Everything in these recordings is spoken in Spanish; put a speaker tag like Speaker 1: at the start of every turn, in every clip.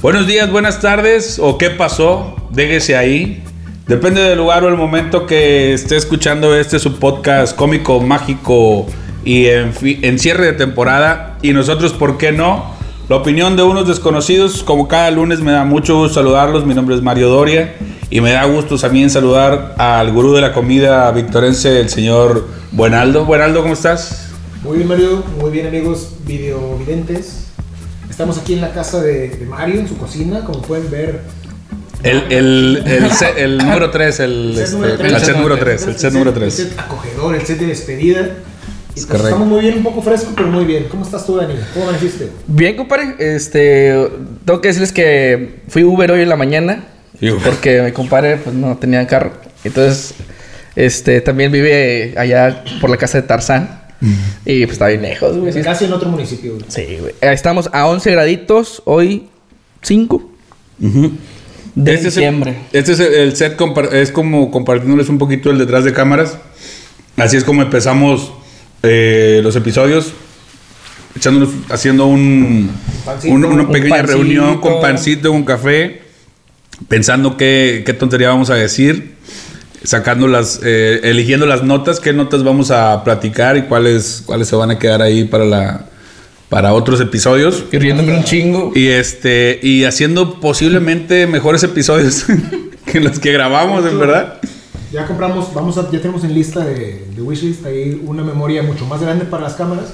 Speaker 1: Buenos días, buenas tardes o qué pasó, déjese ahí. Depende del lugar o el momento que esté escuchando este su podcast cómico, mágico y en, fi- en cierre de temporada. Y nosotros, ¿por qué no? La opinión de unos desconocidos, como cada lunes me da mucho gusto saludarlos. Mi nombre es Mario Doria y me da gusto también saludar al gurú de la comida victorense, el señor Buenaldo. Buenaldo, ¿cómo estás?
Speaker 2: Muy bien Mario, muy bien amigos videovidentes. Estamos aquí en la casa de, de Mario, en su cocina, como pueden ver.
Speaker 1: El, el, el, set- el número 3, el,
Speaker 2: set número
Speaker 1: este,
Speaker 2: tres.
Speaker 1: el set número 3, el set número
Speaker 2: El
Speaker 1: 3.
Speaker 2: set acogedor, el set de despedida. Y
Speaker 1: Es
Speaker 2: pues
Speaker 1: correcto.
Speaker 2: estamos muy bien, un poco fresco, pero muy bien. ¿Cómo estás tú, Dani? ¿Cómo amaneciste?
Speaker 3: Bien, compadre. Este, tengo que decirles que fui Uber hoy en la mañana.
Speaker 1: Hijo.
Speaker 3: Porque mi compadre pues, no tenía carro. Entonces, este, también vive allá por la casa de Tarzán. Y pues está bien lejos, güey. Sí,
Speaker 2: Casi en otro municipio. güey.
Speaker 3: Sí, güey. Eh, Estamos a 11 graditos, hoy 5 de
Speaker 1: Este es el-
Speaker 3: diciembre.
Speaker 1: este es el, el set, compar- es como compartiéndoles un poquito el detrás de cámaras. Así es como empezamos eh, los episodios. Echándonos, haciendo un,
Speaker 2: Pancito.
Speaker 1: un- una
Speaker 3: Un
Speaker 1: pequeña
Speaker 3: pancito.
Speaker 1: reunión con pancito, con café, pensando qué, qué tontería vamos a decir, sacando las, eh, eligiendo las notas, qué notas vamos a platicar y cuáles, cuáles se van a quedar ahí para, la, para otros episodios.
Speaker 3: Y riéndome un chingo.
Speaker 1: Y este, y haciendo posiblemente mejores episodios que los que grabamos, en verdad.
Speaker 2: Ya compramos, vamos a, ya tenemos en lista de, de wishlist ahí una memoria mucho más grande para las cámaras.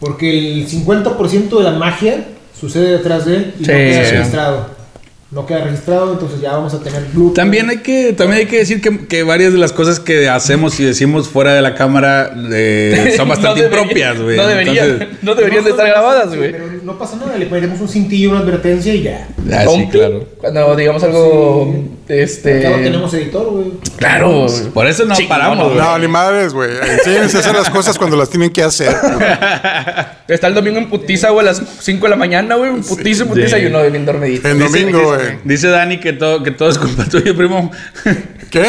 Speaker 2: Porque el 50% de la magia sucede detrás de él y
Speaker 3: Sí.
Speaker 2: no queda
Speaker 3: Sí.
Speaker 2: registrado. No queda registrado, entonces ya vamos a tener blue.
Speaker 1: También hay que, también hay que decir que, que varias de las cosas que hacemos y decimos fuera de la cámara eh, son bastante
Speaker 3: No debería-
Speaker 1: impropias, güey.
Speaker 3: No deberían,
Speaker 1: Entonces,
Speaker 3: no deberían de
Speaker 2: son
Speaker 3: estar
Speaker 2: cosas
Speaker 3: grabadas,
Speaker 2: así,
Speaker 3: güey.
Speaker 2: pero No pasa nada, le ponemos un cintillo, una advertencia y ya.
Speaker 1: ah, sí,
Speaker 3: Compi,
Speaker 1: claro.
Speaker 3: Cuando digamos algo, este...
Speaker 2: Ya no tenemos editor, güey.
Speaker 3: Claro. güey.
Speaker 1: Por eso no
Speaker 3: Chingón,
Speaker 1: paramos, güey.
Speaker 3: güey.
Speaker 4: No, ni madres, güey. Enséñense a hacer las cosas cuando las tienen que hacer.
Speaker 3: Está el domingo en putiza, güey, a las 5 de la mañana, güey. En putiza, en putiza
Speaker 1: Sí.
Speaker 3: y uno bien dormidito.
Speaker 4: En
Speaker 3: Dice-
Speaker 4: domingo,
Speaker 3: dice-
Speaker 4: güey.
Speaker 1: Dice Dani que todo, que todo es culpa tuya, primo.
Speaker 4: ¿Qué?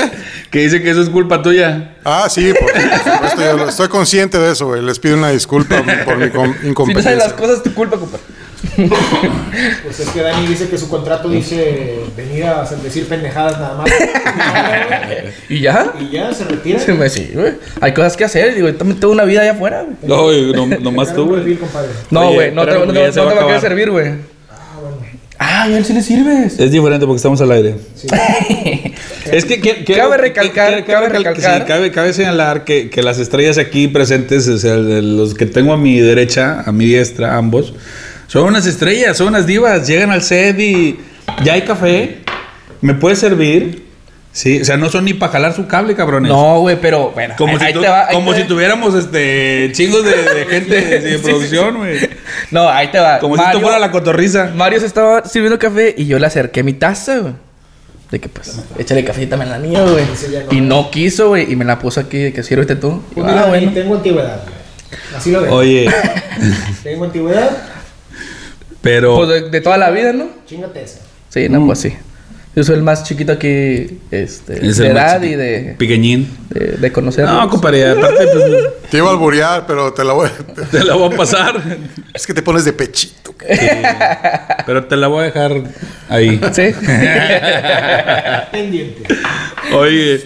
Speaker 1: que dice que eso es culpa tuya.
Speaker 4: Ah, sí, por, por supuesto. yo lo- estoy consciente de eso, güey. Les pido una disculpa por mi com-
Speaker 3: Si no sabes las
Speaker 4: incompetencia.
Speaker 3: cosas, es tu culpa, compadre.
Speaker 2: Pues es que Dani dice que su contrato dice venir a hacer- decir pendejadas nada más.
Speaker 3: ¿Y ya?
Speaker 2: y ya se retira.
Speaker 3: Sí, güey, sí, güey. Hay cosas que hacer. Digo, yo también tengo una vida allá afuera, güey.
Speaker 1: No, güey, no, nomás
Speaker 2: Sacar
Speaker 1: tú,
Speaker 2: un perfil,
Speaker 1: güey.
Speaker 2: compadre.
Speaker 3: No,
Speaker 1: Oye,
Speaker 3: güey, no, te,
Speaker 1: espérame,
Speaker 3: no,
Speaker 1: porque
Speaker 3: te-
Speaker 1: ya se
Speaker 3: no
Speaker 1: va
Speaker 3: te
Speaker 1: a
Speaker 3: va a querer
Speaker 1: acabar.
Speaker 3: servir, güey.
Speaker 2: Ah, bueno.
Speaker 3: Ah, y a él sí le sirves.
Speaker 1: Es diferente porque estamos al aire.
Speaker 2: Sí.
Speaker 1: Es que, que- que-
Speaker 3: Cabe
Speaker 1: que-
Speaker 3: recalcar,
Speaker 1: que-
Speaker 3: cabe
Speaker 1: recal-
Speaker 3: recalcar.
Speaker 1: sí, cabe, cabe señalar que, que las estrellas aquí presentes, o sea, de los que tengo a mi derecha, a mi diestra, ambos, son unas estrellas, son unas divas. Llegan al set y ya hay café, me puede servir. Sí, o sea, no son ni para jalar su cable, cabrones.
Speaker 3: No, güey, pero bueno.
Speaker 1: Como,
Speaker 3: ahí-
Speaker 1: si,
Speaker 3: ahí
Speaker 1: tu-
Speaker 3: te va, ahí
Speaker 1: como
Speaker 3: te-
Speaker 1: si tuviéramos este chingos de, de gente de, de
Speaker 3: Sí, sí,
Speaker 1: producción, güey.
Speaker 3: No, ahí te va.
Speaker 1: Como si
Speaker 3: Mario-
Speaker 1: esto fuera la cotorriza.
Speaker 3: Mario se estaba sirviendo café y yo le acerqué mi taza, güey. De que pues, échale café también a la mía, güey.
Speaker 2: Dice, ya no.
Speaker 3: Y no quiso, güey. Y me la puso aquí de que sírvete tú. Y yo,
Speaker 2: Pues
Speaker 3: ah,
Speaker 2: mira, Dani,
Speaker 3: bueno.
Speaker 2: tengo antigüedad, güey. Así lo veo.
Speaker 1: Oye,
Speaker 2: Tengo antigüedad,
Speaker 1: pero.
Speaker 3: Pues de, de toda la vida, ¿no?
Speaker 2: chingate esa.
Speaker 3: Sí,
Speaker 1: Mm.
Speaker 3: no, pues sí. Yo soy el más chiquito aquí, este,
Speaker 1: es
Speaker 3: de
Speaker 1: el
Speaker 3: edad
Speaker 1: más
Speaker 3: y de,
Speaker 1: Pequeñín.
Speaker 3: de, de conocer.
Speaker 1: No, compadre, aparte, pues.
Speaker 4: Te iba a alburear, pero te la voy a...
Speaker 1: Te la voy a pasar.
Speaker 4: Es que te pones de pechito. güey.
Speaker 1: Pero te la voy a dejar ahí.
Speaker 3: Sí.
Speaker 2: Pendiente.
Speaker 1: Oye,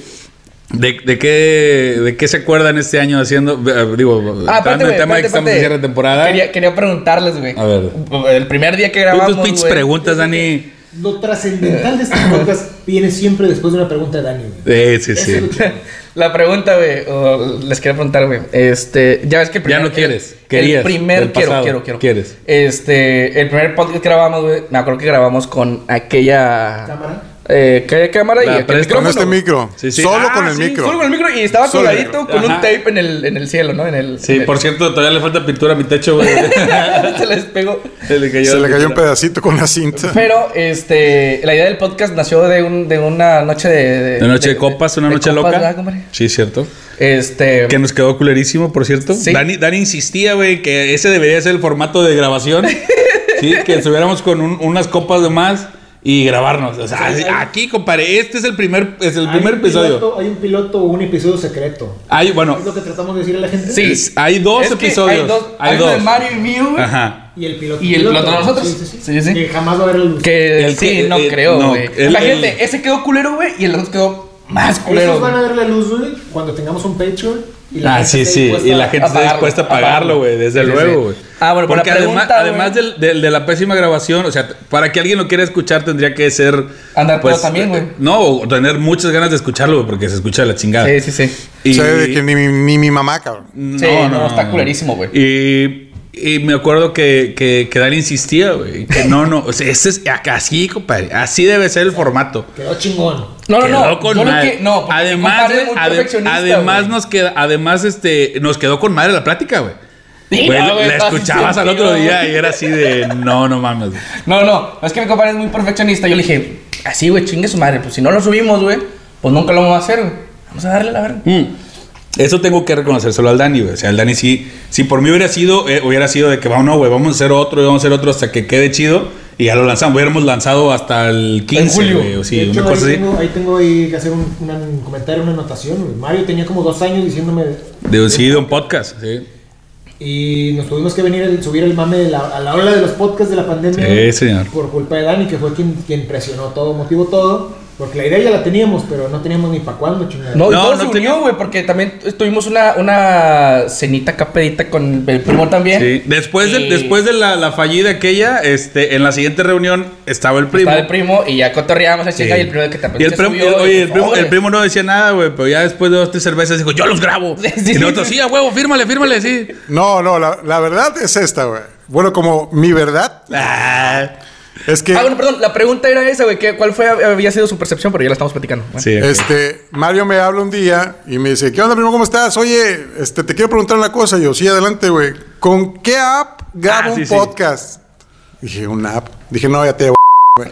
Speaker 1: ¿de, de qué, ¿de qué se acuerdan este año haciendo? Eh, Digo,
Speaker 3: Ah, espérate,
Speaker 1: entrando en
Speaker 3: güey,
Speaker 1: el tema de
Speaker 3: espérate,
Speaker 1: que estamos en
Speaker 3: espérate.
Speaker 1: cierre de temporada.
Speaker 3: Quería, quería preguntarles, güey.
Speaker 1: A ver.
Speaker 3: El primer día que
Speaker 1: Tú
Speaker 3: grabamos,
Speaker 1: tus pinches
Speaker 3: güey.
Speaker 1: preguntas, Dani.
Speaker 2: Lo trascendental de este podcast viene siempre después de una pregunta de Dani, güey.
Speaker 1: Eh, sí, sí.
Speaker 2: Eso es lo chido.
Speaker 3: La pregunta, güey, o les quería preguntar, güey. Este, ya ves que el
Speaker 1: Ya no quieres, querías,
Speaker 3: El primer
Speaker 1: del
Speaker 3: quiero,
Speaker 1: pasado,
Speaker 3: quiero, quiero.
Speaker 1: quieres.
Speaker 3: Este, el primer podcast que grabamos, güey, me acuerdo que grabamos con aquella
Speaker 2: Cámara.
Speaker 3: Eh, aquella cámara
Speaker 1: La
Speaker 3: y aquel
Speaker 1: pres-
Speaker 3: micrófono.
Speaker 4: Con este
Speaker 3: güey.
Speaker 4: micro.
Speaker 1: Sí, sí.
Speaker 4: Solo
Speaker 1: Ah,
Speaker 4: con el
Speaker 3: sí,
Speaker 4: micro.
Speaker 3: Solo con el micro y estaba
Speaker 4: Solo el
Speaker 3: colgadito
Speaker 1: micro.
Speaker 3: con un
Speaker 1: Ajá.
Speaker 3: tape en el, en el cielo, ¿no? En el
Speaker 1: Sí, por cierto, todavía le falta pintura a mi techo, güey.
Speaker 3: cierto. se les pegó.
Speaker 1: Se le cayó,
Speaker 4: Se le cayó un
Speaker 1: pintura.
Speaker 4: pedacito con la cinta.
Speaker 3: Pero este, la idea del podcast nació de, un, de una noche de,
Speaker 1: Una noche de copas, una
Speaker 3: de
Speaker 1: noche
Speaker 3: copas, ¿verdad,
Speaker 1: loca.
Speaker 3: compadre?
Speaker 1: Sí, cierto.
Speaker 3: Este,
Speaker 1: Que nos quedó culerísimo, por cierto.
Speaker 3: Sí.
Speaker 1: Dani, Dani insistía, güey, que ese debería ser el formato de grabación. sí, que estuviéramos con un- unas copas de más y grabarnos. O sea, aquí, compadre, este es el primer, es el
Speaker 2: Hay
Speaker 1: primer
Speaker 2: un
Speaker 1: episodio.
Speaker 2: piloto- hay un piloto o un episodio secreto.
Speaker 1: Hay, bueno,
Speaker 2: ¿Es lo que tratamos de decir a la gente?
Speaker 3: Sí.
Speaker 1: es- hay dos
Speaker 3: Es que
Speaker 1: episodios.
Speaker 3: Hay dos. Hay uno de Mario y mío, güey.
Speaker 1: Ajá.
Speaker 2: Y el piloto.
Speaker 3: Y el piloto de nosotros.
Speaker 2: Sí, sí, sí.
Speaker 3: Sí, sí.
Speaker 2: Que jamás va a ver la luz.
Speaker 3: Que
Speaker 1: El
Speaker 3: sí,
Speaker 1: que-
Speaker 3: no
Speaker 1: eh,
Speaker 3: creo,
Speaker 1: no,
Speaker 3: güey.
Speaker 1: el-
Speaker 3: La
Speaker 1: el-
Speaker 3: gente, ese quedó culero, güey, y el otro quedó más culero.
Speaker 2: Ellos van a
Speaker 3: güey.
Speaker 2: ver la luz, güey, cuando tengamos un Patreon. y la
Speaker 1: Ah,
Speaker 2: gente
Speaker 1: sí,
Speaker 2: esté
Speaker 1: sí.
Speaker 2: dispuesta
Speaker 1: Y la
Speaker 2: a-
Speaker 1: gente está
Speaker 3: pagarlo,
Speaker 1: dispuesta a
Speaker 3: a pagarlo.
Speaker 1: pagarlo, güey. Desde
Speaker 3: Sí, sí.
Speaker 1: luego, güey.
Speaker 3: Ah, bueno, pero
Speaker 1: Porque
Speaker 3: la
Speaker 1: además,
Speaker 3: pregunta,
Speaker 1: además
Speaker 3: güey.
Speaker 1: del, del- de la pésima grabación, o sea, t- para que alguien lo quiera escuchar tendría que ser... pues, eh,
Speaker 3: Andar pedo también, güey.
Speaker 1: No, o tener muchas ganas de escucharlo, güey, porque se escucha de la chingada.
Speaker 3: Sí, sí, sí.
Speaker 1: Y-
Speaker 4: Sabe de que ni, mi- ni mi mamá, cabrón.
Speaker 1: No,
Speaker 3: Sí, no, está culerísimo, güey.
Speaker 1: Y, y me acuerdo que, que, que Dani insistía, güey. Que no, no, o sea, este es así, compadre. Así debe ser el formato.
Speaker 2: Quedó chingón.
Speaker 3: No, no,
Speaker 1: Quedó
Speaker 3: no.
Speaker 1: con
Speaker 3: yo lo
Speaker 1: madre.
Speaker 3: que- no, porque mi
Speaker 1: además,
Speaker 3: compadre es
Speaker 1: güey,
Speaker 3: muy
Speaker 1: ade-
Speaker 3: perfeccionista,
Speaker 1: además
Speaker 3: güey.
Speaker 1: nos queda, además este, nos quedó con madre la plática, güey.
Speaker 3: Sí,
Speaker 1: Güey,
Speaker 3: no, güey,
Speaker 1: la
Speaker 3: estaba sin
Speaker 1: escuchabas al
Speaker 3: sentido,
Speaker 1: otro día
Speaker 3: güey.
Speaker 1: y era así de no, no mames. güey.
Speaker 3: No, no, es que mi compadre es muy perfeccionista. Yo le dije, así, güey, chingue su madre. Pues si no lo subimos, güey, pues nunca lo vamos a hacer, güey. Vamos a darle la verga.
Speaker 1: Mm. Eso tengo que reconocérselo al Dani, güey. O sea, el Dani sí, si por mí hubiera sido, eh, hubiera sido de que vamos, no, güey, vamos a hacer otro y vamos a hacer otro hasta que quede chido y ya lo lanzamos. Hubiéramos lanzado hasta el 15,
Speaker 3: julio.
Speaker 1: güey, o sí,
Speaker 2: De hecho,
Speaker 1: una
Speaker 2: ahí,
Speaker 1: cosa así.
Speaker 2: tengo, ahí tengo ahí que hacer un, un comentario, una anotación. güey. Mario tenía como dos años diciéndome.
Speaker 1: De, sí, de un podcast, sí.
Speaker 2: Y nos tuvimos que venir a subir el mame de la- a la ola de los podcasts de la
Speaker 1: Sí,
Speaker 2: pandemia. güey,
Speaker 1: señor.
Speaker 2: Por culpa de Dani, que fue quien, quien presionó todo, motivó todo. Porque la idea ya la teníamos, pero no teníamos ni para cuándo, chingada.
Speaker 3: No, y
Speaker 1: No,
Speaker 3: todo
Speaker 1: no
Speaker 3: se
Speaker 1: tenía-
Speaker 3: unió, güey, porque también tuvimos una, una cenita acá pedita con el primo también.
Speaker 1: Sí. Después, de,
Speaker 3: Y
Speaker 1: después de la, la fallida aquella, este, en la siguiente reunión estaba el primo.
Speaker 3: Estaba el primo y ya cotorreamos a
Speaker 1: Sí.
Speaker 3: chica y el primo que te
Speaker 1: Y el primo-
Speaker 3: subió,
Speaker 1: oye,
Speaker 3: y,
Speaker 1: el primo,
Speaker 3: "Sobres".
Speaker 1: el primo no decía nada, güey, pero ya después de dos, tres cervezas dijo, yo los grabo.
Speaker 3: Sí, sí.
Speaker 1: y nosotros, sí, a huevo, fírmale, fírmale, sí.
Speaker 4: No, no, la, la verdad es esta, güey. Bueno, como mi verdad
Speaker 1: Ah,
Speaker 4: es que
Speaker 3: Ah, bueno, perdón, la pregunta era esa, güey, que- ¿cuál fue, había sido su percepción? Pero ya la estamos platicando. Bueno.
Speaker 1: sí, ok.
Speaker 4: este, Mario me habla un día y me dice, ¿qué onda, primo? ¿Cómo estás? Oye, este, te quiero preguntar una cosa. Y yo, sí, adelante, güey. ¿Con qué app grabo
Speaker 1: Ah, sí,
Speaker 4: un
Speaker 1: sí.
Speaker 4: podcast? Dije, ¿una app? Dije, no, ya te... güey.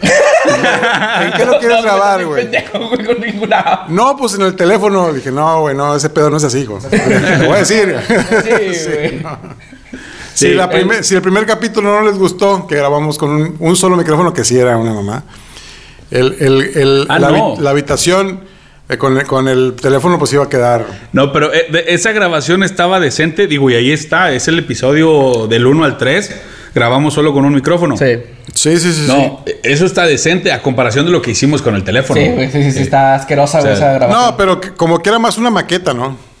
Speaker 4: ¿En qué lo quieres grabar, güey?
Speaker 3: Pendejo, güey, con ninguna app.
Speaker 4: No, pues en el teléfono. Dije, no, güey, no, ese pedo no es así, hijo. Te voy a decir.
Speaker 3: Sí, güey.
Speaker 4: Si,
Speaker 1: Sí.
Speaker 4: la primer- si el primer capítulo no les gustó, que grabamos con un, un solo micrófono, que sí era una mamá. El, el- el-
Speaker 1: Ah,
Speaker 4: la, habi-
Speaker 1: no.
Speaker 4: la habitación eh, con, el- con el teléfono, pues iba a quedar.
Speaker 1: No, pero eh, de- esa grabación estaba decente, digo, y ahí está, es el episodio del 1 al 3, grabamos solo con un micrófono.
Speaker 3: Sí,
Speaker 4: Sí, sí, sí. sí.
Speaker 1: No, eh, eso está decente a comparación de lo que hicimos con el teléfono. Eh,
Speaker 3: sí, güey, sí, sí, sí, está asquerosa, güey,
Speaker 1: O sea,
Speaker 3: esa grabación.
Speaker 4: No, pero que- como que era más una maqueta, ¿no?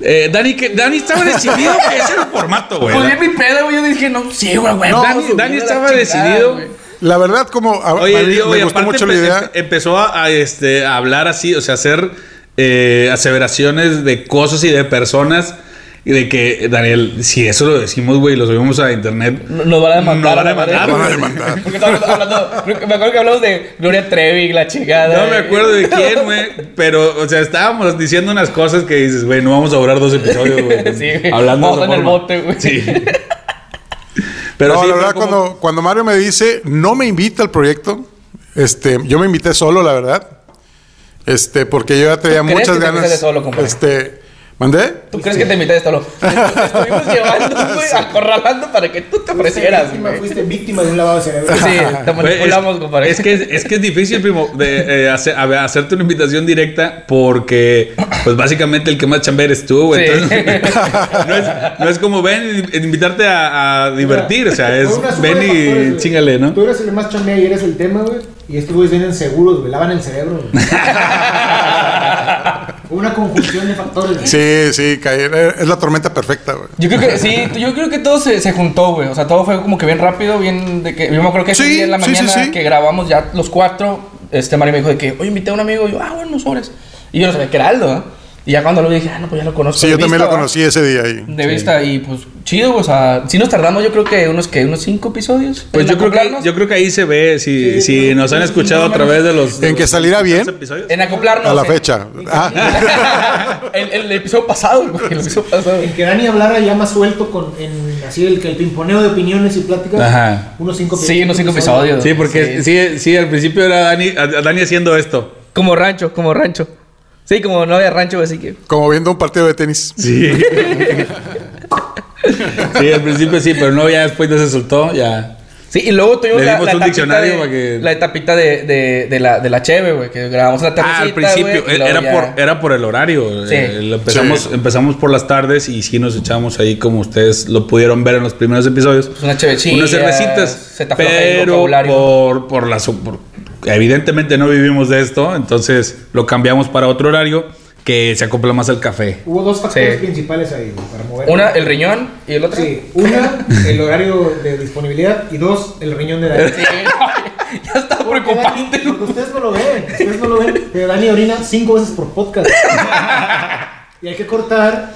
Speaker 1: Eh, Dani, que, Dani estaba decidido que ese era el formato, güey.
Speaker 3: Pues bien mi pedo, güey. Yo dije, no, sí, güey, güey.
Speaker 4: No,
Speaker 3: vamos a
Speaker 1: Dani, Dani
Speaker 3: subirle la
Speaker 1: estaba
Speaker 3: chingada,
Speaker 1: decidido.
Speaker 3: güey.
Speaker 4: La verdad, como a, a
Speaker 1: Oye,
Speaker 4: mí
Speaker 1: digo,
Speaker 4: me
Speaker 1: y
Speaker 4: gustó
Speaker 1: aparte eh,
Speaker 4: mucho la
Speaker 1: empe-
Speaker 4: idea.
Speaker 1: empe- empezó a, a, este, a hablar así, o sea, hacer eh, aseveraciones de cosas y de personas. Y de que, Daniel, si eso lo decimos, güey, lo subimos a internet.
Speaker 3: No- Nos van a
Speaker 1: Nos
Speaker 3: demandar.
Speaker 1: van a
Speaker 3: la madre.
Speaker 1: demandar,
Speaker 4: Nos van a demandar.
Speaker 3: Porque estábamos hablando- creo que- me acuerdo que hablamos de Gloria Trevi, la chingada.
Speaker 1: No me
Speaker 3: güey.
Speaker 1: acuerdo de quién, güey. Pero, o sea, estábamos diciendo unas cosas que dices, güey, no vamos a durar dos episodios, güey.
Speaker 3: Sí, güey.
Speaker 1: Hablando
Speaker 3: Vamos
Speaker 1: de esa
Speaker 3: en el
Speaker 1: forma.
Speaker 3: bote, güey.
Speaker 1: Sí. Pero
Speaker 4: no,
Speaker 1: sí,
Speaker 4: la
Speaker 1: fue
Speaker 4: verdad,
Speaker 1: como-
Speaker 4: cuando, cuando Mario me dice, no me invita al proyecto, este, yo me invité solo, la verdad. Este, porque yo ya tenía
Speaker 3: crees
Speaker 4: muchas
Speaker 3: que te
Speaker 4: ganas.
Speaker 3: invitaste solo, compadre?
Speaker 4: este, ¿mandé?
Speaker 3: ¿Tú crees que te invité a esto? Lo estuvimos llevando, güey, acorralando para que tú te
Speaker 2: Fuiste
Speaker 3: ofrecieras,
Speaker 2: víctima-
Speaker 3: güey. Sí,
Speaker 2: Fuiste víctima de un lavado de cerebro.
Speaker 3: te
Speaker 1: Güey, es-
Speaker 3: manipulamos, compadre.
Speaker 1: Es que es, es que es difícil, primo, de eh, hacer- a ver, hacerte una invitación directa porque, pues básicamente el que más chamba eres tú, güey.
Speaker 3: Sí.
Speaker 1: Entonces, no, es, no es como ven y invitarte a, a divertir, o sea,
Speaker 2: Fue
Speaker 1: es
Speaker 2: una suma
Speaker 1: ven
Speaker 2: de factores,
Speaker 1: y
Speaker 2: güey.
Speaker 1: chingale, ¿no?
Speaker 2: Tú eres el más chambea y eres el tema, güey. Y estos güeyes vienen seguros, güey. Lavan el cerebro, güey. Fue una conjunción de factores, güey.
Speaker 4: Sí, sí, caí- Eh, es la tormenta perfecta, güey.
Speaker 3: Yo creo que sí, yo creo que todo se, se juntó, güey. O sea, todo fue como que bien rápido, bien de que yo me acuerdo que ese
Speaker 4: Sí,
Speaker 3: día en la
Speaker 4: sí, sí,
Speaker 3: mañana
Speaker 4: sí.
Speaker 3: que grabamos ya los cuatro, este Mario me dijo de que, "Oye, invité a un amigo." Y yo, "Ah, bueno, sobres." Y yo no sabía que era Aldo, ¿eh? Y ya cuando lo vi dije, "Ah, no, pues ya lo conozco."
Speaker 4: Sí,
Speaker 3: de
Speaker 4: yo también
Speaker 3: vista,
Speaker 4: lo
Speaker 3: ¿va?"
Speaker 4: conocí ese día ahí.
Speaker 3: De vista y pues chido, o sea, si nos tardamos yo creo que unos que unos cinco episodios.
Speaker 1: Pues
Speaker 3: en
Speaker 1: yo creo, que,
Speaker 3: acoplarnos.
Speaker 1: yo creo que ahí se ve, si, si nos han escuchado a través de los...
Speaker 4: En que saliera bien
Speaker 1: los episodios.
Speaker 3: en acoplarnos
Speaker 4: a la
Speaker 3: eh.
Speaker 4: fecha. Ah,
Speaker 3: el, el episodio pasado, güey, el episodio pasado.
Speaker 2: El que Dani hablara ya más suelto con en, así el que el pimponeo de opiniones y pláticas.
Speaker 1: Ajá.
Speaker 2: Unos cinco
Speaker 3: Sí, unos cinco episodios.
Speaker 1: Sí, porque sí. sí, al principio era Dani, a- a Dani haciendo esto.
Speaker 3: Como rancho, como rancho. Sí, como no había rancho, así que
Speaker 4: como viendo un partido de tenis.
Speaker 1: Sí. sí, al principio sí, pero no, ya después no se soltó, ya.
Speaker 3: Sí, y luego tuvimos
Speaker 1: Le
Speaker 3: la,
Speaker 1: dimos
Speaker 3: la
Speaker 1: un
Speaker 3: etapita
Speaker 1: diccionario
Speaker 3: de-
Speaker 1: para que-
Speaker 3: La etapita de, de, de la, de la Cheve, güey. Que grabamos la tapita.
Speaker 1: Ah, al principio, era, por, era por el horario.
Speaker 3: Sí.
Speaker 1: eh, lo empezamos,
Speaker 4: Sí.
Speaker 1: empezamos por las tardes y sí nos echamos ahí, como ustedes lo pudieron ver en los primeros episodios.
Speaker 3: Una chevechilla,
Speaker 1: unas cervecitas.
Speaker 3: se te afloja ahí el
Speaker 1: Pero
Speaker 3: vocabulario.
Speaker 1: por, por las. por- evidentemente no vivimos de esto, entonces lo cambiamos para otro horario que se acopla más al café.
Speaker 2: Hubo dos factores
Speaker 3: Sí.
Speaker 2: principales ahí güey, para mover.
Speaker 3: Una, el riñón. Y el otro.
Speaker 2: Sí, una, el horario de disponibilidad y dos, el riñón de Dani.
Speaker 3: Sí, güey. ya está
Speaker 2: Porque
Speaker 3: preocupante,
Speaker 2: Dani-
Speaker 3: güey.
Speaker 2: porque ustedes no lo ven, ustedes no lo ven, pero Dani orina cinco veces por podcast. y hay que cortar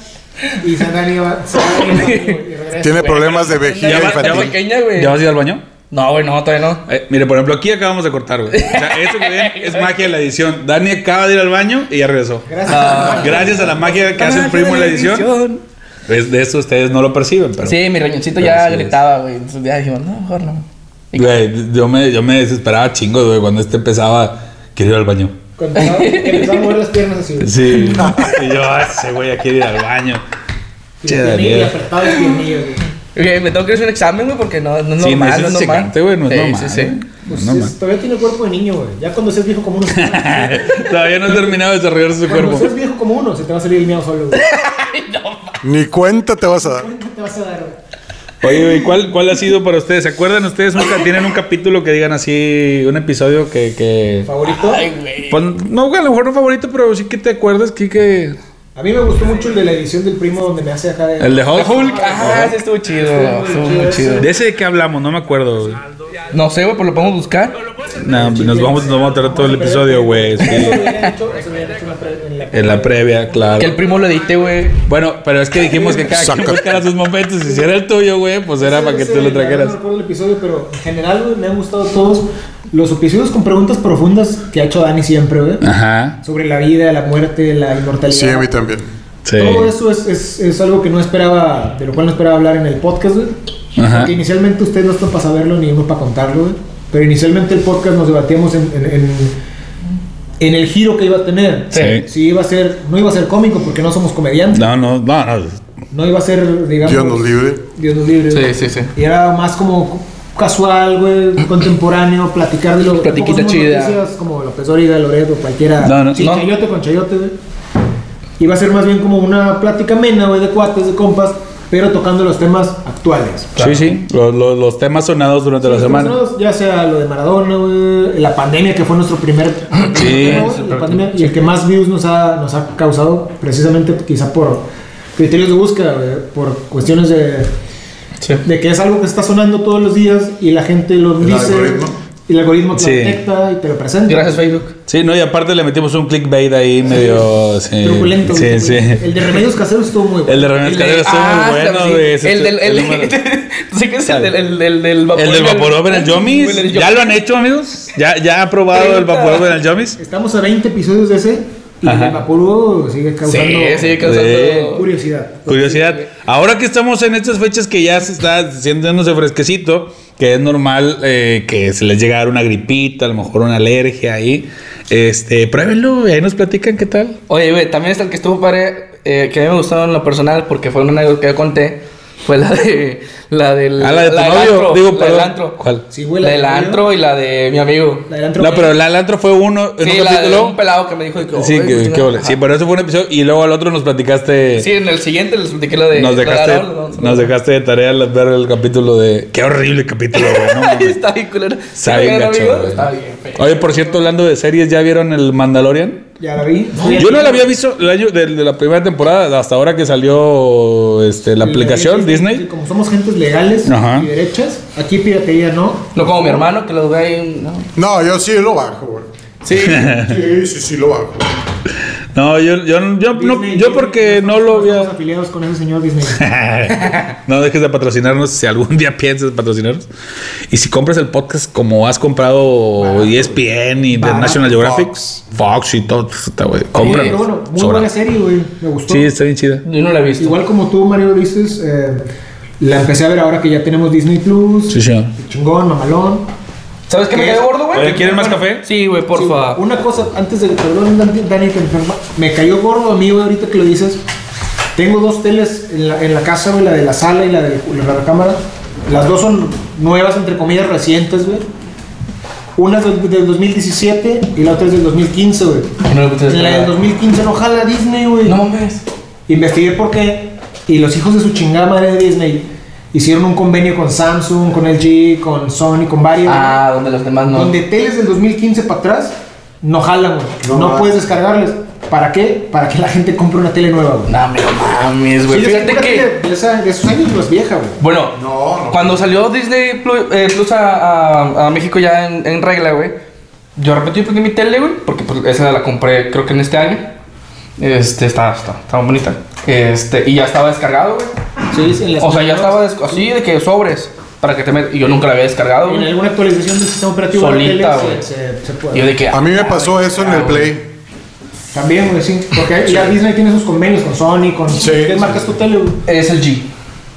Speaker 2: y San Dani va, se va al baño y regresa.
Speaker 4: Tiene problemas de
Speaker 3: Ya
Speaker 4: vejiga
Speaker 3: va- ya va
Speaker 4: infantil.
Speaker 3: pequeña, güey.
Speaker 1: ¿Ya vas a ir al baño?
Speaker 3: No, güey, no, todavía no.
Speaker 1: Eh, mire, por ejemplo, aquí acabamos de cortar, güey. O sea, eso que ven es magia de la edición. Dani acaba de ir al baño y ya regresó.
Speaker 2: Gracias.
Speaker 1: Gracias a la magia que hace el primo en la edición. Es de eso ustedes no lo perciben, pero.
Speaker 3: Sí, mi riñoncito
Speaker 1: pero
Speaker 3: ya
Speaker 1: sí es.
Speaker 3: gritaba, güey. Entonces ya dijimos, no, mejor no. Y-
Speaker 1: Güey, yo me, yo me desesperaba chingo, güey, cuando este empezaba, quiero ir al baño.
Speaker 2: Cuando va- que les va a mover las piernas así. güey.
Speaker 1: Sí. y yo, "Ah, ese güey ya quiere ir al baño.
Speaker 2: Y
Speaker 1: Che,
Speaker 2: tiene- Y
Speaker 1: Daniel.
Speaker 2: apretado el piernillo, güey.
Speaker 3: Güey, me tengo que hacer un examen, güey, porque no, no es
Speaker 1: Sí, no es
Speaker 3: normal, no es normal.
Speaker 1: insignificante, güey, no es
Speaker 3: Sí,
Speaker 1: normal.
Speaker 3: Sí, sí.
Speaker 2: Pues
Speaker 1: No,
Speaker 2: es-
Speaker 1: man.
Speaker 2: todavía tiene cuerpo de niño, güey. Ya cuando seas viejo como uno.
Speaker 1: Todavía no he terminado de desarrollar su
Speaker 2: Cuando
Speaker 1: cuerpo.
Speaker 2: seas viejo como uno, se te va a salir el miedo solo, güey.
Speaker 4: Ni cuenta te vas a dar.
Speaker 2: ¿Cuánto te vas a dar, güey?
Speaker 1: Oye, güey, ¿cuál, ¿cuál ha sido para ustedes? ¿Se acuerdan ustedes? Nunca tienen un capítulo que digan así, un episodio que. que...
Speaker 2: ¿Favorito?
Speaker 3: Ay, güey.
Speaker 1: Pues, no, güey, a lo mejor no favorito, pero sí que te acuerdas que. que...
Speaker 2: A mí me gustó mucho el de la edición del primo donde me hace acá de...
Speaker 1: El de Hulk.
Speaker 3: Ah, ese estuvo chido. Estuvo
Speaker 2: chido
Speaker 3: muy chido.
Speaker 1: De ese de que hablamos, no me acuerdo. güey.
Speaker 3: No sé, güey, pues lo podemos buscar.
Speaker 1: No, nos vamos, nos vamos a tratar todo el episodio, güey.
Speaker 2: Eso
Speaker 1: sí.
Speaker 2: hubiera hecho, eso hubiera hecho en la pre- en la
Speaker 1: En la previa, claro.
Speaker 3: Que el primo lo edite, güey.
Speaker 1: Bueno, pero es que dijimos que cada quien
Speaker 4: Saca.
Speaker 1: buscara sus momentos. Si era el tuyo, güey, pues era para que
Speaker 2: Ese-
Speaker 1: tú lo
Speaker 2: ese, la verdad, No
Speaker 1: trajeras.
Speaker 2: recuerdo el episodio, pero en general güey, me han gustado todos los episodios con preguntas profundas que ha hecho Dani siempre, güey.
Speaker 1: Ajá.
Speaker 2: Sobre la vida, la muerte, la inmortalidad.
Speaker 4: Sí, a mí también.
Speaker 1: Sí.
Speaker 2: Todo eso es, es, es algo que no esperaba, de lo cual no esperaba hablar en el podcast, güey.
Speaker 1: Ajá.
Speaker 2: Porque inicialmente ustedes no están para saberlo ni uno para contarlo, güey. Pero inicialmente el podcast nos debatíamos en, en, en, en el giro que iba a tener.
Speaker 1: Sí.
Speaker 2: Si iba a ser, no iba a ser cómico porque no somos comediantes.
Speaker 1: No, no, no, no.
Speaker 2: No iba a ser, digamos.
Speaker 4: Dios nos libre.
Speaker 2: Dios nos libre.
Speaker 3: Sí,
Speaker 2: güey.
Speaker 3: sí, sí.
Speaker 2: Y era más como casual, güey, contemporáneo, platicar de lo
Speaker 3: Platiquita
Speaker 2: como somos
Speaker 3: chida.
Speaker 2: noticias Como López Dóriga, Loreto, cualquiera.
Speaker 1: No, no,
Speaker 2: Sí,
Speaker 3: no.
Speaker 2: chayote con chayote, güey. Iba a ser más bien como una plática amena, güey, de cuates, de compas, pero tocando los temas actuales.
Speaker 1: Sí, sí. Los, los- los temas sonados durante la
Speaker 2: Los
Speaker 1: semana.
Speaker 2: personajes, pues, Ya sea lo de Maradona, güey, la pandemia que fue nuestro primer
Speaker 1: Sí,
Speaker 2: tema, güey, la pandemia, y el que más views nos ha, nos ha causado, precisamente quizá por criterios de búsqueda, güey, por cuestiones de,
Speaker 3: Sí.
Speaker 2: de que es algo que está sonando todos los días y la gente lo
Speaker 4: El
Speaker 2: dice.
Speaker 4: algoritmo.
Speaker 2: Y el algoritmo te
Speaker 1: Sí.
Speaker 2: lo detecta y te lo presenta.
Speaker 3: Gracias, Facebook.
Speaker 1: Sí, no, y aparte le metimos un clickbait ahí medio. Sí,
Speaker 2: Truculento.
Speaker 1: Sí,
Speaker 2: güey.
Speaker 1: sí.
Speaker 2: El de remedios caseros estuvo muy bueno.
Speaker 1: El de René Escalera estuvo
Speaker 3: Ah,
Speaker 1: muy bueno,
Speaker 3: sí.
Speaker 1: güey. ese estuvo-
Speaker 3: El del. El,
Speaker 1: el número-
Speaker 3: sé que es el del, el, del- del vapor.
Speaker 1: El del vapor en el
Speaker 3: Güey,
Speaker 1: Yomis.
Speaker 3: del
Speaker 1: ¿Ya lo han hecho, amigos? ¿Ya, ya ha probado el
Speaker 3: Pregunta.
Speaker 1: vapor en el Yomis?
Speaker 2: Estamos a 20 episodios de ese y
Speaker 1: Ajá.
Speaker 2: el Vaporú sigue causando
Speaker 3: Sí, sigue
Speaker 1: Sí.
Speaker 3: causando.
Speaker 2: curiosidad.
Speaker 1: Curiosidad. Ahora que estamos en estas fechas que ya se está haciéndose fresquecito, que es normal eh, que se les llegue a dar una gripita, a lo mejor una alergia ahí. Este, pruébenlo y ahí nos platican qué tal.
Speaker 3: Oye, güey, también está el que estuvo padre, eh, que a mí me gustó en lo personal, porque fue una anécdota que yo conté. Fue la de. La del.
Speaker 1: Ah, la de tu
Speaker 3: del
Speaker 1: novio.
Speaker 3: antro,
Speaker 1: Digo,
Speaker 3: la
Speaker 1: perdón.
Speaker 3: del antro.
Speaker 1: ¿Cuál?
Speaker 2: Sí, güey,
Speaker 3: La del
Speaker 2: remedios-
Speaker 3: antro y la de mi amigo.
Speaker 2: La del antro.
Speaker 1: No, pero la Alantro fue uno en
Speaker 3: Sí,
Speaker 1: un
Speaker 3: la de
Speaker 1: capítulo.
Speaker 3: un pelado que me dijo. de que,
Speaker 1: sí,
Speaker 3: "Oye,
Speaker 1: que-
Speaker 3: pues,
Speaker 1: qué ole.
Speaker 3: ajá".
Speaker 1: Sí, pero eso fue un episodio y luego al otro nos platicaste.
Speaker 3: Sí, en el siguiente les platiqué la de.
Speaker 1: nos
Speaker 3: la de
Speaker 1: dejaste,
Speaker 3: Raúl, ¿no?
Speaker 1: nos dejaste de tarea la- ver el capítulo de. Qué horrible capítulo, güey. No, mames.
Speaker 3: Está bien culero.
Speaker 1: Está
Speaker 3: Sí,
Speaker 1: bien
Speaker 3: ¿no,
Speaker 1: gacho,
Speaker 3: amigo?
Speaker 1: güey.
Speaker 3: Está bien feo.
Speaker 1: Oye, por cierto, hablando de series, ¿ya vieron el Mandalorian?
Speaker 2: Ya la vi.
Speaker 1: Yo no la había visto el año de, de la primera temporada hasta ahora que salió este, la aplicación
Speaker 2: Sí,
Speaker 1: Disney.
Speaker 2: Como somos gentes legales
Speaker 1: Ajá.
Speaker 2: y derechas, aquí piratería no.
Speaker 3: No como mi hermano que los ve ahí. ¿no?
Speaker 4: No, yo sí lo bajo, güey.
Speaker 3: Sí.
Speaker 4: Sí, sí, sí lo bajo.
Speaker 1: No, yo, yo, yo, no,
Speaker 2: Disney,
Speaker 1: yo porque no
Speaker 2: estamos-
Speaker 1: lo
Speaker 2: Estamos
Speaker 1: había...
Speaker 2: afiliados con ese señor Disney.
Speaker 1: No dejes de patrocinarnos si algún día piensas patrocinarnos. Y si compras el podcast como has comprado E ESPN y The
Speaker 2: Barato.
Speaker 1: National Geographic, Fox.
Speaker 4: Fox.
Speaker 1: y todo, puta, güey,
Speaker 2: Pero bueno,
Speaker 1: cómpralo.
Speaker 2: muy
Speaker 1: Sobra.
Speaker 2: buena serie, güey. Me gustó.
Speaker 1: Sí, está bien chida.
Speaker 3: Yo no la he visto.
Speaker 2: Igual como tú, Mario, dices, eh, la empecé a ver ahora que ya tenemos Disney Plus.
Speaker 1: Sí, sí.
Speaker 2: Chingón, mamalón.
Speaker 3: ¿Sabes qué me quedé gordo, güey?
Speaker 1: Oye, ¿quieren más café?
Speaker 3: Sí, güey,
Speaker 2: Sí,
Speaker 3: porfa.
Speaker 2: Una cosa, antes de perdón, Dani, Dani, que me enferma, me cayó gordo a mí, güey, ahorita que lo dices. Tengo dos teles en la, en la casa, güey, la de la sala y la de la recámara. Las dos son nuevas, entre comillas, recientes, güey. Una es del, del 2017 y la otra es del 2015, güey.
Speaker 3: No le gusta
Speaker 2: La del
Speaker 3: descargar.
Speaker 2: 2015 no jala Disney, güey.
Speaker 3: No mames.
Speaker 2: Investigué por qué. Y los hijos de su chingada madre de Disney hicieron un convenio con Samsung, con LG, con Sony, con varios.
Speaker 3: Ah, donde los demás no.
Speaker 2: Donde teles del 2015 para atrás no jalan, güey.
Speaker 4: No
Speaker 2: No,
Speaker 4: mames.
Speaker 2: puedes descargarles. ¿Para qué? Para que la gente compre una tele nueva, güey.
Speaker 3: No, me lo mames, güey.
Speaker 2: Sí, yo sé
Speaker 3: Fíjate
Speaker 2: una
Speaker 3: que.
Speaker 2: tele De, esa- de esos años no es vieja, güey.
Speaker 3: Bueno,
Speaker 4: No, no.
Speaker 3: cuando salió Disney Plus, eh, Plus a, a- a México ya en, en regla, güey. Yo de repente yo prendí mi tele, güey, porque pues, esa la compré creo que en este año. Este, estaba, estaba, estaba bonita. Este, y ya estaba descargado, güey.
Speaker 2: Sí, sí, en las
Speaker 3: O sea, ya
Speaker 2: nuevas.
Speaker 3: estaba des- así de que sobres para que te metas. Y yo nunca la había descargado,
Speaker 2: En
Speaker 3: güey.
Speaker 2: alguna actualización del sistema operativo de
Speaker 3: Solita,
Speaker 2: la tele
Speaker 3: güey.
Speaker 2: se, se- se puede.
Speaker 3: Yo de que. "Ah,
Speaker 4: A mí me pasó eso en el Play.
Speaker 2: También, güey, sí. Porque ahí ya Disney tiene sus convenios con Sony, con...
Speaker 4: Sí,
Speaker 2: ¿Qué
Speaker 4: sí.
Speaker 2: marcas tu tele, güey?
Speaker 3: Es el G.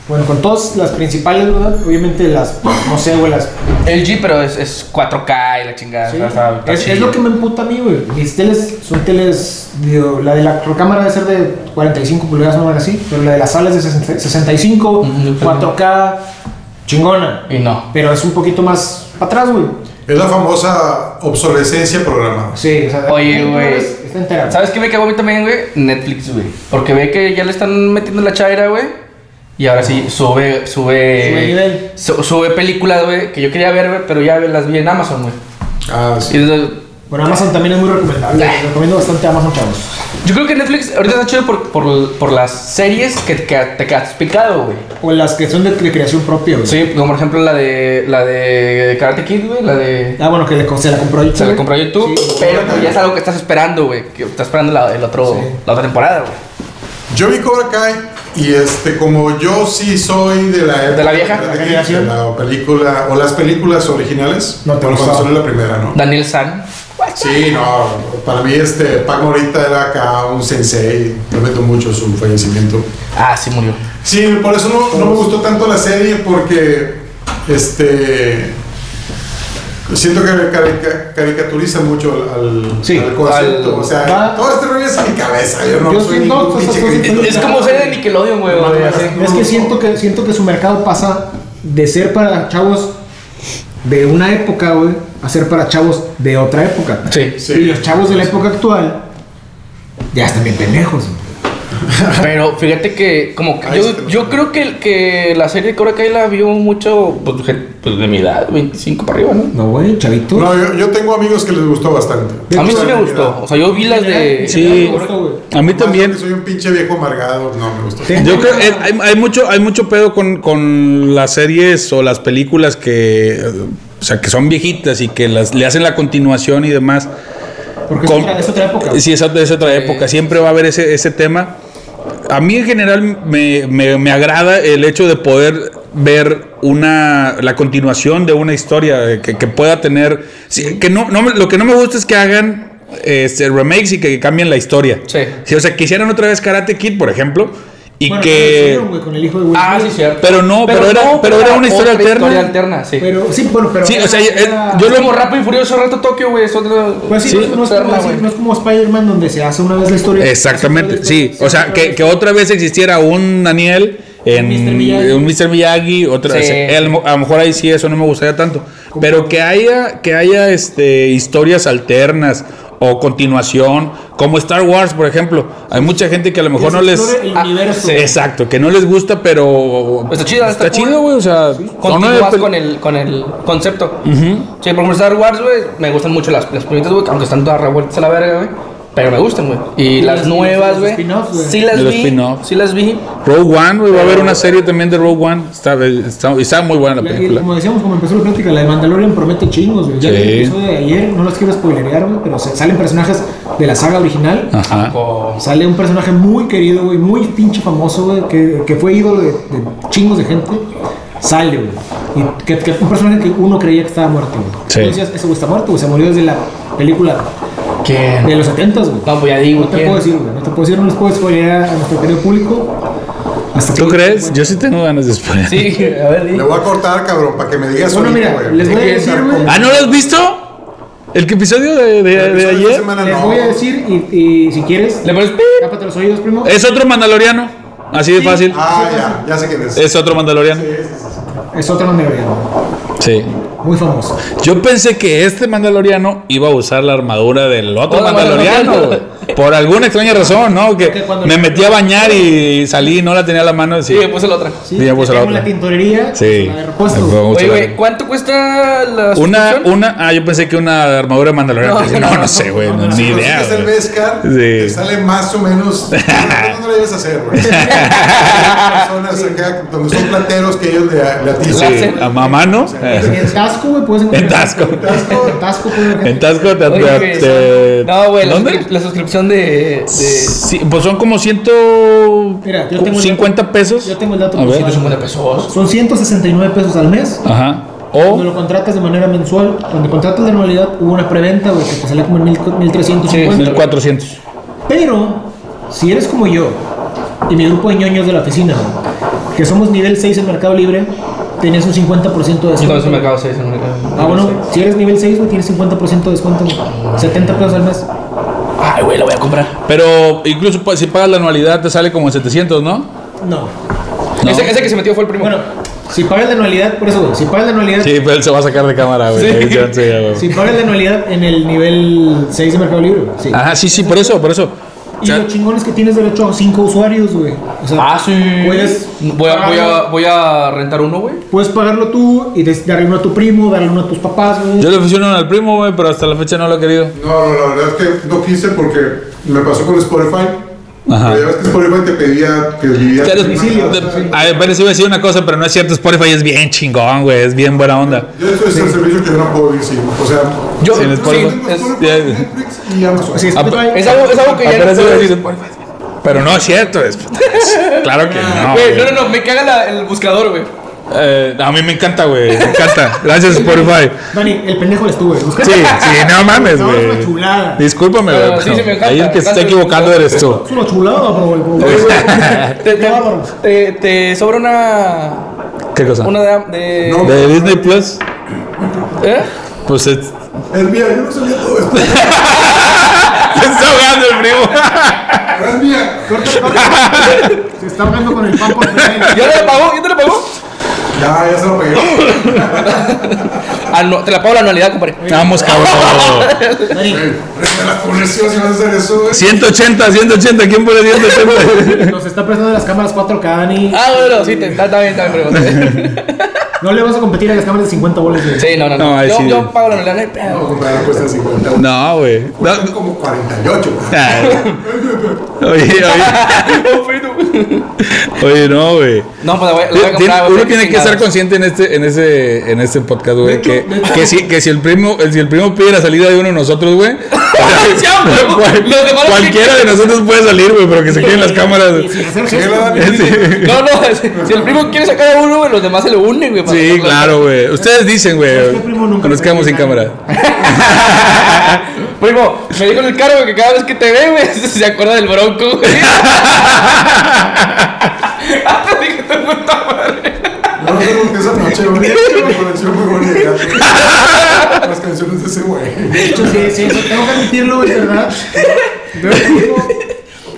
Speaker 2: Bueno, con todas las principales, ¿verdad? Obviamente las, no sé, güey, las...
Speaker 3: El G, pero es, es 4K y la chingada.
Speaker 2: Sí.
Speaker 3: está- está- está
Speaker 2: es, es
Speaker 3: chido.
Speaker 2: lo que me emputa a mí, güey. Mis teles son teles, digo, la de la recámara debe ser de 45 pulgadas, no van así, pero la de la sala es de 60 65,
Speaker 3: Ujú,
Speaker 2: 4K, chingona.
Speaker 3: Y no.
Speaker 2: Pero es un poquito más para atrás, güey.
Speaker 4: Es la famosa obsolescencia programada.
Speaker 2: Sí, o sea,
Speaker 3: Oye,
Speaker 2: ahí,
Speaker 3: güey.
Speaker 2: Está entera.
Speaker 3: ¿Sabes qué me cagó a mí también, güey? Netflix, güey. Porque ve que ya le están metiendo la chaira, güey. Y ahora sí, sube, sube.
Speaker 2: Sube nivel.
Speaker 3: su- sube películas, güey, que yo quería ver, güey, pero ya las vi en Amazon, güey.
Speaker 4: Ah, sí.
Speaker 3: Y entonces,
Speaker 2: Bueno, Amazon también es muy recomendable.
Speaker 3: Ah.
Speaker 2: Recomiendo bastante Amazon, chavos.
Speaker 3: Yo creo que Netflix ahorita está chido por, por, por las series que, te queda- te quedas picado, güey.
Speaker 2: O las que son de, de creación propia, güey.
Speaker 3: Sí, como por ejemplo la de, la de Karate Kid, güey, la de.
Speaker 2: Ah, bueno, que le, se la compró YouTube.
Speaker 3: Se la compró YouTube,
Speaker 2: Sí.
Speaker 3: pero pues, ya es algo que estás esperando, güey. Que estás esperando la, el otro,
Speaker 2: Sí.
Speaker 3: la otra temporada, güey.
Speaker 4: Yo vi Cobra Kai y este, como yo sí soy de la
Speaker 3: ¿De la vieja?
Speaker 4: de
Speaker 2: ¿La generación?
Speaker 4: de la película o las películas originales,
Speaker 2: No te
Speaker 4: bueno, cuando
Speaker 2: gustaba.
Speaker 4: salió la primera, ¿no?
Speaker 3: Daniel San.
Speaker 4: Sí, no, para mí este Pac Morita era acá un sensei, lamento mucho su fallecimiento.
Speaker 3: Ah, sí murió.
Speaker 4: Sí, por eso no, no me gustó tanto la serie porque este siento que carica- caricaturiza mucho al, al,
Speaker 2: Sí,
Speaker 4: al concepto,
Speaker 3: al-
Speaker 4: o sea,
Speaker 2: va-
Speaker 4: todo este rollo es en mi cabeza, yo no
Speaker 2: Yo
Speaker 4: soy
Speaker 2: sí, no,
Speaker 4: ningún
Speaker 2: pues,
Speaker 4: pinche
Speaker 2: pues,
Speaker 4: crítico.
Speaker 2: pues,
Speaker 3: Es como ser de Nickelodeon, güey.
Speaker 4: No,
Speaker 3: güey,
Speaker 4: no,
Speaker 3: así.
Speaker 4: no.
Speaker 2: Es que siento que siento que su mercado pasa de ser para chavos de una época, güey, a ser para chavos de otra época.
Speaker 3: Sí.
Speaker 4: Sí.
Speaker 2: Y los chavos de la época actual ya están bien pendejos. güey.
Speaker 3: Pero fíjate que, como que
Speaker 4: Ahí está,
Speaker 3: yo,
Speaker 4: güey.
Speaker 3: yo creo que, que la serie de Cobra Kai la vio mucho, pues, gente, pues, de mi edad, 25 para arriba, ¿no?
Speaker 2: No, güey, chavitos.
Speaker 4: No, yo, yo tengo amigos que les gustó bastante.
Speaker 2: pues, De
Speaker 3: A mí
Speaker 2: hecho,
Speaker 3: sí me
Speaker 4: la
Speaker 3: gustó.
Speaker 4: realidad.
Speaker 3: O sea, yo vi las de.
Speaker 2: Sí.
Speaker 1: Sí,
Speaker 2: gusta, güey.
Speaker 1: a mí
Speaker 4: Nomás
Speaker 1: también.
Speaker 4: que Soy un pinche viejo amargado, no me gustó.
Speaker 2: Te-
Speaker 1: Yo creo que hay, hay mucho, hay mucho pedo con, con las series o las películas que, eh, o sea, que son viejitas y que las, le hacen la continuación y demás.
Speaker 2: Porque
Speaker 1: Con-
Speaker 2: es, otra, es otra época. güey.
Speaker 1: Sí, es otra, es otra época. Siempre va a haber ese, ese tema. A mí en general me, me- me agrada el hecho de poder ver una la continuación de una historia eh, que, que pueda tener. sí, que no, no me- lo que no me gusta es que hagan este, remakes y que cambien la historia.
Speaker 3: Sí.
Speaker 1: o sea, que hicieran otra vez Karate Kid, por ejemplo. Y
Speaker 2: Bueno, pero lo
Speaker 1: que.
Speaker 2: hicieron, güey, con el hijo de Will
Speaker 3: Ah,
Speaker 2: Smith.
Speaker 3: sí, cierto.
Speaker 1: Pero no, pero era- pero era una historia
Speaker 3: otra
Speaker 1: alterna.
Speaker 3: historia alterna, sí.
Speaker 2: Pero sí, bueno, pero
Speaker 1: Sí, o sea,
Speaker 2: era-
Speaker 1: eh,
Speaker 3: yo
Speaker 1: yo
Speaker 3: lo
Speaker 1: lo-
Speaker 3: como Rápido y Furioso Rato Tokio, güey. Es otra.
Speaker 2: Pues sí,
Speaker 1: Sí,
Speaker 2: no, es- no es como,
Speaker 3: alterna,
Speaker 2: sí,
Speaker 3: güey.
Speaker 2: no es como Spider-Man donde se hace una vez la historia.
Speaker 1: Exactamente, sí. O sea, que, que
Speaker 2: otro
Speaker 1: otra vez existiera un Daniel en
Speaker 2: Mr. Miyagi.
Speaker 1: un Mr. Miyagi, otra
Speaker 3: Sí.
Speaker 1: o sea, el- a lo mejor ahí sí eso no me gustaría tanto, pero que haya que haya este historias alternas o continuación, como Star Wars, por ejemplo. Hay mucha gente que a lo mejor no les
Speaker 2: El
Speaker 3: Ah,
Speaker 2: universo.
Speaker 1: Sí, Exacto, que no les gusta, pero
Speaker 3: Está chida, está
Speaker 1: está
Speaker 3: cool.
Speaker 1: chido, güey, o sea, son nueve
Speaker 3: Continúas
Speaker 1: pel-
Speaker 3: con el, con el concepto. Sí, por ejemplo, Star Wars, güey, me gustan mucho las, las primeritas, güey, aunque están todas revueltas a la verga, güey. Pero me gustan, güey. Y
Speaker 2: Y
Speaker 3: las
Speaker 2: las-
Speaker 3: nuevas,
Speaker 2: los
Speaker 3: güey.
Speaker 2: spin-offs, güey.
Speaker 3: Sí las
Speaker 1: De los
Speaker 3: vi.
Speaker 1: spin-offs.
Speaker 3: Sí las vi.
Speaker 1: Rogue One, güey, va a haber una serie también de Rogue One. Está, está, está muy buena la
Speaker 2: La- y
Speaker 1: película.
Speaker 2: como decíamos, como empezó la plática, la de Mandalorian promete chingos, güey. Ya
Speaker 1: Sí.
Speaker 2: vi el episodio de ayer, no los quiero spoilerear, güey, pero se- salen personajes de la saga original.
Speaker 1: Ajá.
Speaker 3: Con-
Speaker 2: Sale un personaje muy querido, güey, muy pinche famoso, güey, que, que fue ídolo de, de chingos de gente. Sale, güey. Y que, que un personaje que uno creía que estaba muerto, güey.
Speaker 1: Sí.
Speaker 2: Tú decías, ese güey está muerto, güey, se murió desde la película
Speaker 3: ¿Quién?
Speaker 2: de los 70, güey.
Speaker 3: No, pues ya digo,
Speaker 2: No te
Speaker 3: ¿quién?
Speaker 2: puedo decir, güey, no te puedo decir, no les puedo spoilear a nuestro querido público. Hasta
Speaker 1: ¿Tú
Speaker 2: que-
Speaker 1: crees? Yo sí tengo ganas de spoiler.
Speaker 3: Sí, a ver, di.
Speaker 4: Le voy a cortar, cabrón, para que me digas
Speaker 2: Bueno,
Speaker 4: ahorita,
Speaker 2: mira,
Speaker 4: güey.
Speaker 2: les voy a
Speaker 4: Sí,
Speaker 2: decir,
Speaker 4: claro,
Speaker 2: güey.
Speaker 4: como-
Speaker 1: ¿Ah, no lo has visto? ¿El que episodio de, de-
Speaker 4: El
Speaker 1: de
Speaker 4: episodio de esta
Speaker 1: ayer?
Speaker 4: semana
Speaker 2: Les
Speaker 4: no.
Speaker 2: voy a decir, y, y si quieres,
Speaker 3: Le pones pi.
Speaker 2: tápate los oídos, primo.
Speaker 1: Es otro mandaloriano. Así de fácil.
Speaker 4: Ah, ya, ya sé quién es.
Speaker 1: Es otro Mandaloriano.
Speaker 4: Sí, sí, sí, sí.
Speaker 2: Es otro mandaloriano.
Speaker 1: Sí.
Speaker 2: Muy famoso.
Speaker 1: Yo pensé que este Mandaloriano iba a usar la armadura del otro
Speaker 3: Otro
Speaker 1: Mandaloriano.
Speaker 3: Mandaloriano.
Speaker 1: güey. Por alguna extraña razón, ¿no? Que
Speaker 2: Porque cuando-
Speaker 1: me metí a bañar y salí y no la tenía a la mano.
Speaker 3: Sí,
Speaker 1: Sí.
Speaker 3: me puse la otra.
Speaker 2: Sí,
Speaker 1: Ya puse pues, la
Speaker 2: tengo
Speaker 1: otra.
Speaker 2: la tintorería.
Speaker 1: Sí.
Speaker 2: La de
Speaker 1: Me
Speaker 2: repuesto.
Speaker 1: fue-
Speaker 3: Oye,
Speaker 1: Oye,
Speaker 3: güey, ¿cuánto cuesta la
Speaker 1: Una,
Speaker 3: suscripción?
Speaker 1: una, ah, yo pensé que una armadura de Mandaloriano.
Speaker 3: No,
Speaker 1: No, no, sé, güey, no, ni
Speaker 4: Si
Speaker 1: idea.
Speaker 4: consigues el
Speaker 1: güey.
Speaker 4: Vescar,
Speaker 1: Sí.
Speaker 4: te sale más o menos. No, no lo debes hacer, güey. Hay personas acá donde son plateros que ellos le, le atizan.
Speaker 1: Sí, a mamá, ¿no?
Speaker 2: En Tasco, güey, puedes encontrar.
Speaker 1: En Tasco.
Speaker 2: En Tasco. En Tasco, puedes encontrar.
Speaker 1: En Tasco te.
Speaker 3: Oye, güey,
Speaker 1: te-
Speaker 3: No, güey, la,
Speaker 1: eh, ¿Dónde?
Speaker 3: suscrip- la suscripción de. de
Speaker 1: Sí, pues son como
Speaker 2: Mira, yo tengo el
Speaker 1: 150
Speaker 2: dato-
Speaker 1: pesos.
Speaker 2: Yo tengo el dato.
Speaker 1: A ver.
Speaker 2: oficial.
Speaker 3: 150 pesos.
Speaker 2: Son 169 pesos al mes.
Speaker 1: Ajá.
Speaker 2: Cuando
Speaker 1: O
Speaker 2: lo contratas de manera mensual, cuando contratas de anualidad, hubo una preventa, güey, que te salía como en mil- 1350.
Speaker 3: Sí,
Speaker 1: 1400.
Speaker 2: Pero, si eres como yo y mi grupo de ñoños de la oficina, güey, que somos nivel 6 en Mercado Libre, tenías un 50% de
Speaker 3: Yo también
Speaker 2: descuento.
Speaker 3: soy mercado 6 en mercado.
Speaker 2: Ah, bueno, si eres nivel 6, güey, tienes 50% de descuento, güey. 70 pesos al mes.
Speaker 3: Ay, güey, la voy a comprar.
Speaker 1: Pero incluso pa- si pagas la anualidad te sale como en 700, ¿no?
Speaker 2: No.
Speaker 1: No.
Speaker 3: Ese, ese que se metió fue el primo.
Speaker 2: Bueno, si pagas la anualidad, por eso, güey, si pagas la anualidad,
Speaker 1: Sí, pero él se va a sacar de cámara, güey.
Speaker 3: Sí.
Speaker 1: Ya, sí, ya, güey.
Speaker 2: si pagas la anualidad en el nivel 6 de Mercado Libre, güey, sí.
Speaker 1: Ajá, sí, sí, por eso, por eso. O
Speaker 2: Y
Speaker 1: sea,
Speaker 2: lo chingón es que tienes derecho a 5 usuarios, güey. O sea,
Speaker 3: Ah, sí.
Speaker 2: Puedes,
Speaker 3: Voy a, voy a, voy a rentar uno, güey.
Speaker 2: puedes pagarlo tú y des- darle uno a tu primo, darle uno a tus papás, güey.
Speaker 1: yo le ofrecí uno al primo, güey, pero hasta la fecha no lo ha querido.
Speaker 4: No, no, la verdad es que no quise porque me pasó con Spotify.
Speaker 1: Ajá.
Speaker 4: Pero ya ves que Spotify te pedía que vivías.
Speaker 1: Claro,
Speaker 4: en una
Speaker 1: sí,
Speaker 4: casa.
Speaker 1: de- a ver, parece iba a decir una cosa, pero no es cierto. Spotify es bien chingón, güey. Es bien buena onda.
Speaker 4: Yo esto es el servicio que yo no puedo vivir sin. O sea,
Speaker 3: Yo-
Speaker 1: Sí, en
Speaker 4: yo
Speaker 1: Spotify.
Speaker 4: tengo
Speaker 3: es-
Speaker 4: Spotify,
Speaker 1: ya-
Speaker 4: Netflix y Amazon.
Speaker 2: Sí, Spotify-
Speaker 3: Es algo, es algo que
Speaker 1: Ah,
Speaker 3: ya
Speaker 1: pero eso
Speaker 3: no.
Speaker 1: iba a decir Spotify. Pero no es cierto. es- claro que no.
Speaker 3: Ah, Güey,
Speaker 1: güey.
Speaker 3: no, no, no, me caga la- el buscador, güey.
Speaker 1: Eh, a mí me encanta, güey. Me encanta. Gracias, Spotify.
Speaker 2: Dani, el pendejo eres tú, güey. Busca-
Speaker 1: Sí, sí, no mames,
Speaker 2: No, es
Speaker 1: güey.
Speaker 2: una chulada.
Speaker 1: Discúlpame,
Speaker 3: No,
Speaker 1: güey.
Speaker 3: sí,
Speaker 1: pero
Speaker 3: sí, me encanta.
Speaker 1: Ahí el que se está
Speaker 3: Gracias,
Speaker 1: equivocando
Speaker 3: güey.
Speaker 1: eres tú.
Speaker 2: Es una chulada, bro, güey.
Speaker 3: Oye, güey, te,
Speaker 2: Qué
Speaker 3: te-
Speaker 2: bárbaro.
Speaker 3: te- te sobra una.
Speaker 1: ¿Qué cosa?
Speaker 3: Una de. de-
Speaker 4: No.
Speaker 1: De Disney Plus.
Speaker 3: ¿Eh?
Speaker 1: Pues es-
Speaker 4: Es mía, yo no sabía todo esto.
Speaker 1: se está ahogando el primo.
Speaker 4: Es mía.
Speaker 2: Corta, corta. Se está hablando con el pan por teléfono.
Speaker 3: ¿Ya te la pagó? ¿Ya te la pagó?
Speaker 4: Ya, ya se lo pegué.
Speaker 3: Ah, no, te la pago la anualidad, compadre.
Speaker 1: Vamos, cabrón.
Speaker 2: Dani,
Speaker 4: Ey, prende la conexión si vas a hacer eso, güey.
Speaker 1: 180, 180. ¿Quién pone 180?
Speaker 2: nos está prestando las cámaras 4K, Dani.
Speaker 3: Ah, bueno, sí, te, está, está bien, está bien, pero-
Speaker 2: No le vas a competir a las cámaras de 50 bolas, güey.
Speaker 3: Sí, no, no, no.
Speaker 1: No, ahí
Speaker 3: yo,
Speaker 1: sí.
Speaker 3: yo pago la anualidad, no hay pedo.
Speaker 4: No, compadre, cuesta 50. güey.
Speaker 1: No, güey. No.
Speaker 4: Cuestan como 48, güey.
Speaker 1: Ay. Oye, oye. Oye, no, güey.
Speaker 3: No, pues la voy, la voy a
Speaker 1: Tien-
Speaker 3: comprar. güey,
Speaker 1: uno tiene que
Speaker 3: chingados.
Speaker 1: estar consciente en este, en ese, en este podcast,
Speaker 2: De
Speaker 1: güey,
Speaker 2: hecho,
Speaker 1: que,
Speaker 2: de hecho.
Speaker 1: que, si, que si el primo, el- si el primo pide la salida de uno de nosotros, güey,
Speaker 3: Sí, güey.
Speaker 1: cual-
Speaker 3: Los demás-
Speaker 1: cualquiera de nosotros puede salir, güey, pero que se queden las cámaras.
Speaker 2: Y sin hacer
Speaker 4: Sí,
Speaker 2: gesto,
Speaker 4: la Dani.
Speaker 1: Sí,
Speaker 3: No, no, si, si el primo quiere sacar a uno, güey, los demás se le unen, güey. para
Speaker 1: Sí,
Speaker 3: sacarlo.
Speaker 1: claro, güey. Ustedes dicen,
Speaker 2: Es
Speaker 1: güey,
Speaker 2: que el primo nunca
Speaker 1: que nos quedamos sin
Speaker 2: termina.
Speaker 1: cámara.
Speaker 3: Primo, Pues me dijo en el cargo que cada vez que te ve, güey, se acuerda del bronco, güey. Ah, te dije, te puta madre.
Speaker 4: Yo no sé por qué esa noche, güey. Una conexión muy bonita. Las canciones de ese güey.
Speaker 2: De hecho, sí, sí, eso tengo que admitirlo, güey, ¿verdad? Veo el juego,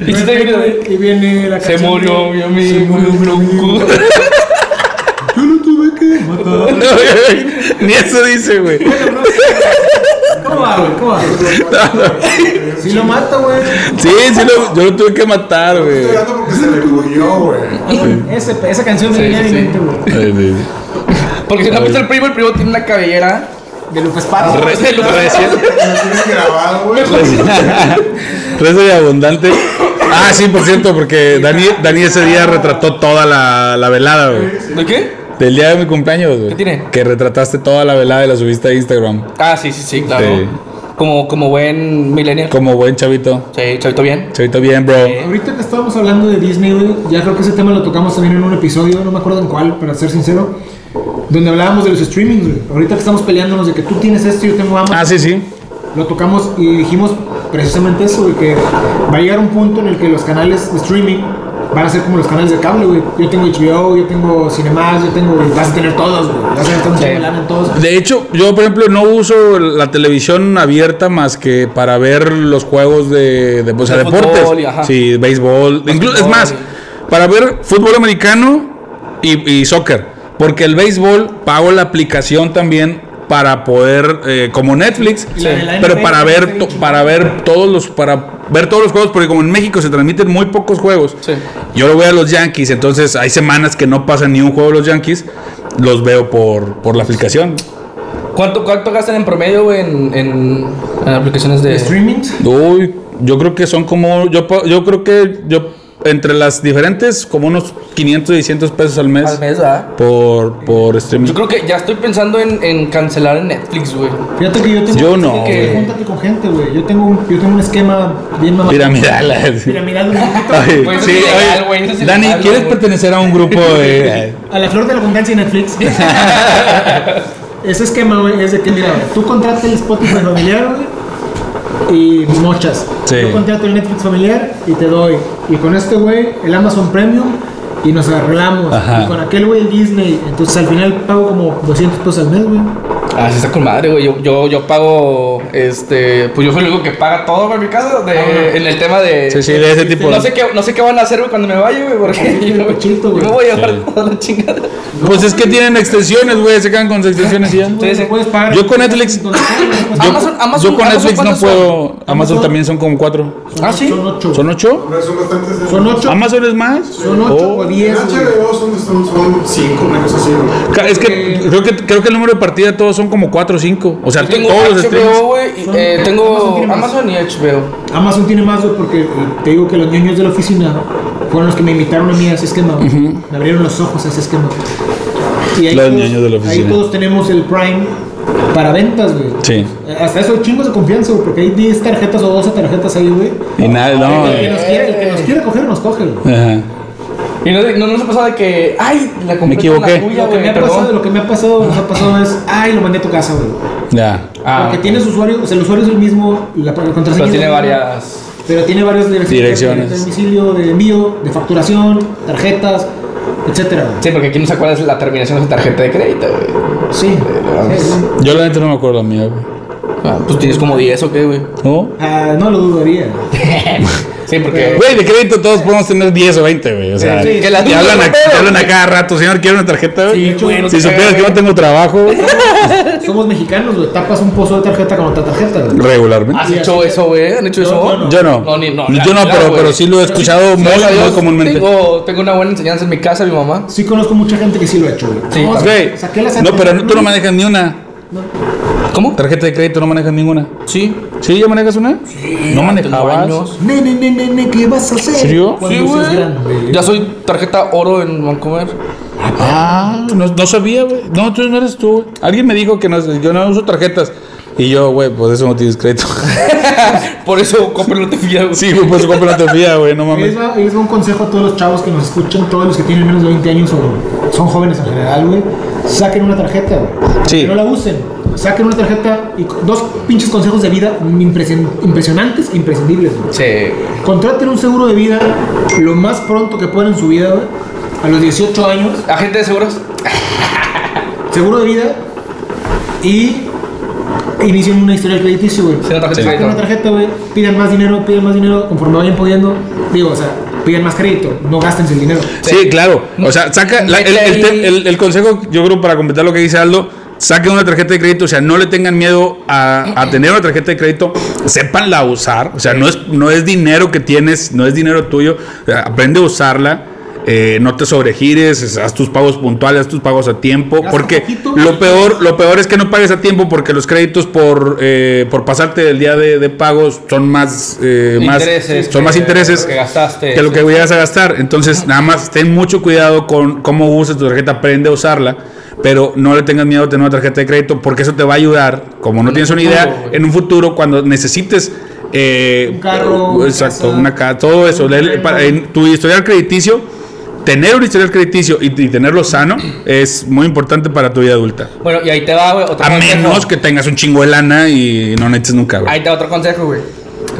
Speaker 3: Y si te
Speaker 2: veo el juego,
Speaker 3: grita,
Speaker 2: y viene la
Speaker 3: Se
Speaker 2: canción
Speaker 3: murió
Speaker 2: de-
Speaker 3: mi amigo, el bronco.
Speaker 2: Yo lo tuve que matar.
Speaker 1: No, güey, Ni eso dice, güey.
Speaker 2: ¿Cómo va, güey? ¿Cómo va? Si lo mata, güey.
Speaker 1: Sí, sí, lo- yo lo tuve que matar, güey.
Speaker 4: Estoy llorando porque se le murió, güey.
Speaker 2: Ese- Esa canción me
Speaker 3: Sí,
Speaker 2: viene a mi
Speaker 3: sí.
Speaker 2: mente, güey.
Speaker 1: Ay, sí.
Speaker 3: Porque si no viste el primo, el primo tiene una cabellera.
Speaker 2: De Lupe Espada.
Speaker 1: Re-
Speaker 3: Se lo-
Speaker 1: recién-
Speaker 4: Lo tiene grabado, güey.
Speaker 1: Rezo de abundante. Ah, sí, por cierto, porque Dani, Dani ese día retrató toda la, la velada, güey.
Speaker 3: ¿De qué?
Speaker 1: Del día de mi cumpleaños, güey.
Speaker 3: ¿Qué tiene?
Speaker 1: Que retrataste toda la velada y la subiste a Instagram.
Speaker 3: Ah, sí, sí, sí, claro.
Speaker 1: Sí.
Speaker 3: Como, como buen millennial.
Speaker 1: Como buen chavito.
Speaker 3: Sí, chavito bien.
Speaker 1: Chavito bien, bro.
Speaker 2: Ahorita que estábamos hablando de Disney, güey, ya creo que ese tema lo tocamos también en un episodio, no me acuerdo en cuál, para ser sincero, donde hablábamos de los streamings, güey. Ahorita que estamos peleándonos de que tú tienes esto y yo tengo Amazon,
Speaker 1: Ah, sí, sí.
Speaker 2: lo tocamos y dijimos precisamente eso, güey, que va a llegar un punto en el que los canales de streaming van a ser como los canales de cable, güey. Yo tengo HBO, yo tengo Cinemas, yo tengo, vas a tener todos, güey. Vas a tener tanto
Speaker 3: Sí.
Speaker 2: chingo de lana en todos.
Speaker 1: De hecho, yo por ejemplo no uso la televisión abierta más que para ver los juegos de, de- o sea,
Speaker 3: De
Speaker 1: deportes.
Speaker 3: fútbol y ajá.
Speaker 1: sí, béisbol. Inclu- es
Speaker 3: Básquetbol
Speaker 1: más,
Speaker 3: y-
Speaker 1: para ver fútbol americano y, y soccer. Porque el béisbol pago la aplicación también para poder, eh, como Netflix,
Speaker 2: Y la de la
Speaker 1: pero
Speaker 2: NFL
Speaker 1: para
Speaker 2: está
Speaker 1: ver
Speaker 2: bien
Speaker 1: to-
Speaker 2: chingona.
Speaker 1: para ver todos los para ver todos los juegos, porque como en México se transmiten muy pocos juegos.
Speaker 3: Sí.
Speaker 1: Yo lo voy a los Yankees, entonces hay semanas que no pasa ni un juego de los Yankees, los veo por, por la aplicación.
Speaker 3: ¿Cuánto, ¿Cuánto gastan en promedio, güey, en, en, en aplicaciones de
Speaker 2: Streaming.
Speaker 1: Uy, yo creo que son como yo pa- yo creo que yo entre las diferentes como unos 500 y 600 pesos al mes,
Speaker 3: al mes, ¿verdad?
Speaker 1: por por streaming.
Speaker 3: Yo creo que ya estoy pensando en, en cancelar en Netflix, güey.
Speaker 2: Fíjate que yo tengo.
Speaker 1: Yo no,
Speaker 2: que
Speaker 1: güey.
Speaker 2: júntate con gente, güey. Yo tengo, un, yo tengo un esquema bien mamado.
Speaker 1: Mira, mira, la-
Speaker 2: Piramidal un poquito.
Speaker 1: Ay,
Speaker 3: Pues
Speaker 1: sí,
Speaker 3: es ilegal,
Speaker 1: oye,
Speaker 3: güey, eso es
Speaker 1: Dani,
Speaker 3: ilegal,
Speaker 1: ¿quieres
Speaker 3: güey.
Speaker 1: pertenecer a un grupo de
Speaker 2: A la flor de la abundancia en Netflix. Ese esquema, güey, es de que, mira, tú contratas el Spotify familiar, güey, y mochas.
Speaker 1: Sí.
Speaker 2: Yo contrato el Netflix familiar y te doy. Y con este, güey, el Amazon Premium y nos arreglamos.
Speaker 1: Ajá.
Speaker 2: Y con aquel, güey, el Disney. Entonces, al final pago como 200 pesos al mes, güey.
Speaker 3: Ah, sí está con madre, güey. Yo, yo, yo pago, este... Pues yo soy el único que paga todo, güey, en mi casa. de- En el tema de...
Speaker 1: Sí, sí, de ese tipo.
Speaker 3: No sé, qué, no sé qué van a hacer, güey, cuando me vaya, güey, porque
Speaker 2: Sí,
Speaker 3: yo,
Speaker 2: qué chito, güey.
Speaker 3: yo me voy a llevar
Speaker 1: Sí.
Speaker 3: toda la chingada.
Speaker 1: Pues es que tienen extensiones, güey, se quedan con sus extensiones y ya.
Speaker 2: Güey,
Speaker 3: sí.
Speaker 2: puedes pagar.
Speaker 1: Yo con Netflix-
Speaker 2: Donde sea, güey.
Speaker 1: Yo,
Speaker 3: Amazon- Amazon-
Speaker 1: yo con
Speaker 3: Amazon,
Speaker 1: Netflix no
Speaker 3: ¿cuántos
Speaker 1: puedo. Amazon,
Speaker 2: Amazon.
Speaker 1: también son como cuatro.
Speaker 3: Ah, sí.
Speaker 2: Son ocho.
Speaker 1: ¿Son ocho?
Speaker 4: Pero Son bastantes.
Speaker 2: Son ocho.
Speaker 1: ¿Amazon es más?
Speaker 2: Son ocho
Speaker 1: Oh.
Speaker 2: o
Speaker 4: En
Speaker 2: 10. güey.
Speaker 4: HBO son, son, son cinco, una cosa así. güey.
Speaker 1: Ca- Es que creo, que creo que el número de partida todos son como cuatro o cinco. O sea,
Speaker 3: Yo tengo
Speaker 1: todos los
Speaker 3: HBO,
Speaker 1: streams.
Speaker 3: güey. y,
Speaker 2: Son-
Speaker 3: eh,
Speaker 2: Amazon
Speaker 3: tengo
Speaker 2: tiene más.
Speaker 3: Amazon y HBO.
Speaker 2: Amazon tiene más, güey, porque eh, te digo que los niños de la oficina fueron los que me invitaron a mí a ese esquema. güey. Me abrieron los ojos a ese esquema. Y ahí
Speaker 1: Los ñoños de la oficina.
Speaker 2: Ahí todos tenemos el Prime para ventas, güey.
Speaker 1: Sí.
Speaker 2: Eh, Hasta eso, chingos de confianza, güey, porque hay 10 tarjetas o 12 tarjetas ahí, güey.
Speaker 1: Y nada, no. eh.
Speaker 2: el, que
Speaker 1: güey.
Speaker 2: nos quiere, el que nos quiere coger, nos coge, güey.
Speaker 1: Ajá.
Speaker 3: Y no, no, no se pasó de que... Ay, la compré
Speaker 1: Me equivoqué.
Speaker 3: con la tuya,
Speaker 2: Lo que, me
Speaker 3: güey,
Speaker 2: ha pasado,
Speaker 3: perdón.
Speaker 2: lo que me ha pasado, nos ha pasado es, ay, lo mandé a tu casa, güey.
Speaker 1: Ya.
Speaker 3: Ah,
Speaker 2: Porque tienes usuario, o sea, el usuario es el mismo, la, la contraseña.
Speaker 3: pero
Speaker 2: es
Speaker 3: tiene
Speaker 2: la misma.
Speaker 3: varias...
Speaker 2: Pero tiene varias direcciones.
Speaker 1: Direcciones.
Speaker 2: De domicilio, de envío, de facturación, tarjetas, etcétera.
Speaker 3: Sí, porque aquí no se acuerda de la terminación de su tarjeta de crédito, güey.
Speaker 2: Sí.
Speaker 3: vamos.
Speaker 2: Sí, sí.
Speaker 1: Yo la neta no me acuerdo la mía, güey.
Speaker 3: Ah, pues tienes como 10 o qué, güey.
Speaker 1: ¿No?
Speaker 2: Ah, no lo dudaría.
Speaker 3: Sí, porque.
Speaker 1: Güey, de crédito todos podemos tener 10 o 20, güey. O sea,
Speaker 2: Sí, sí.
Speaker 1: te, hablan a, te hablan a cada rato, señor, ¿quiere una tarjeta, güey?
Speaker 3: Sí, güey, no
Speaker 1: si
Speaker 3: te
Speaker 1: supieras que
Speaker 3: cagas,
Speaker 1: no tengo trabajo, güey,
Speaker 2: Somos mexicanos, güey. Tapas un pozo de tarjeta con otra tarjeta, güey. Ah,
Speaker 1: regularmente.
Speaker 3: ¿Has hecho eso, güey? ¿Han hecho eso?
Speaker 2: no, no.
Speaker 1: Yo no.
Speaker 3: Ah, No, ni- no,
Speaker 1: yo no,
Speaker 3: claro,
Speaker 1: pero,
Speaker 3: güey.
Speaker 1: pero sí lo he escuchado muy,
Speaker 3: Gracias a
Speaker 1: muy
Speaker 3: Dios,
Speaker 1: comúnmente.
Speaker 3: Tengo, tengo una buena enseñanza en mi casa, mi mamá.
Speaker 2: Sí conozco mucha gente que sí lo ha hecho, güey.
Speaker 3: Sí,
Speaker 2: No,
Speaker 1: Güey,
Speaker 2: saqué la
Speaker 1: no,
Speaker 2: tarjeta.
Speaker 1: pero tú no manejas ni una.
Speaker 3: ¿Cómo?
Speaker 1: Tarjeta de crédito no manejas ninguna.
Speaker 3: Sí.
Speaker 1: ¿Sí? ¿Ya manejas una? No manejabas.
Speaker 3: años.
Speaker 2: Nene, nene, nene, ¿qué vas a hacer?
Speaker 1: ¿Serio?
Speaker 2: Cuando
Speaker 3: Sí,
Speaker 2: seas
Speaker 3: güey.
Speaker 2: grande.
Speaker 3: Ya soy tarjeta oro en Vancouver.
Speaker 1: Ah, no, no sabía, güey. No, tú no eres tú. güey. Alguien me dijo que no, yo no uso tarjetas. Y yo, güey, pues eso no tienes crédito.
Speaker 3: Por eso compré lotería, güey.
Speaker 1: sí, güey, pues compra la tefía, güey, no
Speaker 2: Ahí
Speaker 1: mames.
Speaker 2: les va- ahí les va un consejo a todos los chavos que nos escuchan, todos los que tienen menos de 20 años o son jóvenes en general, güey. Saquen una tarjeta, güey.
Speaker 1: Sí.
Speaker 2: Que no la usen. Saquen una tarjeta y co- dos pinches consejos de vida impresion- impresionantes e imprescindibles, güey.
Speaker 3: Sí.
Speaker 2: Contraten un seguro de vida lo más pronto que puedan en su vida, güey. A los 18 años.
Speaker 3: Agente de seguros.
Speaker 2: Seguro de vida y inicien una historia crediticio, güey.
Speaker 3: Sí, una tarjeta de
Speaker 2: Saquen
Speaker 3: crédito.
Speaker 2: una tarjeta, güey. Pidan más dinero, pidan más dinero conforme vayan pudiendo. Digo, o sea, pidan más crédito. No gasten el dinero.
Speaker 1: Sí, claro. O sea, saca la- el, el te- el- el consejo, yo creo, para completar lo que dice Aldo, saquen una tarjeta de crédito, o sea, no le tengan miedo a,
Speaker 3: Eh,
Speaker 1: a tener una tarjeta de crédito, sépanla usar, o sea, no es, no es dinero que tienes, no es dinero tuyo, o sea, aprende a usarla. eh, no te sobregires, haz tus pagos puntuales, haz tus pagos a tiempo,
Speaker 2: Gasta
Speaker 1: porque
Speaker 2: poquito.
Speaker 1: lo peor, lo peor es que no pagues a tiempo porque los créditos por, eh, por pasarte del día de, de pagos son más, eh, más
Speaker 3: Intereses
Speaker 1: son más
Speaker 3: que-
Speaker 1: intereses
Speaker 3: que gastaste,
Speaker 1: que lo
Speaker 3: sí.
Speaker 1: que vayas a gastar. Entonces, nada más ten mucho cuidado con cómo usas tu tarjeta, aprende a usarla, pero no le tengas miedo a tener una tarjeta de crédito porque eso te va a ayudar, como no tienes una
Speaker 3: futuro,
Speaker 1: idea,
Speaker 3: güey.
Speaker 1: en un futuro cuando necesites eh,
Speaker 2: Un carro, una
Speaker 1: exacto,
Speaker 2: casa,
Speaker 1: una casa, todo eso,
Speaker 2: un
Speaker 1: le-
Speaker 2: terreno.
Speaker 1: para- en tu historial crediticio, tener un historial crediticio y, y tenerlo sano es muy importante para tu vida adulta.
Speaker 3: Bueno, y ahí te va, güey. otro
Speaker 1: A
Speaker 3: consejo.
Speaker 1: menos que tengas un chingo de lana y no necesites nunca. güey.
Speaker 3: Ahí te va otro consejo, güey.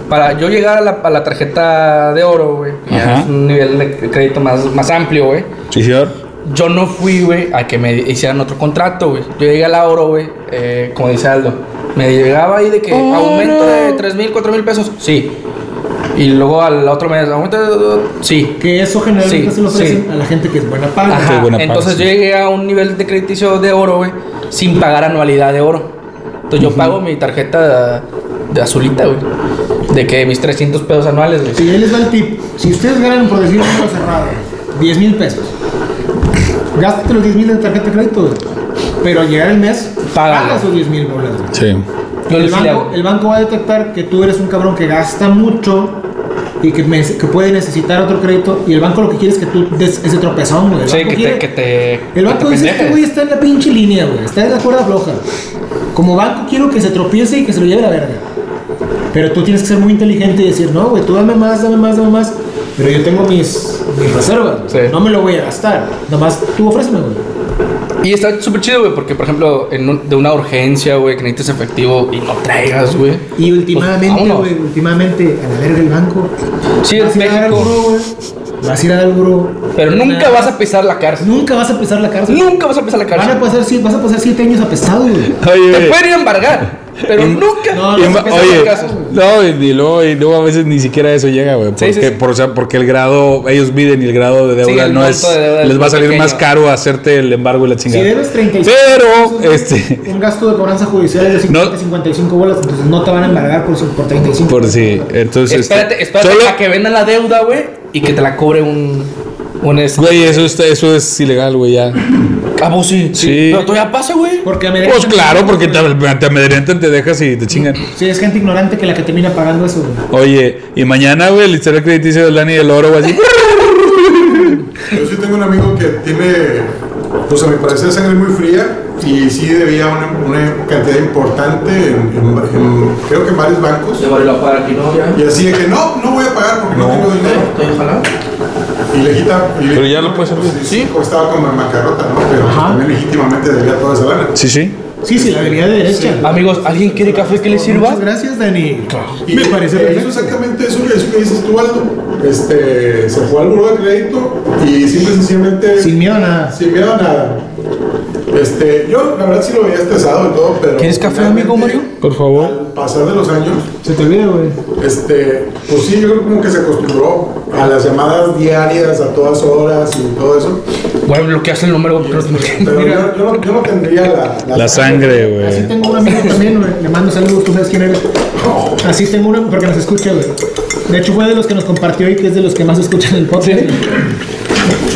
Speaker 3: Para yo llegar a la, a la tarjeta de oro, güey, que ya
Speaker 1: Ajá.
Speaker 3: es un nivel de crédito más, más amplio, güey.
Speaker 1: Sí, señor.
Speaker 3: Yo no fui, güey, a que me hicieran otro contrato, güey. Yo llegué a la oro, güey, eh,
Speaker 2: Oh,
Speaker 3: como dice Aldo. Me llegaba ahí de que aumento de 3 mil, 4 mil pesos. Sí. Y luego al otro mes, aumenta. Sí.
Speaker 2: Que eso generalmente
Speaker 3: Sí,
Speaker 2: se lo ofrecen
Speaker 3: sí.
Speaker 2: a la gente que es Ah, buena paga.
Speaker 1: Ajá. es buena
Speaker 3: Entonces
Speaker 1: parte,
Speaker 3: yo llegué a un nivel de crediticio de oro, güey, sin pagar anualidad de oro. Entonces yo pago mi tarjeta de azulita, güey. De que mis 300 pesos anuales, güey.
Speaker 2: Si ahí les va el tip, si ustedes ganan por decir un número cerrado, 10 mil pesos, gástate los 10 mil de tarjeta de crédito, güey. pero al llegar el mes,
Speaker 3: Págalo.
Speaker 2: paga esos 10 mil bolas. güey.
Speaker 1: Sí.
Speaker 3: Yo
Speaker 2: El
Speaker 3: les le
Speaker 2: banco,
Speaker 3: hago.
Speaker 2: el banco va a detectar que tú eres un cabrón que gasta mucho y que, me- que puede necesitar otro crédito y el banco lo que quiere es que tú des ese tropezón, güey. El
Speaker 3: Sí,
Speaker 2: banco
Speaker 3: que te,
Speaker 2: quiere-
Speaker 3: que te.
Speaker 2: el banco
Speaker 3: que te
Speaker 2: dice, este
Speaker 3: pendejes.
Speaker 2: güey está en la pinche línea, güey. Está en la cuerda floja. Como banco quiero que se tropiece y que se lo lleve la verga. Pero tú tienes que ser muy inteligente y decir, no, güey, tú dame más, dame más, dame más. Pero yo tengo mis, mis reservas.
Speaker 3: Sí.
Speaker 2: No me lo voy a gastar. Nomás tú ofréceme, güey.
Speaker 3: Y está súper chido, güey, porque por ejemplo, en un- de una urgencia, güey, que necesites efectivo y no traigas, güey.
Speaker 2: Y
Speaker 3: Pues,
Speaker 2: últimamente,
Speaker 3: vámonos.
Speaker 2: güey, últimamente, a la verga el banco.
Speaker 3: Sí,
Speaker 2: vas
Speaker 3: es
Speaker 2: a ir a dar al
Speaker 3: México.
Speaker 2: buró, güey. Vas a ir a dar al buró.
Speaker 3: Pero nunca
Speaker 2: Nada.
Speaker 3: vas a pisar la cárcel.
Speaker 2: Nunca vas a pisar la cárcel.
Speaker 3: Nunca vas a pisar la
Speaker 2: Van
Speaker 3: cárcel.
Speaker 2: a pasar, sí, vas a pasar siete años apestado, güey.
Speaker 3: Te
Speaker 1: Oye.
Speaker 3: pueden ir a embargar, pero
Speaker 1: Y-
Speaker 3: nunca.
Speaker 2: No,
Speaker 1: y
Speaker 2: no,
Speaker 3: vas
Speaker 1: ma-
Speaker 3: a pisar
Speaker 1: oye,
Speaker 3: la cárcel.
Speaker 1: no, y, y luego, y luego a veces ni siquiera eso llega, güey. Porque,
Speaker 3: Sí, sí, sí.
Speaker 1: Por, o sea, porque el grado, ellos miden y el grado de
Speaker 3: Sí,
Speaker 1: deuda
Speaker 3: el
Speaker 1: no
Speaker 3: monto
Speaker 1: es.
Speaker 3: de deuda es
Speaker 1: les va a
Speaker 3: muy
Speaker 1: salir más
Speaker 3: pequeño.
Speaker 1: caro hacerte el embargo y la
Speaker 2: Si
Speaker 1: chingada.
Speaker 2: debes 35
Speaker 1: Pero,
Speaker 2: pesos,
Speaker 1: este-
Speaker 2: un gasto de cobranza judicial de 50,
Speaker 1: No.
Speaker 2: 55 bolas, entonces no te van a embargar por, su- por 35.
Speaker 1: por si. Entonces. este,
Speaker 3: Espérate, espérate
Speaker 1: solo-
Speaker 3: a que vendan la deuda, güey, y que te la cobre un. Un este.
Speaker 1: Güey, eso, está- eso es ilegal, güey, ya.
Speaker 3: Ah, vos sí.
Speaker 1: Sí.
Speaker 3: Pero todavía pasa, güey.
Speaker 2: Porque amedrentan-
Speaker 1: Pues claro, porque te, te amedrentan, te dejas y te chingan.
Speaker 2: Sí, es gente ignorante que la que termina pagando eso. güey.
Speaker 1: Oye, y mañana, güey, el historial crediticio del Dani del Oro, güey, así.
Speaker 4: Yo sí tengo un amigo que tiene, pues a mi parecer, sangre muy fría y sí debía una, una cantidad importante, en, en- en- creo que en varios bancos.
Speaker 3: vale la para aquí, ¿no? Ya.
Speaker 4: Y así de que no, no voy a pagar porque no, tengo dinero.
Speaker 3: Ojalá.
Speaker 4: Y le quita. y le-
Speaker 1: Pero ya lo puedes hacer.
Speaker 4: pues, Sí, o estaba con la macarrota, ¿no? Pero
Speaker 2: Ajá.
Speaker 4: también legítimamente debía toda esa lana.
Speaker 1: Sí, sí.
Speaker 2: Sí, sí, la avenida de derecha.
Speaker 4: Sí.
Speaker 3: Amigos, ¿alguien quiere café que le sirva?
Speaker 2: Muchas gracias, Dani.
Speaker 4: Y
Speaker 2: Me parece
Speaker 4: eh, hizo
Speaker 2: perfecto.
Speaker 4: exactamente eso, que- eso que dices tú, Aldo. Este, se fue al buro de crédito y simple y sencillamente.
Speaker 2: Sin miedo a nada.
Speaker 4: Sin miedo a nada. Este, yo la verdad sí lo veía estresado y todo, pero.
Speaker 3: ¿Quieres café, amigo
Speaker 4: finalmente,
Speaker 3: Mario?
Speaker 1: Por favor.
Speaker 4: Al pasar de los años,
Speaker 2: Se te olvida, güey.
Speaker 4: este, pues sí, yo creo como que se acostumbró a las llamadas diarias, a todas horas y todo eso.
Speaker 3: Güey, bloqueaste el número porque no te
Speaker 4: Pero yo, yo no, yo no tendría la,
Speaker 1: La sangre,
Speaker 2: Así
Speaker 1: güey.
Speaker 2: tengo un amigo también, güey. Le mando saludos, tú sabes quién eres. Así tengo uno, porque nos escucha, güey. De hecho, fue de los que nos compartió y que es de los que más escuchan el podcast.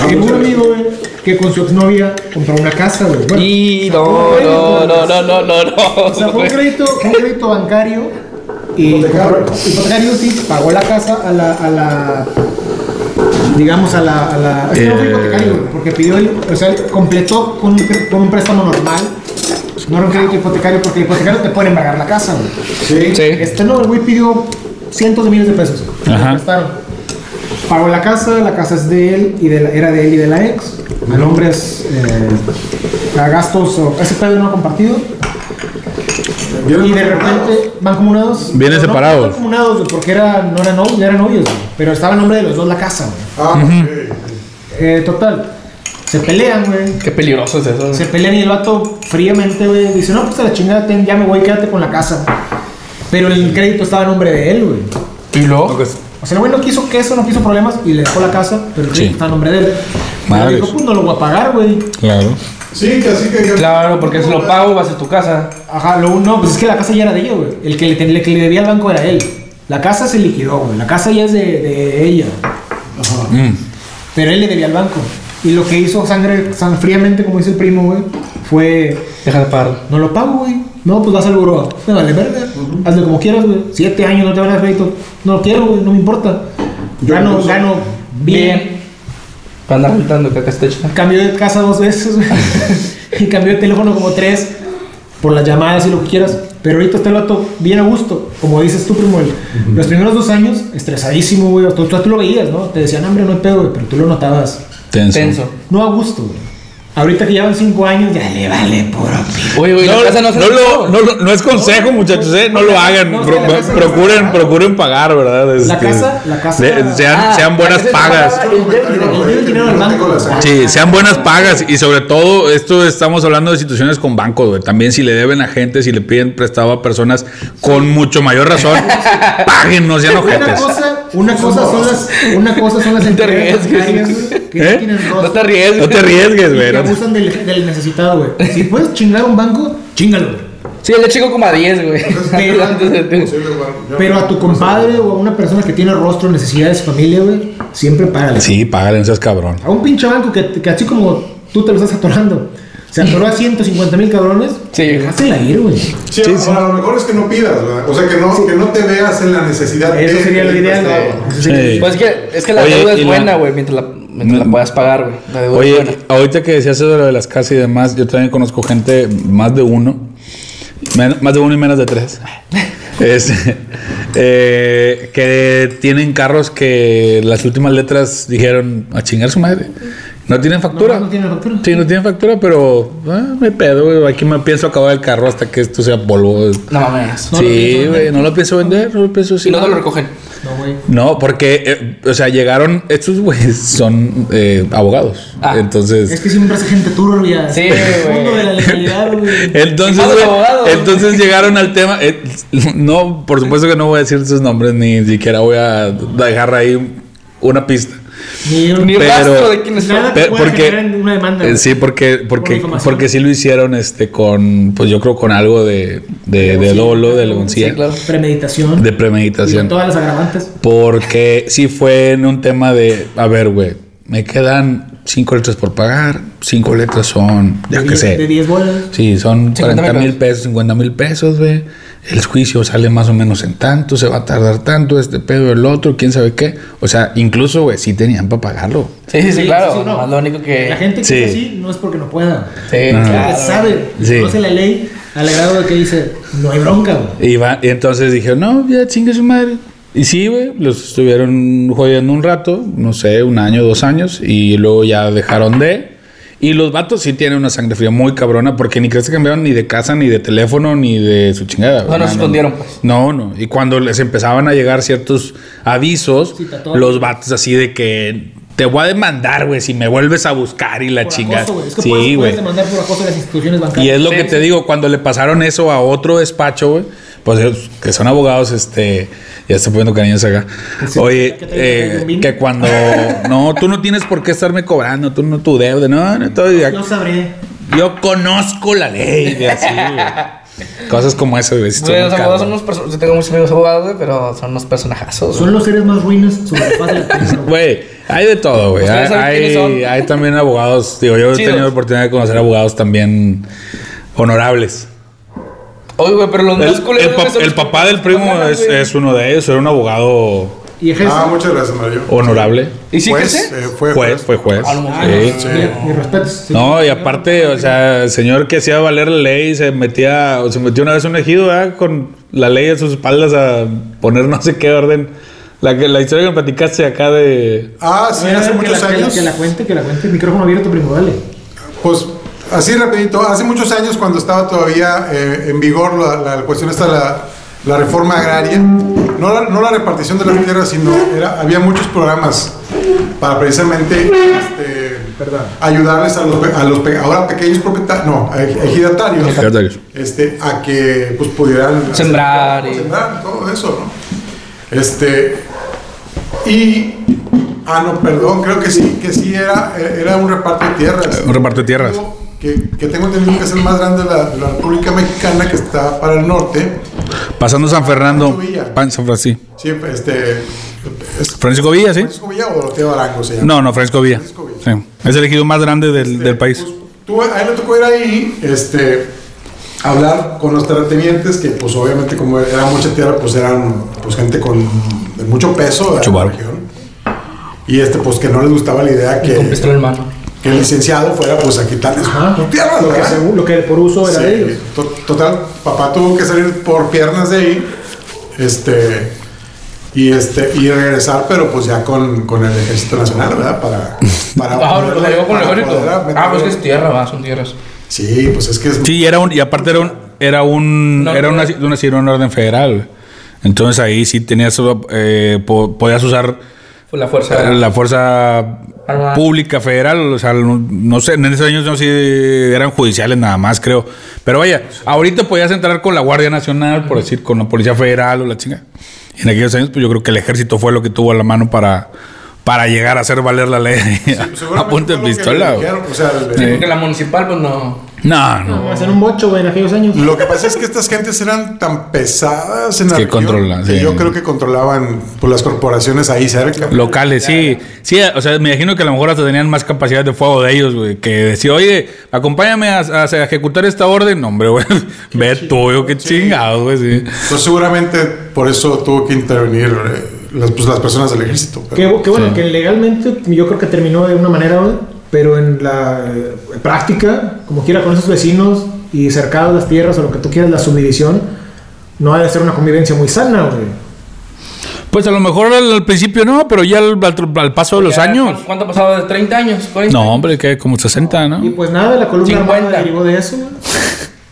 Speaker 2: Tengo un amigo, güey, que con su exnovia compró una casa, güey. Bueno,
Speaker 3: Y no,
Speaker 2: fue un
Speaker 3: no,
Speaker 2: crédito,
Speaker 3: no, no, no, no,
Speaker 2: O sea, fue un
Speaker 3: no.
Speaker 2: crédito, fue un crédito bancario y
Speaker 4: Hipotecario.
Speaker 2: compró- hipotecario, sí, pagó la casa a la, a la digamos a la, a la es que no fue
Speaker 1: Eh.
Speaker 2: hipotecario, güey, porque pidió el, o sea, completó con un, cre- con un préstamo normal. No era un crédito hipotecario porque el hipotecario te pueden pagar la casa, güey.
Speaker 4: Sí.
Speaker 3: Sí.
Speaker 2: Este no, el güey pidió cientos de miles de pesos. Le
Speaker 1: Ajá.
Speaker 2: prestaron. Pagó la casa, la casa es de él y de la, era de él y de la ex. El nombre es eh, a gastos o ese pedo no compartido.
Speaker 4: ¿Vieron?
Speaker 2: Y de repente van comunados.
Speaker 1: Vienen
Speaker 2: No,
Speaker 1: separados.
Speaker 2: No, van comunados, güey, porque era, no eran novios, eran novios, güey, pero estaba el nombre de los dos la casa, güey.
Speaker 4: Ah, ok.
Speaker 2: Eh, total, se pelean, güey.
Speaker 3: Qué peligroso es eso.
Speaker 2: Se
Speaker 3: güey.
Speaker 2: pelean y el vato fríamente, güey, dice, no, pues a la chingada, ten, ya me voy, quédate con la casa. Pero el crédito estaba a nombre de él, güey.
Speaker 3: Y luego.
Speaker 2: O sea, el güey no quiso queso, no quiso problemas y le dejó la casa, pero el crédito
Speaker 1: Sí.
Speaker 2: estaba a nombre de él. Pero
Speaker 1: Madres.
Speaker 2: dijo, pues no lo voy a pagar, güey.
Speaker 1: Claro.
Speaker 4: Sí, que así que. Ah,
Speaker 3: Claro, porque si lo pago vas a tu casa.
Speaker 2: Ajá, lo no, pues es que la casa ya era de ella, güey. El que le, ten- el que le debía al banco era él. La casa se liquidó, güey. La casa ya es de, de ella. Ajá.
Speaker 1: Mm,
Speaker 2: Pero él le debía al banco. Y lo que hizo sangre, san fríamente, como dice el primo, güey, fue.
Speaker 3: Deja de pagarlo.
Speaker 2: No lo pago, güey. No, pues vas al buró. Me vale verga. Hazlo como quieras, güey. Siete años no te van a dar crédito. No lo quiero, güey. No me importa.
Speaker 4: Yo
Speaker 2: Gano,
Speaker 4: incluso-
Speaker 2: gano bien.
Speaker 3: Bien. Para andar juntando caca esta chica.
Speaker 2: Cambió de casa dos veces, güey. y cambió de teléfono como tres. Por las llamadas y lo que quieras. Pero ahorita está el vato bien a gusto. Como dices tú, primo. el- Los primeros dos años, estresadísimo, güey. Tú, tú, tú lo veías, ¿no? Te decían, hambre, no hay pedo, güey. Pero tú lo notabas.
Speaker 1: Tenso.
Speaker 3: Tenso.
Speaker 2: No a gusto, güey. Ahorita que llevan 5 años, ya le vale puro pito.
Speaker 3: Oye, güey,
Speaker 1: No,
Speaker 3: la casa no se
Speaker 1: no lo-
Speaker 3: vendió.
Speaker 1: no lo- no es consejo, muchachos, ¿eh? No lo hagan.
Speaker 2: No,
Speaker 1: Pro-
Speaker 2: la casa no
Speaker 1: procuren,
Speaker 2: se-
Speaker 1: procuren pagar, ¿verdad?
Speaker 2: La
Speaker 1: Este,
Speaker 2: casa- la casa-
Speaker 1: de- sean,
Speaker 3: Ah,
Speaker 1: sean buenas
Speaker 3: la casa
Speaker 1: pagas.
Speaker 3: estaba-
Speaker 4: Yo
Speaker 2: Ah, el dinero del
Speaker 4: no tengo
Speaker 2: banco.
Speaker 4: las
Speaker 1: Sí, sean buenas pagas y sobre todo esto estamos hablando de situaciones con bancos, güey. También si le deben a gente, si le piden prestado a personas con mucho mayor razón, paguen, no sean
Speaker 2: Una
Speaker 1: ojetes.
Speaker 2: cosa, una cosa son las, una cosa son las
Speaker 3: te
Speaker 2: entidades
Speaker 3: arriesgues.
Speaker 2: bancarias, güey, que
Speaker 1: ¿Eh?
Speaker 2: no tienen rostro.
Speaker 3: No te ríes.
Speaker 1: No te arriesgues,
Speaker 2: Y
Speaker 1: güey.
Speaker 2: que
Speaker 1: ¿no?
Speaker 2: abusan del, del necesitado, güey. Si puedes chingar un banco, chingalo, güey.
Speaker 3: Sí, el de chico como a 10, güey.
Speaker 2: Pero-
Speaker 3: Antes de-
Speaker 2: Pero a tu compadre o a una persona que tiene rostro, necesidades, familia, güey, siempre págale.
Speaker 1: Sí, paguen, no seas cabrón.
Speaker 2: A un pinche banco que, que así como tú te lo estás atorando, se atoró a 150 mil cabrones,
Speaker 3: Sí.
Speaker 2: déjasela ir, güey.
Speaker 4: Sí, o a lo mejor es que no pidas, ¿verdad? O sea, que no, que no te veas en la necesidad
Speaker 2: Eso
Speaker 4: de-
Speaker 2: sería lo
Speaker 4: de
Speaker 2: ideal,
Speaker 4: prestar.
Speaker 2: güey. Eso sería-
Speaker 1: Sí.
Speaker 3: Pues es que, es que la
Speaker 1: Oye,
Speaker 3: deuda
Speaker 1: y
Speaker 3: es
Speaker 1: la-
Speaker 3: buena, güey, mientras, la, mientras la puedas pagar, güey. La deuda es
Speaker 1: Oye,
Speaker 3: buena.
Speaker 1: ahorita que decías eso de las casas y demás, yo también conozco gente, más de uno, men- más de uno y menos de tres, es, eh, que tienen carros que las últimas letras dijeron a chingar su madre. No tienen factura.
Speaker 2: No, no tienen factura.
Speaker 1: Sí, no tienen factura, pero ah, me pedo, güey. Aquí me pienso acabar el carro hasta que esto sea polvo.
Speaker 3: No mames.
Speaker 2: No lo
Speaker 1: sí,
Speaker 2: pienso
Speaker 1: güey, no lo pienso vender, no lo pienso
Speaker 3: Si no te
Speaker 1: no
Speaker 3: lo recogen.
Speaker 2: No, güey.
Speaker 1: no, porque, eh, o sea, llegaron, estos güeyes son eh, abogados.
Speaker 3: Ah.
Speaker 1: entonces.
Speaker 2: Es que siempre hace gente turbia.
Speaker 3: Sí,
Speaker 2: El
Speaker 3: güey.
Speaker 2: mundo de la legalidad, güey.
Speaker 1: Entonces,
Speaker 3: Malos
Speaker 1: güey,
Speaker 3: abogados.
Speaker 1: entonces llegaron al tema. eh, no, por supuesto que no voy a decir sus nombres, ni siquiera voy a dejar ahí una pista.
Speaker 2: Ni,
Speaker 3: Ni
Speaker 1: Pero-
Speaker 3: rastro de quiénes
Speaker 2: nada
Speaker 3: son.
Speaker 2: que
Speaker 1: Pero-
Speaker 2: pueda
Speaker 1: porque-
Speaker 2: Ah, generar una demanda.
Speaker 1: Eh,
Speaker 2: güey.
Speaker 1: sí, porque,
Speaker 2: Por
Speaker 1: porque,
Speaker 2: difamación.
Speaker 1: porque sí lo hicieron este con, pues yo creo con algo de, de, de dolo, de algoncía,
Speaker 3: Sí, claro.
Speaker 2: Premeditación.
Speaker 1: de
Speaker 2: y con
Speaker 1: premeditación.
Speaker 2: todas las agravantes.
Speaker 1: Porque sí fue en un tema de, a ver, güey, me quedan cinco letras por pagar, cinco letras son, ya
Speaker 2: de
Speaker 1: que
Speaker 2: diez-
Speaker 1: sé.
Speaker 2: De 10 bolas.
Speaker 1: Sí, son
Speaker 3: 50
Speaker 1: 40 mil
Speaker 3: mil
Speaker 1: pesos, 50 mil pesos, güey. El juicio sale más o menos en tanto, se va a tardar tanto, este pedo, el otro, quién sabe qué. O sea, incluso, güey, sí tenían para pagarlo.
Speaker 3: Sí, sí, sí, claro.
Speaker 2: no.
Speaker 3: Nomás Lo único que.
Speaker 2: La gente que
Speaker 1: Sí.
Speaker 2: es así no es porque no pueda.
Speaker 3: Sí,
Speaker 1: No.
Speaker 2: Porque
Speaker 3: claro.
Speaker 2: sabe,
Speaker 1: Sí.
Speaker 2: conoce la ley al grado de que dice, no hay bronca, güey.
Speaker 1: Y, va- y entonces dije, no, ya chingue su madre. Y sí, güey, los estuvieron jodiendo un rato, no sé, un año, dos años, y luego ya dejaron de. Y los vatos sí tienen una sangre fría muy cabrona, porque ni crees que cambiaron ni de casa, ni de teléfono, ni de su chingada. güey.
Speaker 3: No, no se escondieron,
Speaker 1: no.
Speaker 3: pues.
Speaker 1: No, no. Y cuando les empezaban a llegar ciertos avisos,
Speaker 2: Sí, tatuajes.
Speaker 1: los vatos así de que te voy a demandar, güey, si me vuelves a buscar y la
Speaker 2: Por
Speaker 1: chingada.
Speaker 2: acoso, güey. Es que puedes-
Speaker 1: sí,
Speaker 2: puedes
Speaker 1: güey.
Speaker 2: demandar por acoso de las instituciones
Speaker 1: Y
Speaker 2: bancarias.
Speaker 1: es lo
Speaker 3: Sí,
Speaker 1: que
Speaker 3: sí.
Speaker 1: te digo, cuando le pasaron eso a otro despacho, güey, pues ellos que son abogados, este, ya está poniendo cariños acá.
Speaker 2: Sí.
Speaker 1: Oye,
Speaker 2: ¿Qué te digo,
Speaker 1: eh,
Speaker 2: que vino?
Speaker 1: que cuando, no, tú no tienes por qué estarme cobrando, tú no tu deuda, no, no, todo, ya-
Speaker 2: Yo sabré.
Speaker 1: yo conozco la ley, y así, güey. Cosas como eso, güey. sí,
Speaker 3: Güey,
Speaker 1: estuvo
Speaker 3: los
Speaker 1: muy
Speaker 3: abogados son
Speaker 1: cabrón.
Speaker 3: unos personajes. Yo tengo muchos amigos abogados, güey, pero son unos personajazos. güey.
Speaker 2: Son los seres más ruines sobre la faz de la tierra, güey.
Speaker 1: Güey, hay de todo, güey.
Speaker 3: Ustedes
Speaker 1: Hay,
Speaker 3: saben quiénes
Speaker 1: hay,
Speaker 3: son.
Speaker 1: hay también abogados, digo, yo he
Speaker 3: Chidos.
Speaker 1: tenido la oportunidad de conocer abogados también honorables.
Speaker 3: Oye, güey, pero los
Speaker 1: El,
Speaker 3: más culeros,
Speaker 1: el
Speaker 3: güey,
Speaker 1: pap-
Speaker 3: son
Speaker 1: el
Speaker 3: los
Speaker 1: papá del
Speaker 3: que
Speaker 1: primo
Speaker 3: ganan,
Speaker 1: es,
Speaker 3: güey.
Speaker 1: es uno de ellos, era un abogado
Speaker 2: Y ejerce.
Speaker 4: Ah, muchas gracias, Mario.
Speaker 1: honorable.
Speaker 3: ¿Y sí
Speaker 4: Pues,
Speaker 3: crece?
Speaker 4: eh, fue,
Speaker 1: Juez, fue juez.
Speaker 3: Ah, no,
Speaker 1: Sí.
Speaker 2: Sí, Mis respetos. sí.
Speaker 1: No, y aparte, o sea, el señor que hacía valer la ley se metía, o se metió una vez un ejido, ¿verdad? Con la ley a sus espaldas a poner no sé qué orden. La, que, la historia que me platicaste acá de.
Speaker 4: Ah,
Speaker 2: A
Speaker 4: sí,
Speaker 2: ver, a
Speaker 4: hace
Speaker 2: ver, que
Speaker 4: muchos
Speaker 2: la- que la-
Speaker 4: años.
Speaker 2: Que la cuente, que la cuente. Micrófono abierto, primo, dale.
Speaker 4: Pues así rapidito, hace muchos años cuando estaba todavía eh, en vigor la, la cuestión esta, la, la reforma agraria, no la, no la repartición de las tierras, sino era, había muchos programas para precisamente este,
Speaker 2: Perdón.
Speaker 4: ayudarles a los, pe- a los pe- ahora pequeños propietarios, no, ej- ejidatarios,
Speaker 1: Ejidatarios.
Speaker 4: Este, a que pues pudieran
Speaker 3: Sembrar y-
Speaker 4: sembrar, Pues todo eso, ¿no? Este, y, ah, no, perdón, creo que sí, que sí era, era un reparto de tierras
Speaker 1: Eh, Un reparto de tierras.
Speaker 4: que, que tengo entendido que es el más grande de la, de la República Mexicana, que está para el norte.
Speaker 1: Pasando San Fernando,
Speaker 4: Francisco Villa.
Speaker 1: pan San Francisco.
Speaker 4: Sí, este. es-
Speaker 1: Francisco Villa, ¿sí?
Speaker 4: ¿Francisco Villa o Doroteo Arango se llama?
Speaker 1: No, no, Francisco Villa.
Speaker 4: Francisco Villa.
Speaker 1: Sí. Es el ejido más grande del,
Speaker 4: Este,
Speaker 1: del país.
Speaker 4: pues, tú, a él le tocó ir ahí, este, hablar con los terratenientes, que pues obviamente como era mucha tierra, pues eran pues, gente con de mucho peso de
Speaker 1: Mucho
Speaker 4: la
Speaker 1: varo.
Speaker 4: región. Y este, pues que no les gustaba la idea
Speaker 1: Eh,
Speaker 3: Con
Speaker 4: que,
Speaker 3: pistola en mano.
Speaker 4: que el licenciado fuera pues a quitarles
Speaker 2: Ajá.
Speaker 4: sus tierras,
Speaker 2: Lo que,
Speaker 4: ¿verdad?
Speaker 2: según- lo que por uso era
Speaker 4: Ah. Sí,
Speaker 2: de ellos.
Speaker 4: to- total, papá tuvo que salir por piernas de ahí. Este. y, este, y regresar, pero pues ya con, con el Ejército Nacional, ¿verdad? Para, para
Speaker 3: Ah, lo llevó con el
Speaker 4: para
Speaker 3: ejército.
Speaker 4: poder meterlo.
Speaker 3: Ah, pues que es tierra, va, son tierras.
Speaker 4: Sí, pues es que es...
Speaker 1: Sí, y era un, y aparte era un, era un,
Speaker 3: No,
Speaker 1: era
Speaker 3: no,
Speaker 1: una,
Speaker 3: no.
Speaker 1: una, sí, era una orden federal. güey. Entonces ahí sí tenías, eh, po- podías usar eh,
Speaker 3: Fue la fuerza.
Speaker 1: Ah, la fuerza
Speaker 3: Armada.
Speaker 1: pública federal, o sea, no, no sé, en esos años no sé, eran judiciales nada más, creo. Pero vaya, ahorita podías entrar con la Guardia Nacional, por decir, con la Policía Federal o la chinga. En aquellos años, pues yo creo que el ejército fue lo que tuvo a la mano para, para llegar a hacer valer la ley. a
Speaker 4: seguramente
Speaker 1: punta de
Speaker 4: fue lo que
Speaker 1: pistola.
Speaker 4: le
Speaker 1: güey.
Speaker 4: dijeron, o sea, el-
Speaker 3: Sí, porque la municipal, pues no.
Speaker 1: No, no.
Speaker 2: Hacían un bocho, güey, en aquellos años.
Speaker 4: Lo que pasa es que estas gentes eran tan pesadas en la
Speaker 1: Que
Speaker 4: región
Speaker 1: controlan,
Speaker 4: que
Speaker 1: sí.
Speaker 4: yo creo que controlaban pues, las corporaciones ahí cerca.
Speaker 1: Locales, sí. Sí, o sea, me imagino que a lo mejor hasta tenían más capacidad de fuego de ellos, güey. Que decía, oye, acompáñame a, a- a ejecutar esta orden. No, hombre, güey. Ve tú, güey, qué chingado, güey. Sí.
Speaker 4: Entonces seguramente por eso tuvo que intervenir eh, las, pues, las personas del ejército. pero-
Speaker 2: Qué, bu- qué bueno,
Speaker 1: Sí.
Speaker 2: que legalmente yo creo que terminó de una manera, güey, pero en la eh, práctica, como quiera con esos vecinos y cercados las tierras o lo que tú quieras, la subdivisión, no ha de ser una convivencia muy sana, güey.
Speaker 1: Pues a lo mejor al, al principio no, pero ya al, al- al Pues paso de los
Speaker 3: Ya,
Speaker 1: años.
Speaker 3: ¿cu- ¿Cuánto ha pasado? ¿De 30 años? 40?
Speaker 1: No, hombre, que como 60,
Speaker 2: Y
Speaker 1: ¿no?
Speaker 2: pues nada, la columna
Speaker 3: 50.
Speaker 2: armada derivó de eso, güey.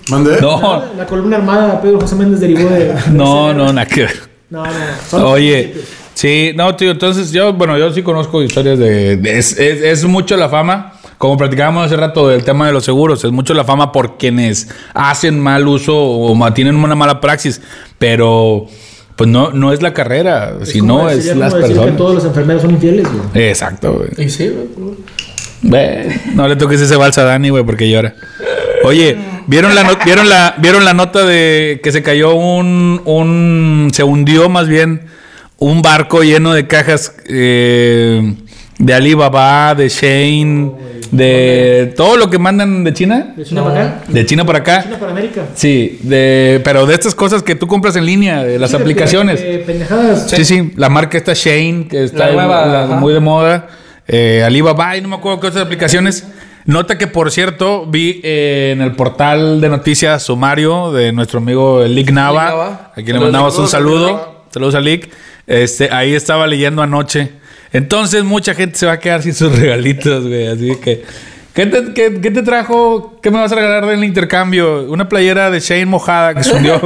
Speaker 4: ¿Mande?
Speaker 1: No,
Speaker 2: La columna armada Pedro José Méndez derivó de.
Speaker 1: no, no, nada que ver.
Speaker 2: No, no. son-
Speaker 1: Oye, sí, no, tío, entonces yo, bueno, yo sí conozco historias de... de- es, es- es mucho la fama, como platicábamos hace rato del tema de los seguros, es mucho la fama por quienes hacen mal uso o ma- tienen una mala praxis, pero pues no, no es la carrera,
Speaker 2: como
Speaker 1: sino
Speaker 2: decir-
Speaker 1: es
Speaker 2: sería
Speaker 1: las
Speaker 2: como decir que
Speaker 1: personas.
Speaker 2: todos los enfermeros son infieles, güey.
Speaker 1: Exacto, güey.
Speaker 3: Y sí, güey.
Speaker 1: Ve, No le toques ese balsa a Dani, güey, porque llora. Oye, ¿vieron la, no- ¿vieron la, ¿vieron la nota de que se cayó un, un... Se hundió más bien un barco lleno de cajas eh, de Alibaba, de Shane, de todo lo que mandan de China?
Speaker 2: De China
Speaker 3: No.
Speaker 2: para acá,
Speaker 1: De China para
Speaker 2: China
Speaker 1: acá.
Speaker 2: para América.
Speaker 1: Sí, de, pero de estas cosas que tú compras en línea, de las
Speaker 2: Sí, de-
Speaker 1: aplicaciones.
Speaker 2: de eh, pendejadas.
Speaker 1: Sí, sí, la marca está Shane, que está
Speaker 3: La nueva,
Speaker 1: la-
Speaker 3: ajá.
Speaker 1: muy de moda. Eh, Alibaba, y no me acuerdo qué otras aplicaciones. Nota que, por cierto, vi eh, en el portal de noticias sumario de nuestro amigo Lick
Speaker 3: Lick
Speaker 1: Nava,
Speaker 3: Nava.
Speaker 1: a quien le
Speaker 4: Saludos,
Speaker 1: mandamos un
Speaker 4: saludos, Lick
Speaker 1: saludo.
Speaker 4: Nava.
Speaker 1: Saludos a Lick. Este, ahí estaba leyendo anoche. Entonces, mucha gente se va a quedar sin sus regalitos, güey. Así que, ¿qué te, qué- qué te trajo? ¿Qué me vas a regalar del intercambio? Una playera de Shane mojada que se hundió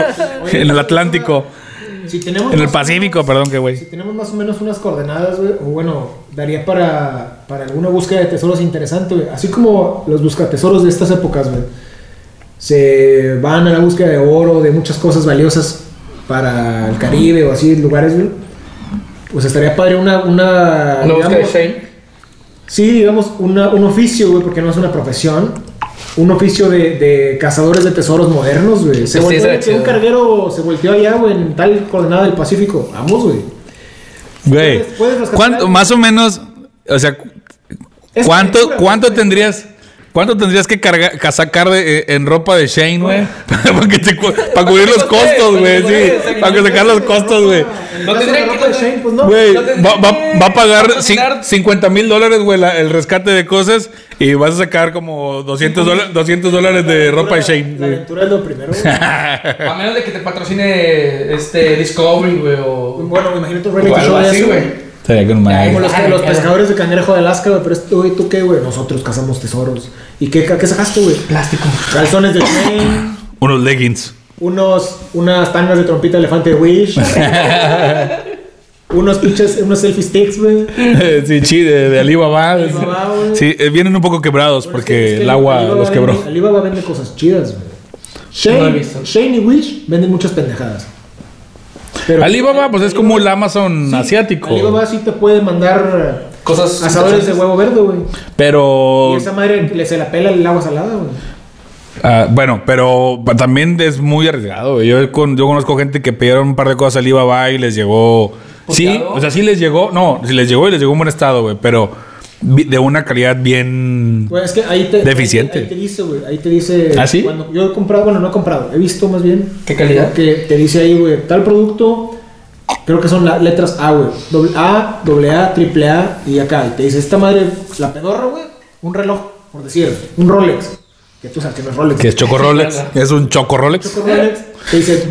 Speaker 1: en el Atlántico.
Speaker 2: Si tenemos
Speaker 1: En el
Speaker 2: más-
Speaker 1: Pacífico, perdón, que güey.
Speaker 2: Si tenemos más o menos unas coordenadas, güey, o bueno, daría para, para alguna búsqueda de tesoros interesante, güey. Así como los buscatesoros de estas épocas, güey, se van a la búsqueda de oro, de muchas cosas valiosas para el Caribe o así, lugares, güey. Pues estaría padre una... Una,
Speaker 3: Una búsqueda de
Speaker 2: digamos,
Speaker 3: Shane.
Speaker 2: Sí, digamos, una- un oficio, güey, porque no es una profesión. Un oficio de, de cazadores de tesoros modernos, güey. Se
Speaker 3: Sí,
Speaker 2: volteó,
Speaker 3: estaría
Speaker 2: que un
Speaker 3: chido.
Speaker 2: carguero se volteó allá, güey, en tal coordenada del Pacífico. Vamos, güey.
Speaker 1: Güey,
Speaker 2: Puedes- puedes rescatar
Speaker 1: ¿cuánto,
Speaker 2: algo.
Speaker 1: más o menos, o sea, cu-
Speaker 2: Es
Speaker 1: ¿cuánto,
Speaker 2: cultura,
Speaker 1: cuánto
Speaker 2: güey.
Speaker 1: tendrías, cuánto tendrías que cargar, ca- sacar de, eh, en ropa de Shane, güey? para, que te cu- Pues, para cubrir los costos, güey, sí, para que sacar los costos, güey.
Speaker 2: En
Speaker 3: No
Speaker 2: caso de
Speaker 3: tendría
Speaker 2: ropa
Speaker 3: que-
Speaker 2: de Shane, pues no.
Speaker 1: Güey,
Speaker 3: No tendría
Speaker 1: va, va- va a
Speaker 3: que
Speaker 1: pagar cin-
Speaker 3: cocinar.
Speaker 1: 50 mil dólares, güey, la- el rescate de cosas y vas a sacar como 200 dólares, 200 dólares de ropa de Shane.
Speaker 2: La
Speaker 1: güey.
Speaker 2: aventura es lo primero, güey.
Speaker 3: A menos de que te patrocine este Discovery, güey, o.
Speaker 2: Bueno, imagínate un
Speaker 3: o
Speaker 2: reality
Speaker 3: algo
Speaker 2: show de
Speaker 3: así,
Speaker 2: eso,
Speaker 3: güey.
Speaker 2: güey.
Speaker 1: Estaría con madre.
Speaker 2: Como los,
Speaker 3: Ay,
Speaker 2: los
Speaker 3: ya.
Speaker 2: pescadores de cangrejo de Alaska, güey. Pero esto, güey, ¿tú qué, güey? Nosotros cazamos tesoros. ¿Y qué, qué sacaste, güey?
Speaker 3: Plástico.
Speaker 2: Calzones de Shane.
Speaker 1: Unos leggings.
Speaker 2: unos, unas tangas de trompita elefante de Wish. unos pinches, unos selfie sticks, güey.
Speaker 1: sí, sí, de, de Alibaba.
Speaker 2: Alibaba, güey.
Speaker 1: Sí, eh, vienen un poco quebrados porque
Speaker 2: Es que
Speaker 1: el agua
Speaker 2: Alibaba
Speaker 1: los
Speaker 2: vende-
Speaker 1: quebró.
Speaker 2: Alibaba vende cosas chidas, güey.
Speaker 3: No he
Speaker 2: Shane,
Speaker 3: visto.
Speaker 2: Shane y Wish venden muchas pendejadas. Pero
Speaker 1: Alibaba, pues es como el Amazon asiático.
Speaker 2: Alibaba sí te puede mandar
Speaker 3: Cosas.
Speaker 2: asadores de huevo verde, güey. Y
Speaker 1: Pero.
Speaker 2: esa madre le se la pela el agua salada, güey.
Speaker 1: ah, bueno, pero también es muy arriesgado. güey. Yo, con- yo conozco gente que pidieron un par de cosas a Alibaba y les llegó. Sí,
Speaker 3: ¿Poteado?
Speaker 1: o sea, sí les llegó. No, sí les llegó y les llegó en buen estado, güey. Pero vi- de una calidad bien.
Speaker 2: Güey, es que ahí te.
Speaker 1: Deficiente.
Speaker 2: Ahí te dice, güey. Ahí te dice.
Speaker 1: ¿Ah, sí?
Speaker 2: Cuando yo he comprado, bueno, no he comprado. He visto más bien.
Speaker 3: ¿Qué calidad?
Speaker 2: Que te dice ahí, güey, tal producto. Creo que son las letras A, güey. Doble A, doble A, triple A y acá. Y te dice, esta madre, la pedorra, güey. Un reloj, por decir, un Rolex. Que tú sabes que no es Rolex.
Speaker 1: Que es Choco Rolex. Es un Choco Rolex.
Speaker 2: Choco Rolex. Te dice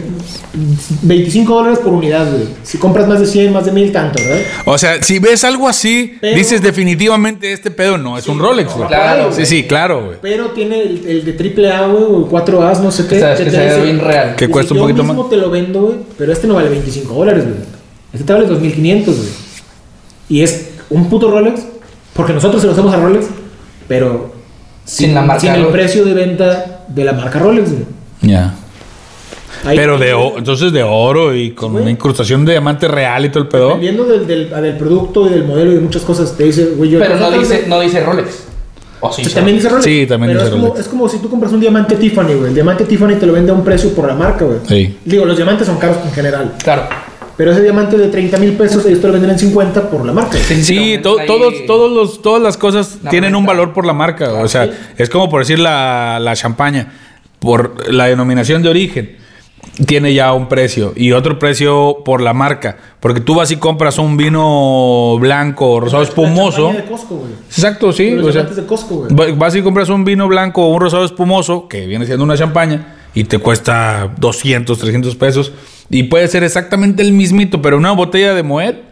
Speaker 2: 25 dólares por unidad, güey. Si compras más de 100, más de 1000, tanto, ¿verdad?
Speaker 1: O sea, si ves algo así,
Speaker 2: Pero-
Speaker 1: dices definitivamente este pedo no es un Rolex, güey.
Speaker 3: Claro,
Speaker 1: Sí, sí, claro, güey.
Speaker 2: Pero tiene el, el de triple A, güey, o 4 A's, no sé qué.
Speaker 3: O sea, es
Speaker 2: ¿qué
Speaker 3: que
Speaker 2: te
Speaker 3: se ve
Speaker 2: dice?
Speaker 3: bien real.
Speaker 1: Que
Speaker 2: Dice,
Speaker 1: cuesta un
Speaker 2: yo
Speaker 1: poquito
Speaker 2: mismo
Speaker 1: más.
Speaker 2: te lo vendo, güey, pero este no vale 25 dólares, güey. Este te vale 2500, güey. Y es un puto Rolex, porque nosotros se lo hacemos a Rolex, pero
Speaker 3: Sin la marca
Speaker 2: sin el
Speaker 3: Rolex.
Speaker 2: precio de venta de la marca Rolex, güey.
Speaker 1: Ya.
Speaker 2: Ahí-
Speaker 1: Pero de o- entonces de oro y con
Speaker 2: Güey.
Speaker 1: una incrustación de diamante real y todo el pedo.
Speaker 2: Dependiendo del, del, del producto y del modelo y de muchas cosas, te dice, güey, yo.
Speaker 3: Pero no
Speaker 2: nosotros-
Speaker 3: dice, no dice Rolex. O sí,
Speaker 2: Sí, también dice Rolex.
Speaker 1: Sí, también
Speaker 2: pero
Speaker 1: dice
Speaker 2: es como,
Speaker 1: Rolex.
Speaker 2: es como si tú compras un diamante Tiffany, güey. El diamante Tiffany te lo vende a un precio por la marca, güey.
Speaker 1: Sí.
Speaker 2: Digo, los diamantes son caros en general.
Speaker 3: Claro.
Speaker 2: Pero ese diamante de 30 mil pesos, ellos te lo venden en 50 por la marca.
Speaker 3: Sí,
Speaker 1: Sí,
Speaker 3: pero
Speaker 1: to-
Speaker 3: ahí-
Speaker 1: todos, todos los, todas las cosas
Speaker 3: La
Speaker 1: tienen un
Speaker 3: moneda.
Speaker 1: valor por la marca. O sea, es como por decir la, la champaña, por la denominación de origen, tiene ya un precio y otro precio por la marca. Porque tú vas y compras un vino blanco o rosado
Speaker 2: La
Speaker 1: espumoso.
Speaker 2: champaña de Costco, güey.
Speaker 1: Exacto, sí.
Speaker 2: Los
Speaker 1: o sea,
Speaker 2: diamantes de Costco, güey.
Speaker 1: va- vas y compras un vino blanco o un rosado espumoso, que viene siendo una champaña, y te cuesta 200, 300 pesos. Y puede ser exactamente el mismito, pero una botella de Moet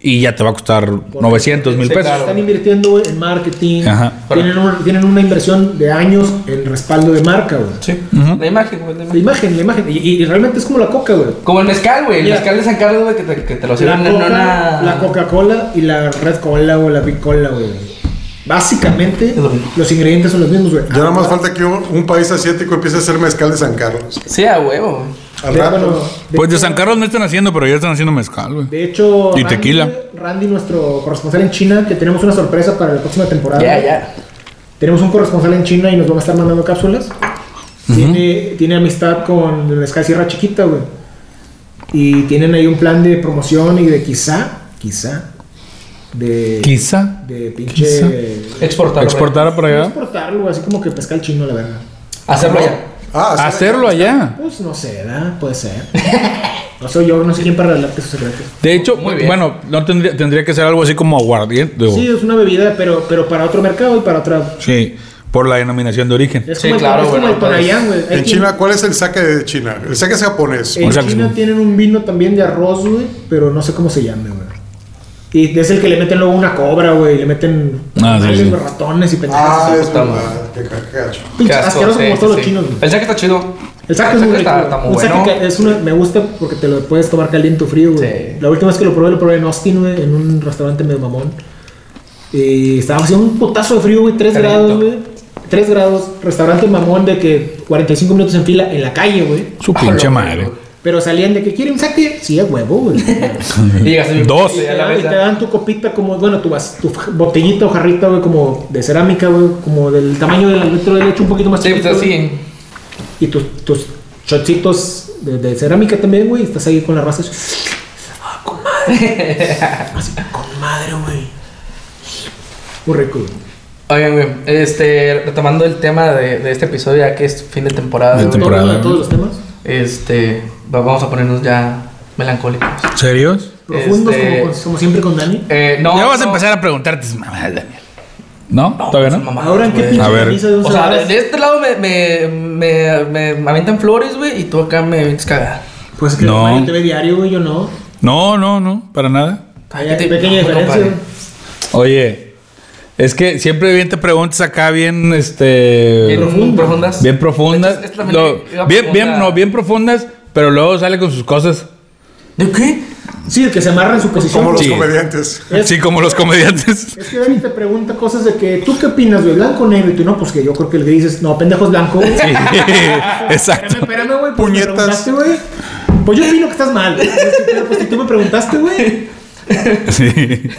Speaker 1: y ya te va a costar 900 mil
Speaker 3: Sí,
Speaker 1: pesos.
Speaker 3: claro.
Speaker 2: Están invirtiendo güey, en marketing.
Speaker 1: Ajá.
Speaker 2: Tienen, un- tienen una inversión de años en respaldo de marca, güey.
Speaker 3: Sí.
Speaker 1: Ujú.
Speaker 3: La imagen, güey.
Speaker 2: La
Speaker 3: la imagen.
Speaker 2: imagen, la imagen. Y, y realmente es como la coca, güey.
Speaker 3: Como el mezcal, güey. El
Speaker 2: Mira.
Speaker 3: mezcal de San Carlos, güey, que te, que te lo
Speaker 2: La
Speaker 3: sirven en
Speaker 2: Coca-
Speaker 3: una.
Speaker 2: la Coca-Cola y la Red Cola o la Big Cola, güey. Básicamente,
Speaker 3: lo mismo.
Speaker 2: los ingredientes son los mismos, güey.
Speaker 4: Ya nada más falta que un, un país asiático empiece a hacer mezcal de San Carlos.
Speaker 3: Sí, a huevo. güey.
Speaker 4: Al
Speaker 2: De-
Speaker 4: rato.
Speaker 2: Ah, bueno, de
Speaker 1: Pues de
Speaker 2: hecho-
Speaker 1: San Carlos no están haciendo, pero ya están haciendo mezcal, güey.
Speaker 2: De hecho,
Speaker 1: Y tequila.
Speaker 2: Randy, nuestro corresponsal en China, que tenemos una sorpresa para la próxima temporada.
Speaker 3: Ya, ya.
Speaker 2: Tenemos un corresponsal en China y nos van a estar mandando cápsulas. tiene, tiene amistad con la Sky Sierra Chiquita, güey. Y tienen ahí un plan de promoción y de quizá, quizá, de,
Speaker 1: Quizá
Speaker 2: de pinche...
Speaker 1: quizá.
Speaker 3: Exportar.
Speaker 1: exportar por
Speaker 2: No
Speaker 1: allá.
Speaker 2: exportarlo, así como que pescar chino, la verdad.
Speaker 3: Hacerlo allá.
Speaker 4: Ah, hacer-
Speaker 1: Hacerlo allá.
Speaker 2: Pues no sé, ¿verdad? Puede ser. No soy yo, no sé quién para revelarte sus secretos.
Speaker 1: De hecho,
Speaker 3: Muy bien.
Speaker 1: bueno, no tendría, tendría que ser algo así como aguardiente. digo,
Speaker 2: Sí,
Speaker 1: Sí.
Speaker 2: es una bebida, pero, pero para otro mercado y para otra.
Speaker 1: por la denominación de origen.
Speaker 2: Es
Speaker 3: Sí,
Speaker 2: como
Speaker 3: claro,
Speaker 2: el, es como
Speaker 3: bueno, pues,
Speaker 2: el Tonayán, güey. Hay
Speaker 4: En
Speaker 2: quien-
Speaker 4: China, ¿cuál es el saque de China? El saque es japonés.
Speaker 1: Eh.
Speaker 2: En
Speaker 1: O sea, que
Speaker 2: China
Speaker 1: es-
Speaker 2: tienen un vino también de arroz, güey, pero no sé cómo se llama, güey. Y es el que le meten luego una cobra, güey, y le meten
Speaker 1: Ah, sí,
Speaker 2: animales,
Speaker 1: sí.
Speaker 2: güey, ratones y pendejadas.
Speaker 4: Ah,
Speaker 2: así.
Speaker 4: es
Speaker 3: puta
Speaker 4: verdad. Qué ca- qué gacho.
Speaker 2: Pinche
Speaker 3: Qué asco,
Speaker 2: asqueroso
Speaker 3: sí,
Speaker 2: como todos
Speaker 3: sí,
Speaker 2: los
Speaker 3: sí.
Speaker 2: chinos, güey.
Speaker 3: El saque está chido.
Speaker 2: El saco es
Speaker 3: El
Speaker 2: muy
Speaker 3: saque
Speaker 2: rico.
Speaker 3: está-
Speaker 2: güey.
Speaker 3: está muy
Speaker 2: Un saque
Speaker 3: bueno.
Speaker 2: que es una, me gusta porque te lo puedes tomar caliente o frío, güey.
Speaker 3: Sí.
Speaker 2: La última vez que lo probé, lo probé en Austin, güey, en un restaurante medio mamón. Y estaba haciendo un potazo de frío, güey, 3
Speaker 3: Calientito.
Speaker 2: grados, güey. 3 grados, restaurante mamón de que 45 minutos en fila en la calle, güey.
Speaker 1: Su
Speaker 3: Ah,
Speaker 1: pinche
Speaker 3: lo-
Speaker 1: madre.
Speaker 2: Pero salían de que quieren un saque. Sí, a huevo, güey.
Speaker 3: Y llegaste bien-
Speaker 1: Dos.
Speaker 2: Y
Speaker 3: Sí,
Speaker 2: te
Speaker 3: a la
Speaker 2: dan- y
Speaker 3: mesa.
Speaker 2: te dan tu copita como, bueno, tu, vas- tu botellita o jarrita, güey, como de cerámica, güey, como del tamaño del litro de leche, un poquito más
Speaker 3: Sí, pues
Speaker 2: chiquito, güey.
Speaker 3: así.
Speaker 2: Y tus, tus chochitos de, de cerámica también, güey. y Estás ahí con las razas. Ah, con madre. Así, con madre, güey. Muy rico, güey.
Speaker 3: Oigan, güey, este, retomando el tema de, de este episodio, ya que es fin de temporada,
Speaker 1: De
Speaker 3: güey,
Speaker 1: temporada.
Speaker 2: Todo, todos los temas.
Speaker 3: este, va- vamos a ponernos ya melancólicos.
Speaker 1: ¿Serios?
Speaker 2: Profundos
Speaker 3: Este-
Speaker 2: como, como siempre con Dani.
Speaker 3: Eh, no,
Speaker 1: ya vas a
Speaker 3: no.
Speaker 1: empezar a preguntarte tus mamadas, Daniel. ¿No?
Speaker 3: No,
Speaker 1: ¿Todavía
Speaker 3: son
Speaker 1: no?
Speaker 3: mamadas,
Speaker 2: Ahora en qué
Speaker 3: güey.
Speaker 2: pinche
Speaker 1: A ver.
Speaker 2: camisa de un
Speaker 3: O sea, de,
Speaker 2: Sabadell?
Speaker 3: de este lado me, me, me, me, me aventan flores, güey, y tú acá me vienes cagada.
Speaker 2: Pues que
Speaker 1: No.
Speaker 2: Mario te ve diario, güey, yo no.
Speaker 1: No, no, no, para nada.
Speaker 2: Hay
Speaker 3: Cállate,
Speaker 2: pequeña
Speaker 3: no,
Speaker 2: diferencia.
Speaker 3: compadre.
Speaker 2: güey.
Speaker 1: Oye, es que siempre bien te preguntas acá bien, este,
Speaker 3: Bien
Speaker 1: bien,
Speaker 2: Profundo.
Speaker 3: profundas.
Speaker 1: profundas,
Speaker 3: De hecho, esta también
Speaker 1: Lo-
Speaker 3: iba
Speaker 1: bien, bien,
Speaker 3: profunda.
Speaker 1: no, bien profundas, pero luego sale con sus cosas,
Speaker 3: ¿De qué?
Speaker 2: Sí, el que se amarra en su posición.
Speaker 4: Como los
Speaker 1: Sí.
Speaker 4: comediantes.
Speaker 2: Es-
Speaker 1: sí, como los comediantes.
Speaker 2: Es que Dani te pregunta cosas de que tú qué opinas, güey, blanco o negro. Y tú no, pues que yo creo que el gris es, no, pendejo es blanco. güey.
Speaker 1: Sí,
Speaker 2: Espérame,
Speaker 1: exacto.
Speaker 2: espérame, güey. Pues
Speaker 4: Puñetas.
Speaker 2: Me preguntaste, güey. Pues yo opino que estás mal. güey. Es que, Pero pues si tú me preguntaste, güey.
Speaker 1: Sí.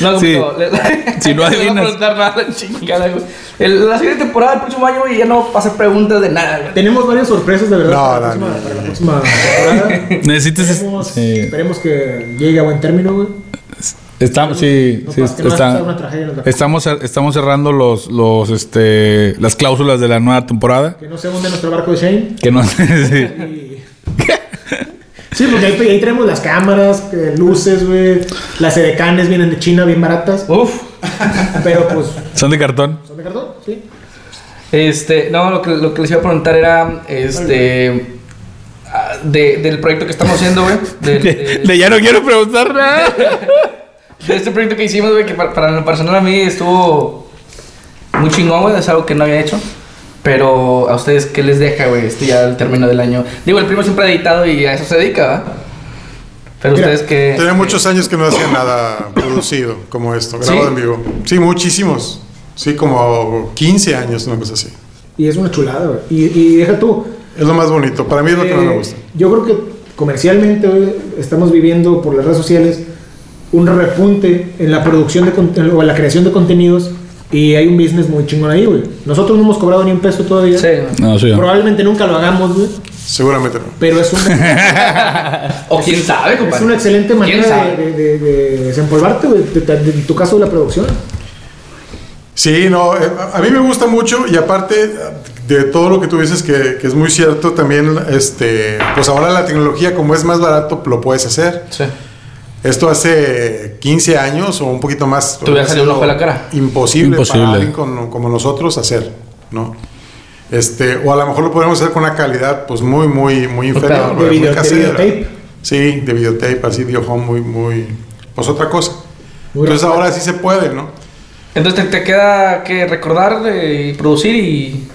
Speaker 3: No,
Speaker 1: Sí.
Speaker 3: no, le-
Speaker 1: Si no
Speaker 3: le voy a
Speaker 1: adivinas.
Speaker 3: preguntar nada, chingada, güey. El- La siguiente temporada, el próximo año, güey, ya no va a hacer preguntas de nada, güey.
Speaker 2: Tenemos varias sorpresas, de verdad,
Speaker 4: No,
Speaker 2: para, la
Speaker 4: no,
Speaker 2: próxima,
Speaker 4: no,
Speaker 2: para la próxima temporada.
Speaker 1: Necesitas.
Speaker 2: Esperemos,
Speaker 1: sí.
Speaker 2: esperemos que llegue a buen término, güey.
Speaker 1: Estamos, sí,
Speaker 2: No
Speaker 1: sí,
Speaker 2: pas- que no
Speaker 1: está-
Speaker 2: sea una tragedia en los barcos.
Speaker 1: estamos, estamos cerrando los, los, este, las cláusulas de la nueva temporada.
Speaker 2: Que no se hunde nuestro barco de Shane.
Speaker 1: Que no, sí.
Speaker 2: Y- Sí, porque ahí, ahí tenemos las cámaras, eh, luces, güey. Las edecanes vienen de China, bien baratas.
Speaker 3: Uf.
Speaker 2: Pero pues,
Speaker 1: son de cartón.
Speaker 2: ¿son de cartón? Sí.
Speaker 3: Este, no, lo que, lo que les iba a preguntar era, este, de- del proyecto que estamos haciendo, güey. Del-
Speaker 1: De,
Speaker 3: del-
Speaker 1: de ya no quiero preguntar nada.
Speaker 3: de este proyecto que hicimos, güey, que para, para lo personal a mí estuvo muy chingón, güey, es algo que no había hecho. Pero a ustedes, ¿qué les deja, güey? Este ya al término del año. Digo, el primo siempre ha editado y a eso se dedica, ¿verdad? Pero
Speaker 2: Mira,
Speaker 3: ustedes que...
Speaker 4: Tenía muchos años que no hacía nada producido como esto, grabado
Speaker 3: ¿Sí?
Speaker 4: en vivo. Sí, muchísimos. Sí, como 15 años, una cosa así.
Speaker 2: Y es una chulada, güey. Y, y deja tú.
Speaker 4: Es lo más bonito. Para mí es lo que más me
Speaker 2: eh,
Speaker 4: gusta.
Speaker 2: Yo creo que comercialmente hoy estamos viviendo por las redes sociales un repunte en la producción de cont- o en la creación de contenidos y hay un business muy chingón ahí, güey. Nosotros no hemos cobrado ni un peso todavía.
Speaker 3: Sí, güey.
Speaker 1: No, sí.
Speaker 2: Probablemente nunca lo hagamos, güey.
Speaker 4: Seguramente no.
Speaker 2: Pero es, un,
Speaker 3: O quién sabe,
Speaker 2: es
Speaker 3: compadre.
Speaker 2: una excelente
Speaker 3: ¿Quién
Speaker 2: manera
Speaker 3: sabe?
Speaker 2: de, de- de- de desempolvarte, güey. de- de- En tu caso, de la producción.
Speaker 4: Sí, no, eh, a a mí me gusta mucho y aparte de todo lo que tú dices que, que es muy cierto también, este, pues ahora la tecnología como es más barato lo puedes hacer.
Speaker 3: Sí.
Speaker 4: Esto hace 15 años o un poquito más.
Speaker 3: Te hubiera
Speaker 4: hubiera
Speaker 3: salido un
Speaker 4: sido
Speaker 3: ojo de la cara.
Speaker 4: Imposible,
Speaker 1: Imposible.
Speaker 4: para alguien con- como nosotros hacer, ¿no? Este, o a lo mejor lo podemos hacer con una calidad pues muy, muy, muy inferior.
Speaker 3: claro,
Speaker 4: güey,
Speaker 2: de
Speaker 4: muy
Speaker 2: video- de
Speaker 4: casera.
Speaker 2: videotape.
Speaker 4: Sí, de videotape, así, videohome, muy, muy, pues otra cosa.
Speaker 2: Muy
Speaker 4: Entonces
Speaker 2: rápido.
Speaker 4: Pues ahora sí se puede, ¿no?
Speaker 3: Entonces te, te queda que recordar eh, y producir y...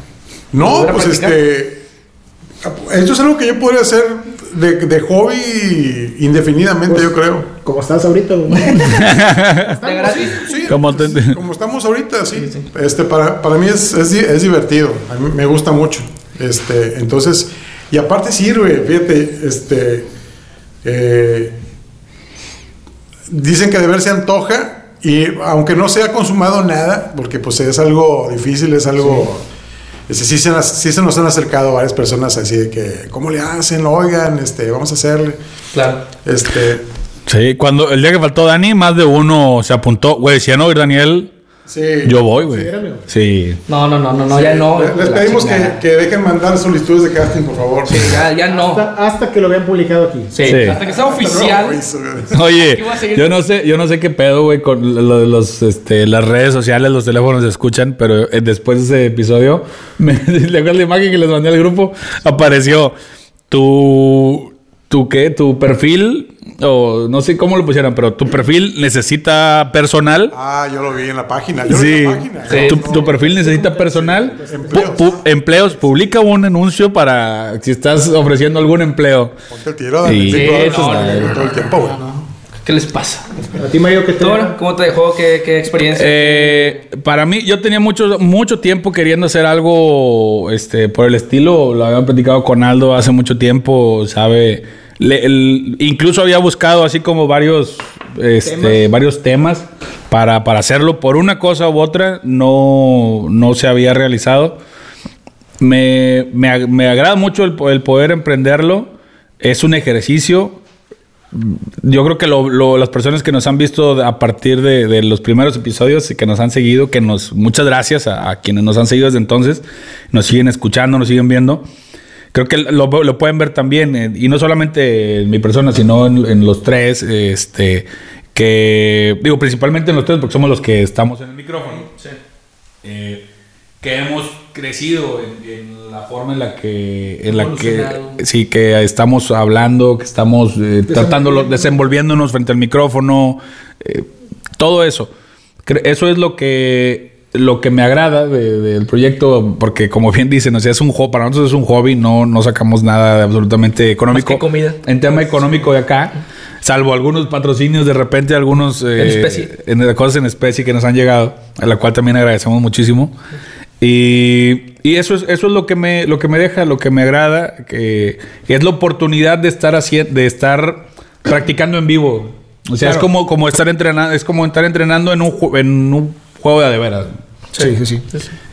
Speaker 4: No,
Speaker 3: ¿Volver a
Speaker 4: pues
Speaker 3: practicar?
Speaker 4: este. Esto es algo que yo podría hacer de, de hobby indefinidamente,
Speaker 2: Pues-
Speaker 4: yo creo.
Speaker 2: Como estás ahorita, güey.
Speaker 3: De gratis.
Speaker 4: Sí,
Speaker 1: Como
Speaker 4: pues,
Speaker 1: te-
Speaker 4: como estamos ahorita, sí. Este, para, para mí es, es, di- es divertido, a mí me gusta mucho. Este, entonces, y aparte sirve, fíjate, este, eh, dicen que de ver se antoja y aunque no se ha consumado nada, porque pues es algo difícil, es algo... este, Sí. se, nas- sí se nos han acercado varias personas así de que, ¿cómo le hacen? Oigan, este, vamos a hacerle.
Speaker 3: Claro.
Speaker 4: Este,
Speaker 1: Sí, cuando el día que faltó Dani, más de uno se apuntó. Güey, si ya no ir Daniel,
Speaker 4: sí.
Speaker 1: yo voy, güey.
Speaker 2: Sí, era, amigo.
Speaker 1: Sí.
Speaker 3: No, no, no, no, no ya no.
Speaker 4: Les
Speaker 3: Oh, la
Speaker 4: pedimos que,
Speaker 3: chingada.
Speaker 4: que dejen mandar solicitudes de casting, por favor.
Speaker 3: Sí, ya, ya no.
Speaker 2: Hasta, hasta que lo vean publicado aquí.
Speaker 3: Sí.
Speaker 1: Sí.
Speaker 3: Hasta que sea
Speaker 4: No,
Speaker 3: oficial.
Speaker 4: eso, güey.
Speaker 1: Oye,
Speaker 3: Aquí voy a seguir.
Speaker 1: yo no sé, yo no sé qué pedo, güey, con lo de los, este, las redes sociales, los teléfonos se escuchan, pero eh, después de ese episodio, me, ¿le acuerdas la imagen que les mandé al grupo? Apareció tu, tu qué, tu perfil, o no sé cómo lo pusieron, pero tu perfil necesita personal.
Speaker 4: Ah, yo lo vi en la página. Yo lo vi
Speaker 1: Sí,
Speaker 4: en la página.
Speaker 3: Sí.
Speaker 1: tu, tu perfil necesita personal.
Speaker 4: Empleos.
Speaker 1: Pu- pu- empleos, publica un anuncio para si estás ofreciendo algún empleo.
Speaker 4: Ponte el tiro, dale.
Speaker 1: Sí,
Speaker 4: Sí,
Speaker 1: eso está bien.
Speaker 4: todo el tiempo, güey.
Speaker 3: ¿Qué les pasa?
Speaker 2: A ti, Mario, que te.
Speaker 3: ¿Tú, ahora, ¿Cómo te dejó? ¿Qué, qué experiencia?
Speaker 1: Eh, para mí, yo tenía mucho, mucho tiempo queriendo hacer algo este, por el estilo. Lo habían platicado con Aldo hace mucho tiempo, ¿sabe? Le- el- incluso había buscado así como varios, este, varios temas para, para hacerlo. Por una cosa u otra, no, no se había realizado. Me, me, ag- me agrada mucho el, po- el poder emprenderlo. Es un ejercicio. Yo creo que lo- lo- las personas que nos han visto a partir de, de los primeros episodios y que nos han seguido, que nos muchas gracias a, a quienes nos han seguido desde entonces, nos siguen escuchando, nos siguen viendo. Creo que lo, lo pueden ver también, eh, y no solamente en mi persona, sino en, en los tres, este, que digo principalmente en los tres porque somos los que estamos en el micrófono. Eh, que hemos crecido en, en la forma en la que en la que
Speaker 3: Evolucionado.
Speaker 1: eh, sí que estamos hablando que estamos eh, tratándolo desenvolviéndonos frente al micrófono eh, todo eso Cre- eso es lo que lo que me agrada de- del proyecto porque como bien dicen o sea es un juego para nosotros es un hobby no no sacamos nada absolutamente económico
Speaker 3: que comida.
Speaker 1: en tema económico de acá salvo algunos patrocinios de repente algunos eh,
Speaker 3: En especie.
Speaker 1: en, cosas en especie que nos han llegado, a la cual también agradecemos muchísimo. Y, y eso es, eso es lo, que me, lo que me deja, lo que me agrada, que, que es la oportunidad de estar, haci- de estar practicando en vivo. O sea, es como, como estar entrenando, es como estar entrenando en un, ju- en un juego de a de veras.
Speaker 2: Sí, sí, sí.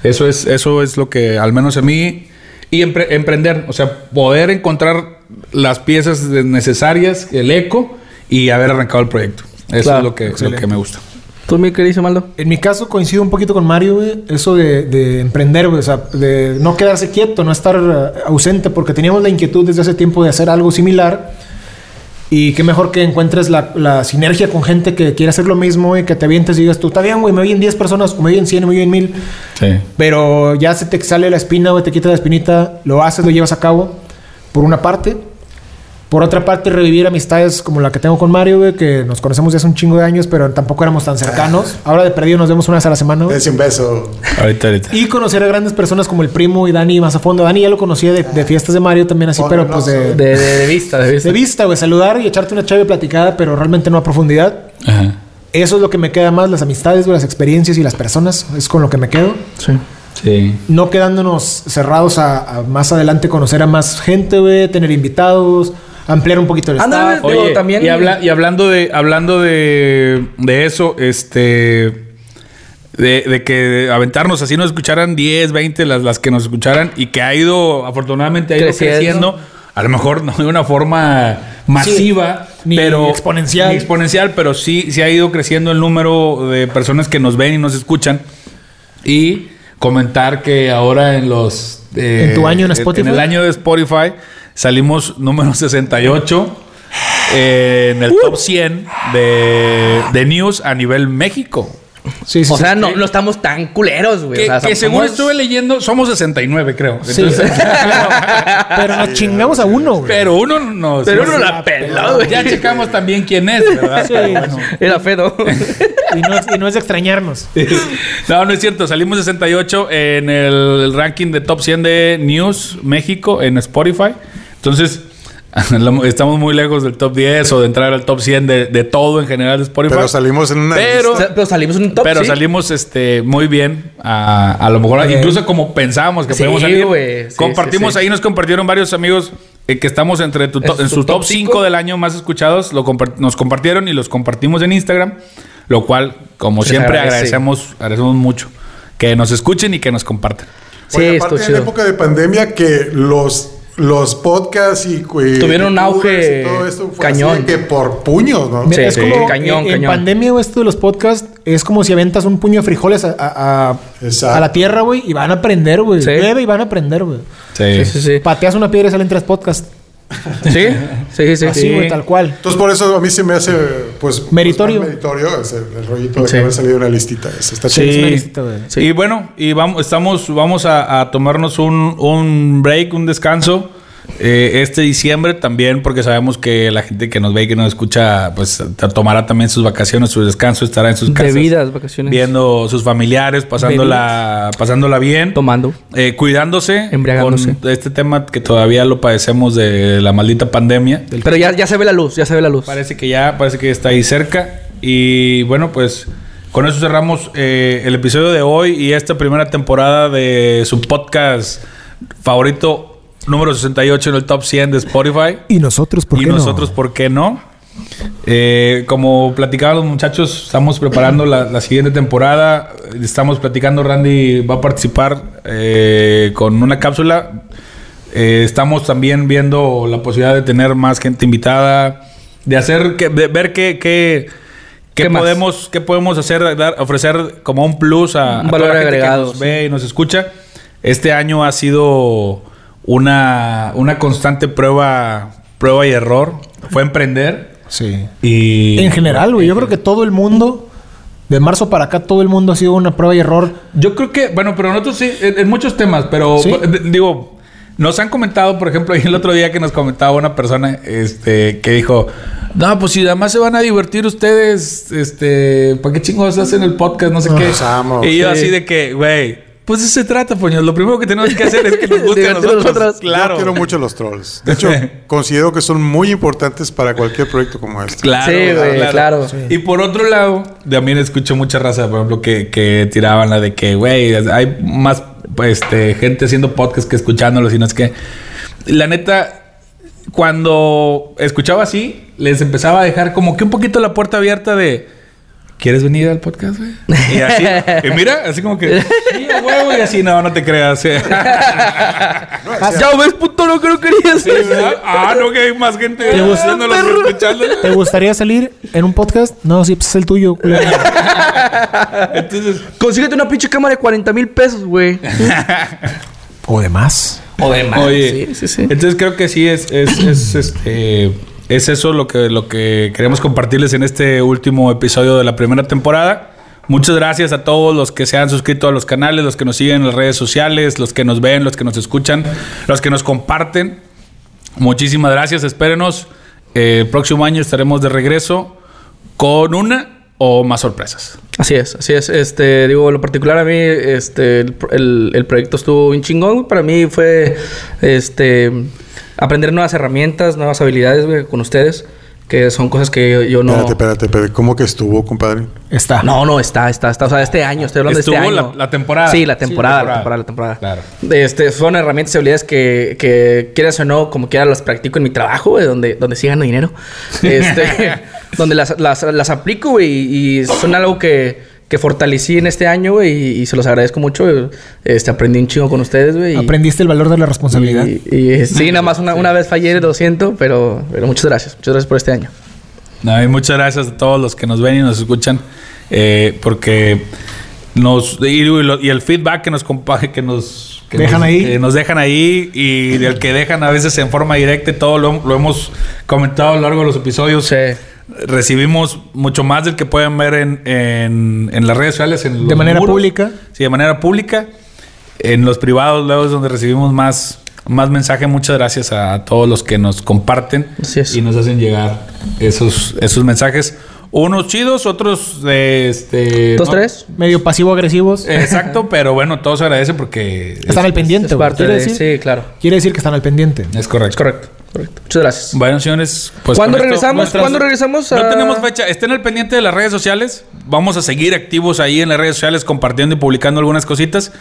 Speaker 1: Eso es, eso es lo que, al menos a mí, y empre- emprender, o sea, poder encontrar las piezas de- necesarias, el eco y haber arrancado el proyecto. Eso
Speaker 2: Claro,
Speaker 1: es lo que, lo que me gusta.
Speaker 3: ¿Tú, mi querido Maldo?
Speaker 2: En mi caso coincido un poquito con Mario, güey. Eso de, de emprender, güey. O sea, de no quedarse quieto, no estar eh, ausente, porque teníamos la inquietud desde hace tiempo de hacer algo similar. Y qué mejor que encuentres la, la sinergia con gente que quiere hacer lo mismo y que te avientes y digas tú, está bien, güey, me oyen 10 personas, o me oyen 100, o me oyen 1000.
Speaker 1: Sí.
Speaker 2: Pero ya se te sale la espina, güey, te quita la espinita, lo haces, lo llevas a cabo, por una parte. Por otra parte, revivir amistades como la que tengo con Mario, güey, que nos conocemos ya hace un chingo de años, pero tampoco éramos tan cercanos. Ahora de perdido nos vemos una vez a la semana, güey.
Speaker 4: Es un beso.
Speaker 1: Ahorita, ahorita.
Speaker 2: Y conocer a grandes personas como el primo y Dani más a fondo. Dani ya lo conocía de, de fiestas de Mario también así, pero pues de, de,
Speaker 3: De, de- de vista, de vista.
Speaker 2: vista, güey. Saludar y echarte una chévere platicada, pero realmente no a profundidad.
Speaker 1: Ajá.
Speaker 2: Eso es lo que me queda más, las amistades, güey, las experiencias y las personas. Es con lo que me quedo.
Speaker 3: Sí.
Speaker 1: Sí.
Speaker 2: No quedándonos cerrados a, a más adelante conocer a más gente, güey, tener invitados, ampliar un poquito el
Speaker 3: Ándale,
Speaker 2: staff.
Speaker 3: Digo,
Speaker 1: Oye,
Speaker 3: también-
Speaker 1: y, habla- y hablando de hablando de, de eso, este de, de que aventarnos así nos escucharan 10, 20 las, las que nos escucharan y que ha ido afortunadamente ha ido creciendo,
Speaker 3: Creciendo.
Speaker 1: a lo mejor no de una forma masiva,
Speaker 2: ni
Speaker 1: pero
Speaker 2: exponencial.
Speaker 1: ni exponencial, pero sí sí ha ido creciendo el número de personas que nos ven y nos escuchan y comentar que ahora en los eh,
Speaker 2: ¿En tu año en Spotify?
Speaker 1: en el año de Spotify salimos número 68 eh, en el
Speaker 2: Uh.
Speaker 1: top 100 de, de news a nivel México.
Speaker 2: Sí, sí,
Speaker 3: O
Speaker 2: sí.
Speaker 3: sea, no, no estamos tan culeros, güey.
Speaker 1: Que,
Speaker 3: Pues, o sea,
Speaker 1: que
Speaker 3: somos-
Speaker 1: según estuve leyendo, somos 69, creo.
Speaker 2: Sí.
Speaker 1: Entonces,
Speaker 2: pero nos chingamos a uno, güey.
Speaker 1: pero uno nos.
Speaker 3: Pero uno la peló, güey.
Speaker 1: Ya checamos también quién es, ¿verdad?
Speaker 2: Sí.
Speaker 1: Pero bueno.
Speaker 3: Era pedo.
Speaker 2: Y no, es- y no es de extrañarnos.
Speaker 1: No, no es cierto. Salimos 68 en el ranking de top 100 de News México en Spotify. Entonces, estamos muy lejos del top 10 o de entrar al top 100 de, de todo en general de Spotify.
Speaker 4: Pero salimos en una.
Speaker 1: Pero-
Speaker 4: lista.
Speaker 3: O sea, pero salimos en un top,
Speaker 1: Pero
Speaker 3: sí.
Speaker 1: salimos este, muy bien. A, a lo mejor, incluso como pensábamos que
Speaker 3: Sí,
Speaker 1: podíamos salir.
Speaker 3: güey. Sí,
Speaker 1: Compartimos
Speaker 3: sí, sí.
Speaker 1: ahí, nos compartieron varios amigos eh, que estamos entre tu to-
Speaker 3: Es
Speaker 1: en
Speaker 3: tu
Speaker 1: su top
Speaker 3: top
Speaker 1: 5
Speaker 3: cinco.
Speaker 1: del año más escuchados. Lo compar- nos compartieron y los compartimos en Instagram. Lo cual, como
Speaker 3: Les
Speaker 1: siempre,
Speaker 3: agradece.
Speaker 1: agradecemos, agradecemos mucho que nos escuchen y que nos compartan.
Speaker 3: Sí,
Speaker 4: Oye,
Speaker 3: estuvo
Speaker 4: aparte en
Speaker 3: chido.
Speaker 4: época de pandemia que los los podcasts y eh,
Speaker 3: Tuvieron un auge
Speaker 4: youtubers y todo esto fue
Speaker 3: cañón.
Speaker 4: así de que por puños, ¿no?
Speaker 2: Mira, es
Speaker 3: sí.
Speaker 2: como
Speaker 3: Cañón,
Speaker 2: en, en
Speaker 3: cañón.
Speaker 2: pandemia, güey, esto de los podcasts es como si aventas un puño de frijoles a, a- a-
Speaker 4: Exacto.
Speaker 2: a la tierra, güey, y van a aprender, güey.
Speaker 3: Sí.
Speaker 2: Llueve y van a aprender, güey.
Speaker 3: Sí, sí, sí.
Speaker 2: Pateas una piedra y salen tres podcasts.
Speaker 3: Sí, sí, sí.
Speaker 2: Así, Ah, güey, tal cual.
Speaker 4: Entonces por eso a mí se me hace pues
Speaker 2: Meritorio.
Speaker 4: pues, más meritorio es el, el rollito de
Speaker 3: Sí.
Speaker 4: haber salido una listita. Eso está
Speaker 2: Sí,
Speaker 4: chido.
Speaker 2: es una lista, güey.
Speaker 1: Sí. Y bueno, y vamos, estamos, vamos a, a tomarnos un, un break, un descanso. eh, este diciembre también, porque sabemos que la gente que nos ve y que nos escucha, pues t- tomará también sus vacaciones, su descanso, estará en sus casas.
Speaker 3: Bebidas, vacaciones.
Speaker 1: Viendo sus familiares, pasándola, pasándola bien.
Speaker 3: Tomando.
Speaker 1: eh, cuidándose.
Speaker 3: Embriagándose.
Speaker 1: Con este tema que todavía lo padecemos de la maldita pandemia.
Speaker 3: Pero ya, ya se ve la luz, ya se ve la luz.
Speaker 1: Parece que ya, parece que está ahí cerca. Y bueno, pues con eso cerramos eh, el episodio de hoy y esta primera temporada de su podcast favorito número 68 en el top 100 de Spotify.
Speaker 2: Y nosotros, ¿por
Speaker 1: y
Speaker 2: qué no?
Speaker 1: nosotros, ¿por qué no? Eh, como platicaban los muchachos, estamos preparando la, la siguiente temporada. Estamos platicando, Randy va a participar eh, con una cápsula. Eh, estamos también viendo la posibilidad de tener más gente invitada, de hacer que, de ver qué, qué, qué
Speaker 3: ¿Qué más?
Speaker 1: podemos, qué podemos hacer, dar- ofrecer como un plus a,
Speaker 3: Un
Speaker 1: a toda
Speaker 3: valor
Speaker 1: la gente
Speaker 3: agregado,
Speaker 1: que nos ve y nos escucha. Este año ha sido una, una constante prueba, prueba y error. Fue emprender
Speaker 2: Sí.
Speaker 1: y...
Speaker 2: En general, güey. Yo creo que todo el mundo, de marzo para acá, todo el mundo ha sido una prueba y error.
Speaker 1: Yo creo que, bueno, pero nosotros sí, en, en muchos temas, pero
Speaker 2: Sí.
Speaker 1: d- digo, nos han comentado, por ejemplo, ahí el otro día que nos comentaba una persona este, que dijo, no, pues si además se van a divertir ustedes, este, ¿para qué chingados hacen el podcast? No sé qué.
Speaker 4: los amo.
Speaker 1: y yo
Speaker 3: Sí.
Speaker 1: así de que, güey, pues de eso se trata, puños. Lo primero que tenemos que hacer es que nos guste a
Speaker 3: Divertirnos
Speaker 1: nosotros.
Speaker 3: nosotros.
Speaker 1: Claro.
Speaker 4: Yo quiero mucho los trolls. De hecho, considero que son muy importantes para cualquier proyecto como este.
Speaker 1: Claro,
Speaker 3: Sí, güey, claro.
Speaker 1: Y por otro lado, también escucho mucha raza, por ejemplo, que, que tiraban la de que, güey, hay más este, gente haciendo podcast que escuchándolos y no es que... La neta, cuando escuchaba así, les empezaba a dejar como que un poquito la puerta abierta de... ¿Quieres venir al podcast, güey? Y así, y mira, así como que... Sí, a huevo, y así, no, no te creas.
Speaker 3: Ya ves, puto, no creo que querías.
Speaker 1: ah, no, que hay más gente
Speaker 2: Te gusta-
Speaker 1: escuchándolos y escuchándolos.
Speaker 2: ¿Te gustaría salir en un podcast? No, sí, pues es el tuyo. culero.
Speaker 1: Entonces...
Speaker 3: Consíguete una pinche cámara de 40 mil pesos, güey.
Speaker 2: o demás.
Speaker 3: O de más.
Speaker 1: Oye,
Speaker 3: Sí, sí, sí.
Speaker 1: entonces creo que sí es, es, es, este, es eso lo que, lo que queremos compartirles en este último episodio de la primera temporada. Muchas gracias a todos los que se han suscrito a los canales, los que nos siguen en las redes sociales, los que nos ven, los que nos escuchan, los que nos comparten. Muchísimas gracias, espérenos. Eh, el próximo año estaremos de regreso con una o más sorpresas.
Speaker 3: Así es, así es. Este, digo, lo particular a mí, este, el, el- el proyecto estuvo bien chingón. güey. Para mí fue, este, aprender nuevas herramientas, nuevas habilidades, güey, con ustedes, que son cosas que yo, yo no.
Speaker 4: Espérate, espérate, espérate. ¿Cómo que estuvo, compadre?
Speaker 2: Está.
Speaker 3: No, no, está, está, está. O sea, este año, estoy hablando
Speaker 1: Ah.
Speaker 3: de
Speaker 1: Estuvo
Speaker 3: este
Speaker 1: la-
Speaker 3: año.
Speaker 1: la temporada.
Speaker 3: Sí, la temporada,
Speaker 1: Sí,
Speaker 3: la
Speaker 1: la temporada.
Speaker 3: temporada, la temporada.
Speaker 1: Claro.
Speaker 3: Este, son herramientas y habilidades que, que quieras o no, como quiera, las practico en mi trabajo, güey, donde, donde sí gano dinero. Este, donde las, las, las aplico, güey, y son algo que, que fortalecí en este año, güey, y, y se los agradezco mucho. güey. Este, aprendí un chingo con ustedes, güey. y-
Speaker 2: Aprendiste el valor de la responsabilidad.
Speaker 3: Y, y- sí, nada más una, una vez fallé de 200, pero, pero muchas gracias. Muchas gracias por este año.
Speaker 1: No, y muchas gracias a todos los que nos ven y nos escuchan, eh, porque nos y, y lo- y el feedback que nos compa- que nos que
Speaker 2: Dejan
Speaker 1: nos-
Speaker 2: ahí.
Speaker 1: que nos dejan ahí y del que dejan a veces en forma directa y todo lo, lo hemos comentado a lo largo de los episodios. eh,
Speaker 3: Sí.
Speaker 1: Recibimos mucho más del que pueden ver en, en- en las redes sociales. en
Speaker 2: De
Speaker 1: los
Speaker 2: manera pública.
Speaker 1: Sí, de manera pública. En los privados luego es donde recibimos más, más mensaje. Muchas gracias a todos los que nos comparten
Speaker 3: Así es.
Speaker 1: y nos hacen llegar esos, esos mensajes. Unos chidos, otros de este...
Speaker 3: ¿Dos,
Speaker 1: no-
Speaker 3: tres?
Speaker 2: Medio pasivo-agradecivos.
Speaker 3: Eh,
Speaker 1: Exacto, pero bueno, todos agradecen porque... es-
Speaker 2: están al pendiente,
Speaker 3: Es
Speaker 2: güey.
Speaker 3: parte
Speaker 2: Quiere,
Speaker 3: de-
Speaker 2: decir,
Speaker 3: sí, claro.
Speaker 2: quiere decir que están al pendiente.
Speaker 1: Es correcto.
Speaker 3: Es correcto, correcto. Muchas gracias.
Speaker 1: Bueno, señores, pues
Speaker 3: ¿Cuándo
Speaker 1: con esto
Speaker 3: regresamos?
Speaker 1: nuestras-
Speaker 3: ¿Cuándo regresamos a-
Speaker 1: No tenemos fecha. Estén al pendiente de las redes sociales. Vamos a seguir activos ahí en las redes sociales compartiendo y publicando algunas cositas.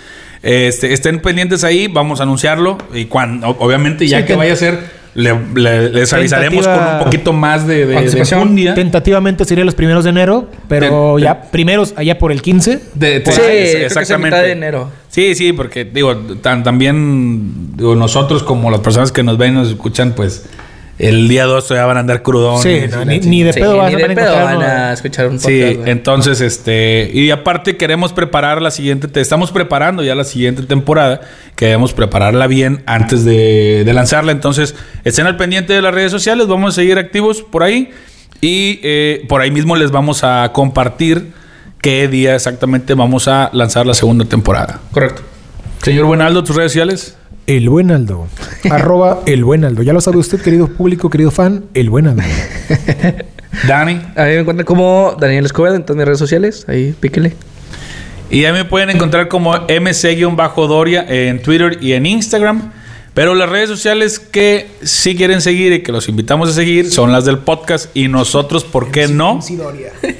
Speaker 1: Este, estén pendientes ahí, vamos a anunciarlo y cuando obviamente ya
Speaker 2: Sí,
Speaker 1: que
Speaker 2: ten-
Speaker 1: vaya a ser le- le- les avisaremos con un
Speaker 2: Tentativa-
Speaker 1: poquito más de, de, de
Speaker 3: Participación.
Speaker 1: enjundia.
Speaker 2: Tentativamente sería los primeros de enero, pero
Speaker 1: Ten-
Speaker 2: ya primeros allá por el 15.
Speaker 1: De-
Speaker 3: Sí,
Speaker 1: por ahí,
Speaker 3: creo que es a mitad de enero.
Speaker 1: Sí, sí, porque digo, tan, también digo, nosotros como las personas que nos ven y nos escuchan, pues el día 2 ya van a andar crudón.
Speaker 2: sí,
Speaker 1: y-
Speaker 2: no, ni, ni de
Speaker 3: Sí,
Speaker 2: pedo van
Speaker 3: ni
Speaker 2: a
Speaker 3: de pedo
Speaker 2: encontrar
Speaker 3: van
Speaker 2: uno.
Speaker 3: a escuchar un podcast.
Speaker 1: Sí,
Speaker 3: güey.
Speaker 1: entonces, este, y aparte queremos preparar la siguiente, te estamos preparando ya la siguiente temporada, queremos prepararla bien antes de, de lanzarla, entonces estén al pendiente de las redes sociales, vamos a seguir activos por ahí y eh, por ahí mismo les vamos a compartir qué día exactamente vamos a lanzar la segunda temporada.
Speaker 3: Correcto.
Speaker 1: Señor Buenaldo, tus redes sociales.
Speaker 2: El Buenaldo. arroba El Buenaldo. Ya lo sabe usted, querido público, querido fan. El Buenaldo.
Speaker 1: Dani.
Speaker 3: A mí me encuentran como Daniel Escobedo en todas mis redes sociales. Ahí, píquele.
Speaker 1: Y ya me pueden encontrar como MC-Doria en Twitter y en Instagram. Pero las redes sociales que sí quieren seguir y que los invitamos a seguir son las del podcast y nosotros, ¿por qué no?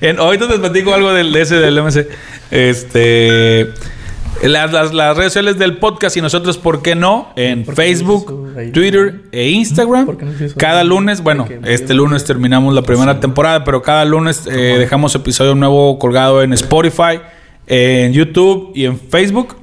Speaker 1: en, ahorita te platico algo del, de ese del MC. Este. Las, las, las redes sociales del podcast y nosotros, ¿por qué no? En
Speaker 3: qué no
Speaker 1: Facebook,
Speaker 3: hizo ahí?
Speaker 1: Twitter e Instagram.
Speaker 3: ¿Por qué no hizo eso?
Speaker 1: Cada lunes, bueno,
Speaker 3: Porque me
Speaker 1: este lunes terminamos la primera temporada, pero cada lunes eh, dejamos episodio nuevo colgado en Spotify, en YouTube y en Facebook.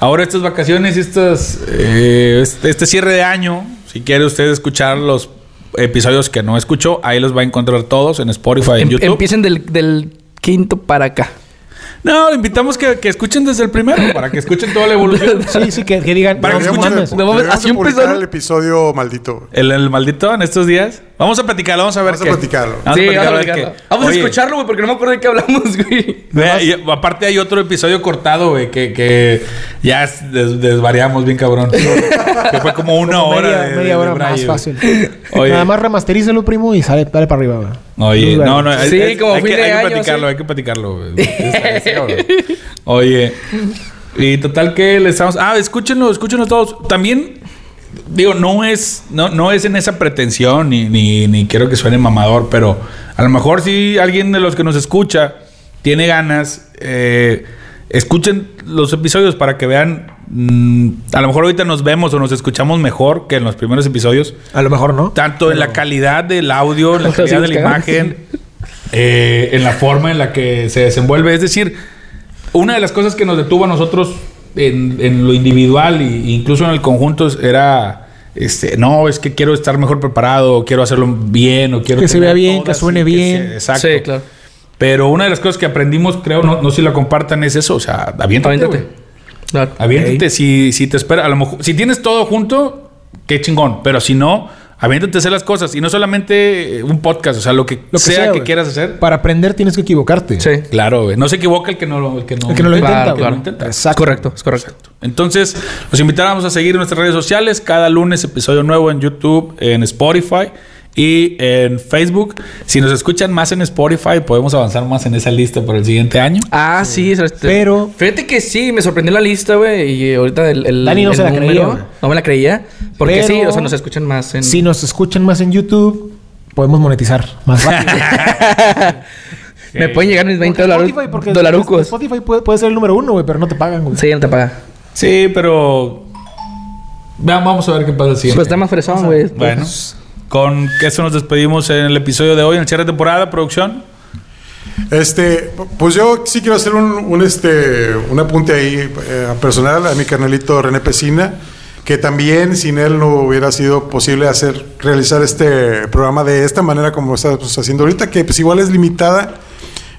Speaker 1: Ahora estas vacaciones y estas, eh, este, este cierre de año, si quiere usted escuchar los episodios que no escuchó, ahí los va a encontrar todos en Spotify, en
Speaker 3: Em-
Speaker 1: YouTube.
Speaker 3: Empiecen del, del quinto para acá.
Speaker 1: No, le invitamos que, que escuchen desde el primero, para que escuchen toda la evolución.
Speaker 2: Sí, sí, que, que digan.
Speaker 1: Para
Speaker 2: no
Speaker 1: que
Speaker 4: Deberíamos
Speaker 1: escuchen-
Speaker 4: de-
Speaker 2: mames.
Speaker 3: no mames,
Speaker 4: deberíamos
Speaker 3: así
Speaker 4: de publicar
Speaker 3: empezaron.
Speaker 4: el episodio maldito.
Speaker 1: El, el maldito en estos días. Vamos a platicarlo, vamos a ver
Speaker 4: Vamos a
Speaker 1: qué.
Speaker 4: platicarlo.
Speaker 2: Ah,
Speaker 1: Vamos
Speaker 3: Sí,
Speaker 1: a platicarlo.
Speaker 3: vamos a,
Speaker 1: ver qué.
Speaker 3: platicarlo. Vamos a
Speaker 1: Oye,
Speaker 3: escucharlo, güey, porque no me acuerdo de qué hablamos, güey.
Speaker 1: Ve, y aparte hay otro episodio cortado, güey, que, que ya es- des- desvariamos bien cabrón. que fue como una
Speaker 2: Como
Speaker 1: hora.
Speaker 2: media,
Speaker 1: de-
Speaker 2: media
Speaker 1: de
Speaker 2: hora
Speaker 1: Braille,
Speaker 2: más
Speaker 1: güey.
Speaker 2: fácil.
Speaker 1: Oye.
Speaker 2: Nada más remasterízalo, primo, y sale, dale para arriba. güey.
Speaker 1: Oye,
Speaker 2: Muy
Speaker 1: no,
Speaker 2: bueno.
Speaker 1: no, hay,
Speaker 3: Sí,
Speaker 1: hay-
Speaker 3: como
Speaker 1: hay
Speaker 3: fin
Speaker 1: que,
Speaker 3: de
Speaker 1: hay que
Speaker 3: año,
Speaker 1: platicarlo,
Speaker 3: sí.
Speaker 1: hay que platicarlo. güey. Está- está cabrón. Oye, y total que le estamos. Ah, escúchenlo, escúchenlo todos. También, digo, no es, no, no es en esa pretensión, ni, ni, ni quiero que suene mamador, pero a lo mejor si alguien de los que nos escucha tiene ganas, eh, escuchen los episodios para que vean. mm, a lo mejor ahorita nos vemos o nos escuchamos mejor que en los primeros episodios.
Speaker 2: A lo mejor no.
Speaker 1: Tanto en la calidad del audio, en la
Speaker 3: O sea,
Speaker 1: calidad de
Speaker 3: sí,
Speaker 1: la
Speaker 3: cagamos.
Speaker 1: imagen, eh, en la forma en la que se desenvuelve. Es decir, una de las cosas que nos detuvo a nosotros en, en lo individual e incluso en el conjunto era... Este, no, es que quiero estar mejor preparado, o quiero hacerlo bien, o quiero
Speaker 2: Que se
Speaker 1: tener
Speaker 2: vea bien,
Speaker 1: todas
Speaker 2: que suene
Speaker 1: y
Speaker 2: bien.
Speaker 1: se- exacto.
Speaker 3: Sí, claro.
Speaker 1: Pero una de las cosas que aprendimos, creo, no, no sé si la compartan, es eso. O sea, aviéntate.
Speaker 3: Aviéntate.
Speaker 1: güey.
Speaker 3: Claro.
Speaker 1: Aviéntate si, si te espera. A lo mejor, si tienes todo junto, qué chingón. Pero si no, Aviéntate a hacer las cosas. Y no solamente eh, un podcast, o sea, lo que,
Speaker 2: Lo
Speaker 1: sea, que
Speaker 2: güey.
Speaker 1: quieras hacer.
Speaker 2: Para aprender tienes que equivocarte.
Speaker 3: Sí.
Speaker 1: Claro, güey. No se equivoca el que no lo, el que no,
Speaker 2: El que no lo
Speaker 1: el
Speaker 2: intenta,
Speaker 1: que
Speaker 2: güey.
Speaker 1: no lo intenta.
Speaker 2: Exacto.
Speaker 3: Es correcto, es correcto.
Speaker 1: Entonces, los invitamos a seguir nuestras redes sociales. Cada lunes episodio nuevo en YouTube, en Spotify y en Facebook. Si nos escuchan más en Spotify, podemos avanzar más en esa lista para el siguiente año.
Speaker 3: Ah, sí, es- este-
Speaker 2: Pero-
Speaker 3: Fíjate que sí, me sorprendió la lista, güey. Y ahorita el. el-
Speaker 2: Dani no
Speaker 3: el
Speaker 2: se la
Speaker 3: número,
Speaker 2: creía, güey.
Speaker 3: No me la creía. Porque
Speaker 2: Pero-
Speaker 3: sí, o sea, nos escuchan más en.
Speaker 2: Si nos escuchan más en YouTube, podemos monetizar más rápido.
Speaker 3: Me pueden llegar mis 20 dólares.
Speaker 2: Spotify, porque
Speaker 3: dolarucos.
Speaker 2: Spotify puede, puede ser el número uno, güey, pero no te pagan, güey.
Speaker 3: Sí, no te paga.
Speaker 1: Sí, pero Vean, vamos a ver qué pasa el siguiente.
Speaker 3: Pues está más fresón, güey.
Speaker 1: bueno,
Speaker 3: Pues,
Speaker 1: con eso nos despedimos en el episodio de hoy, en el cierre de temporada, producción.
Speaker 4: Este, pues yo sí quiero hacer un, un, este, un apunte ahí eh, personal a mi carnalito René Pesina, que también sin él no hubiera sido posible hacer, realizar este programa de esta manera como estamos haciendo ahorita, que pues igual es limitada,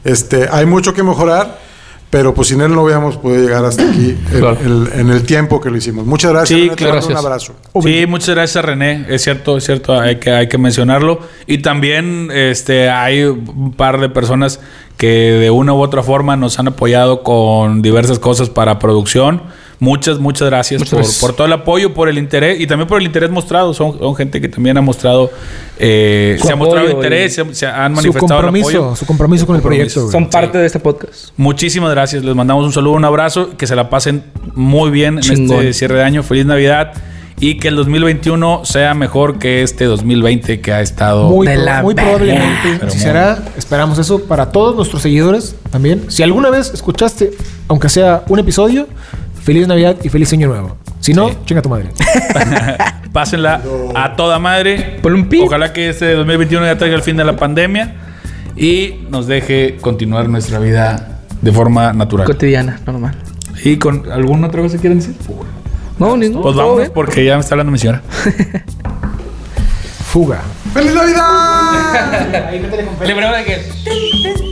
Speaker 4: este, hay mucho que mejorar, pero pues sin él no hubiéramos podido llegar hasta aquí en,
Speaker 3: Claro.
Speaker 4: el, en el tiempo que lo hicimos. Muchas gracias,
Speaker 1: Sí,
Speaker 4: René, te
Speaker 1: claro,
Speaker 4: mando un
Speaker 3: gracias.
Speaker 4: abrazo.
Speaker 1: Sí, muchas gracias a René. Es cierto, es cierto, hay que, hay que mencionarlo. Y también este, hay un par de personas que de una u otra forma nos han apoyado con diversas cosas para producción. Muchas, muchas gracias,
Speaker 3: Muchas
Speaker 1: por,
Speaker 3: gracias.
Speaker 1: por todo el apoyo, por el interés y también por el interés mostrado. Son, son gente que también ha mostrado, eh,
Speaker 3: Su
Speaker 1: se ha mostrado
Speaker 3: apoyo
Speaker 1: interés,
Speaker 3: y-
Speaker 1: se, se han
Speaker 2: Su
Speaker 1: manifestado el apoyo.
Speaker 2: compromiso, su compromiso con el proyecto, güey.
Speaker 3: Son parte de este podcast.
Speaker 1: Muchísimas gracias. Les mandamos un saludo, un abrazo. Que se la pasen muy bien en
Speaker 3: Chingón.
Speaker 1: este cierre de año. Feliz Navidad. Y que el 2021 sea mejor que este 2020 que ha estado.
Speaker 2: Muy,
Speaker 3: de
Speaker 2: pro-
Speaker 3: la
Speaker 2: muy
Speaker 3: verga.
Speaker 2: probablemente.
Speaker 1: Pero
Speaker 2: Si
Speaker 1: muy-
Speaker 2: será, esperamos eso para todos nuestros seguidores también. Si alguna vez escuchaste, aunque sea un episodio, feliz Navidad y feliz Año Nuevo. Si no, chinga tu madre.
Speaker 1: Pásenla a toda madre.
Speaker 3: Ponle un pi.
Speaker 1: Ojalá que este 2021 ya traiga el fin de la pandemia y nos deje continuar nuestra vida de forma natural.
Speaker 3: Cotidiana, normal.
Speaker 1: ¿Y con alguna otra cosa quieren decir?
Speaker 3: No, ninguno.
Speaker 1: Pues
Speaker 3: Oh, todo
Speaker 1: vámonos
Speaker 3: bien.
Speaker 1: porque ya me está hablando mi señora.
Speaker 2: Fuga.
Speaker 4: ¡Feliz Navidad!
Speaker 3: Le pregunto a que-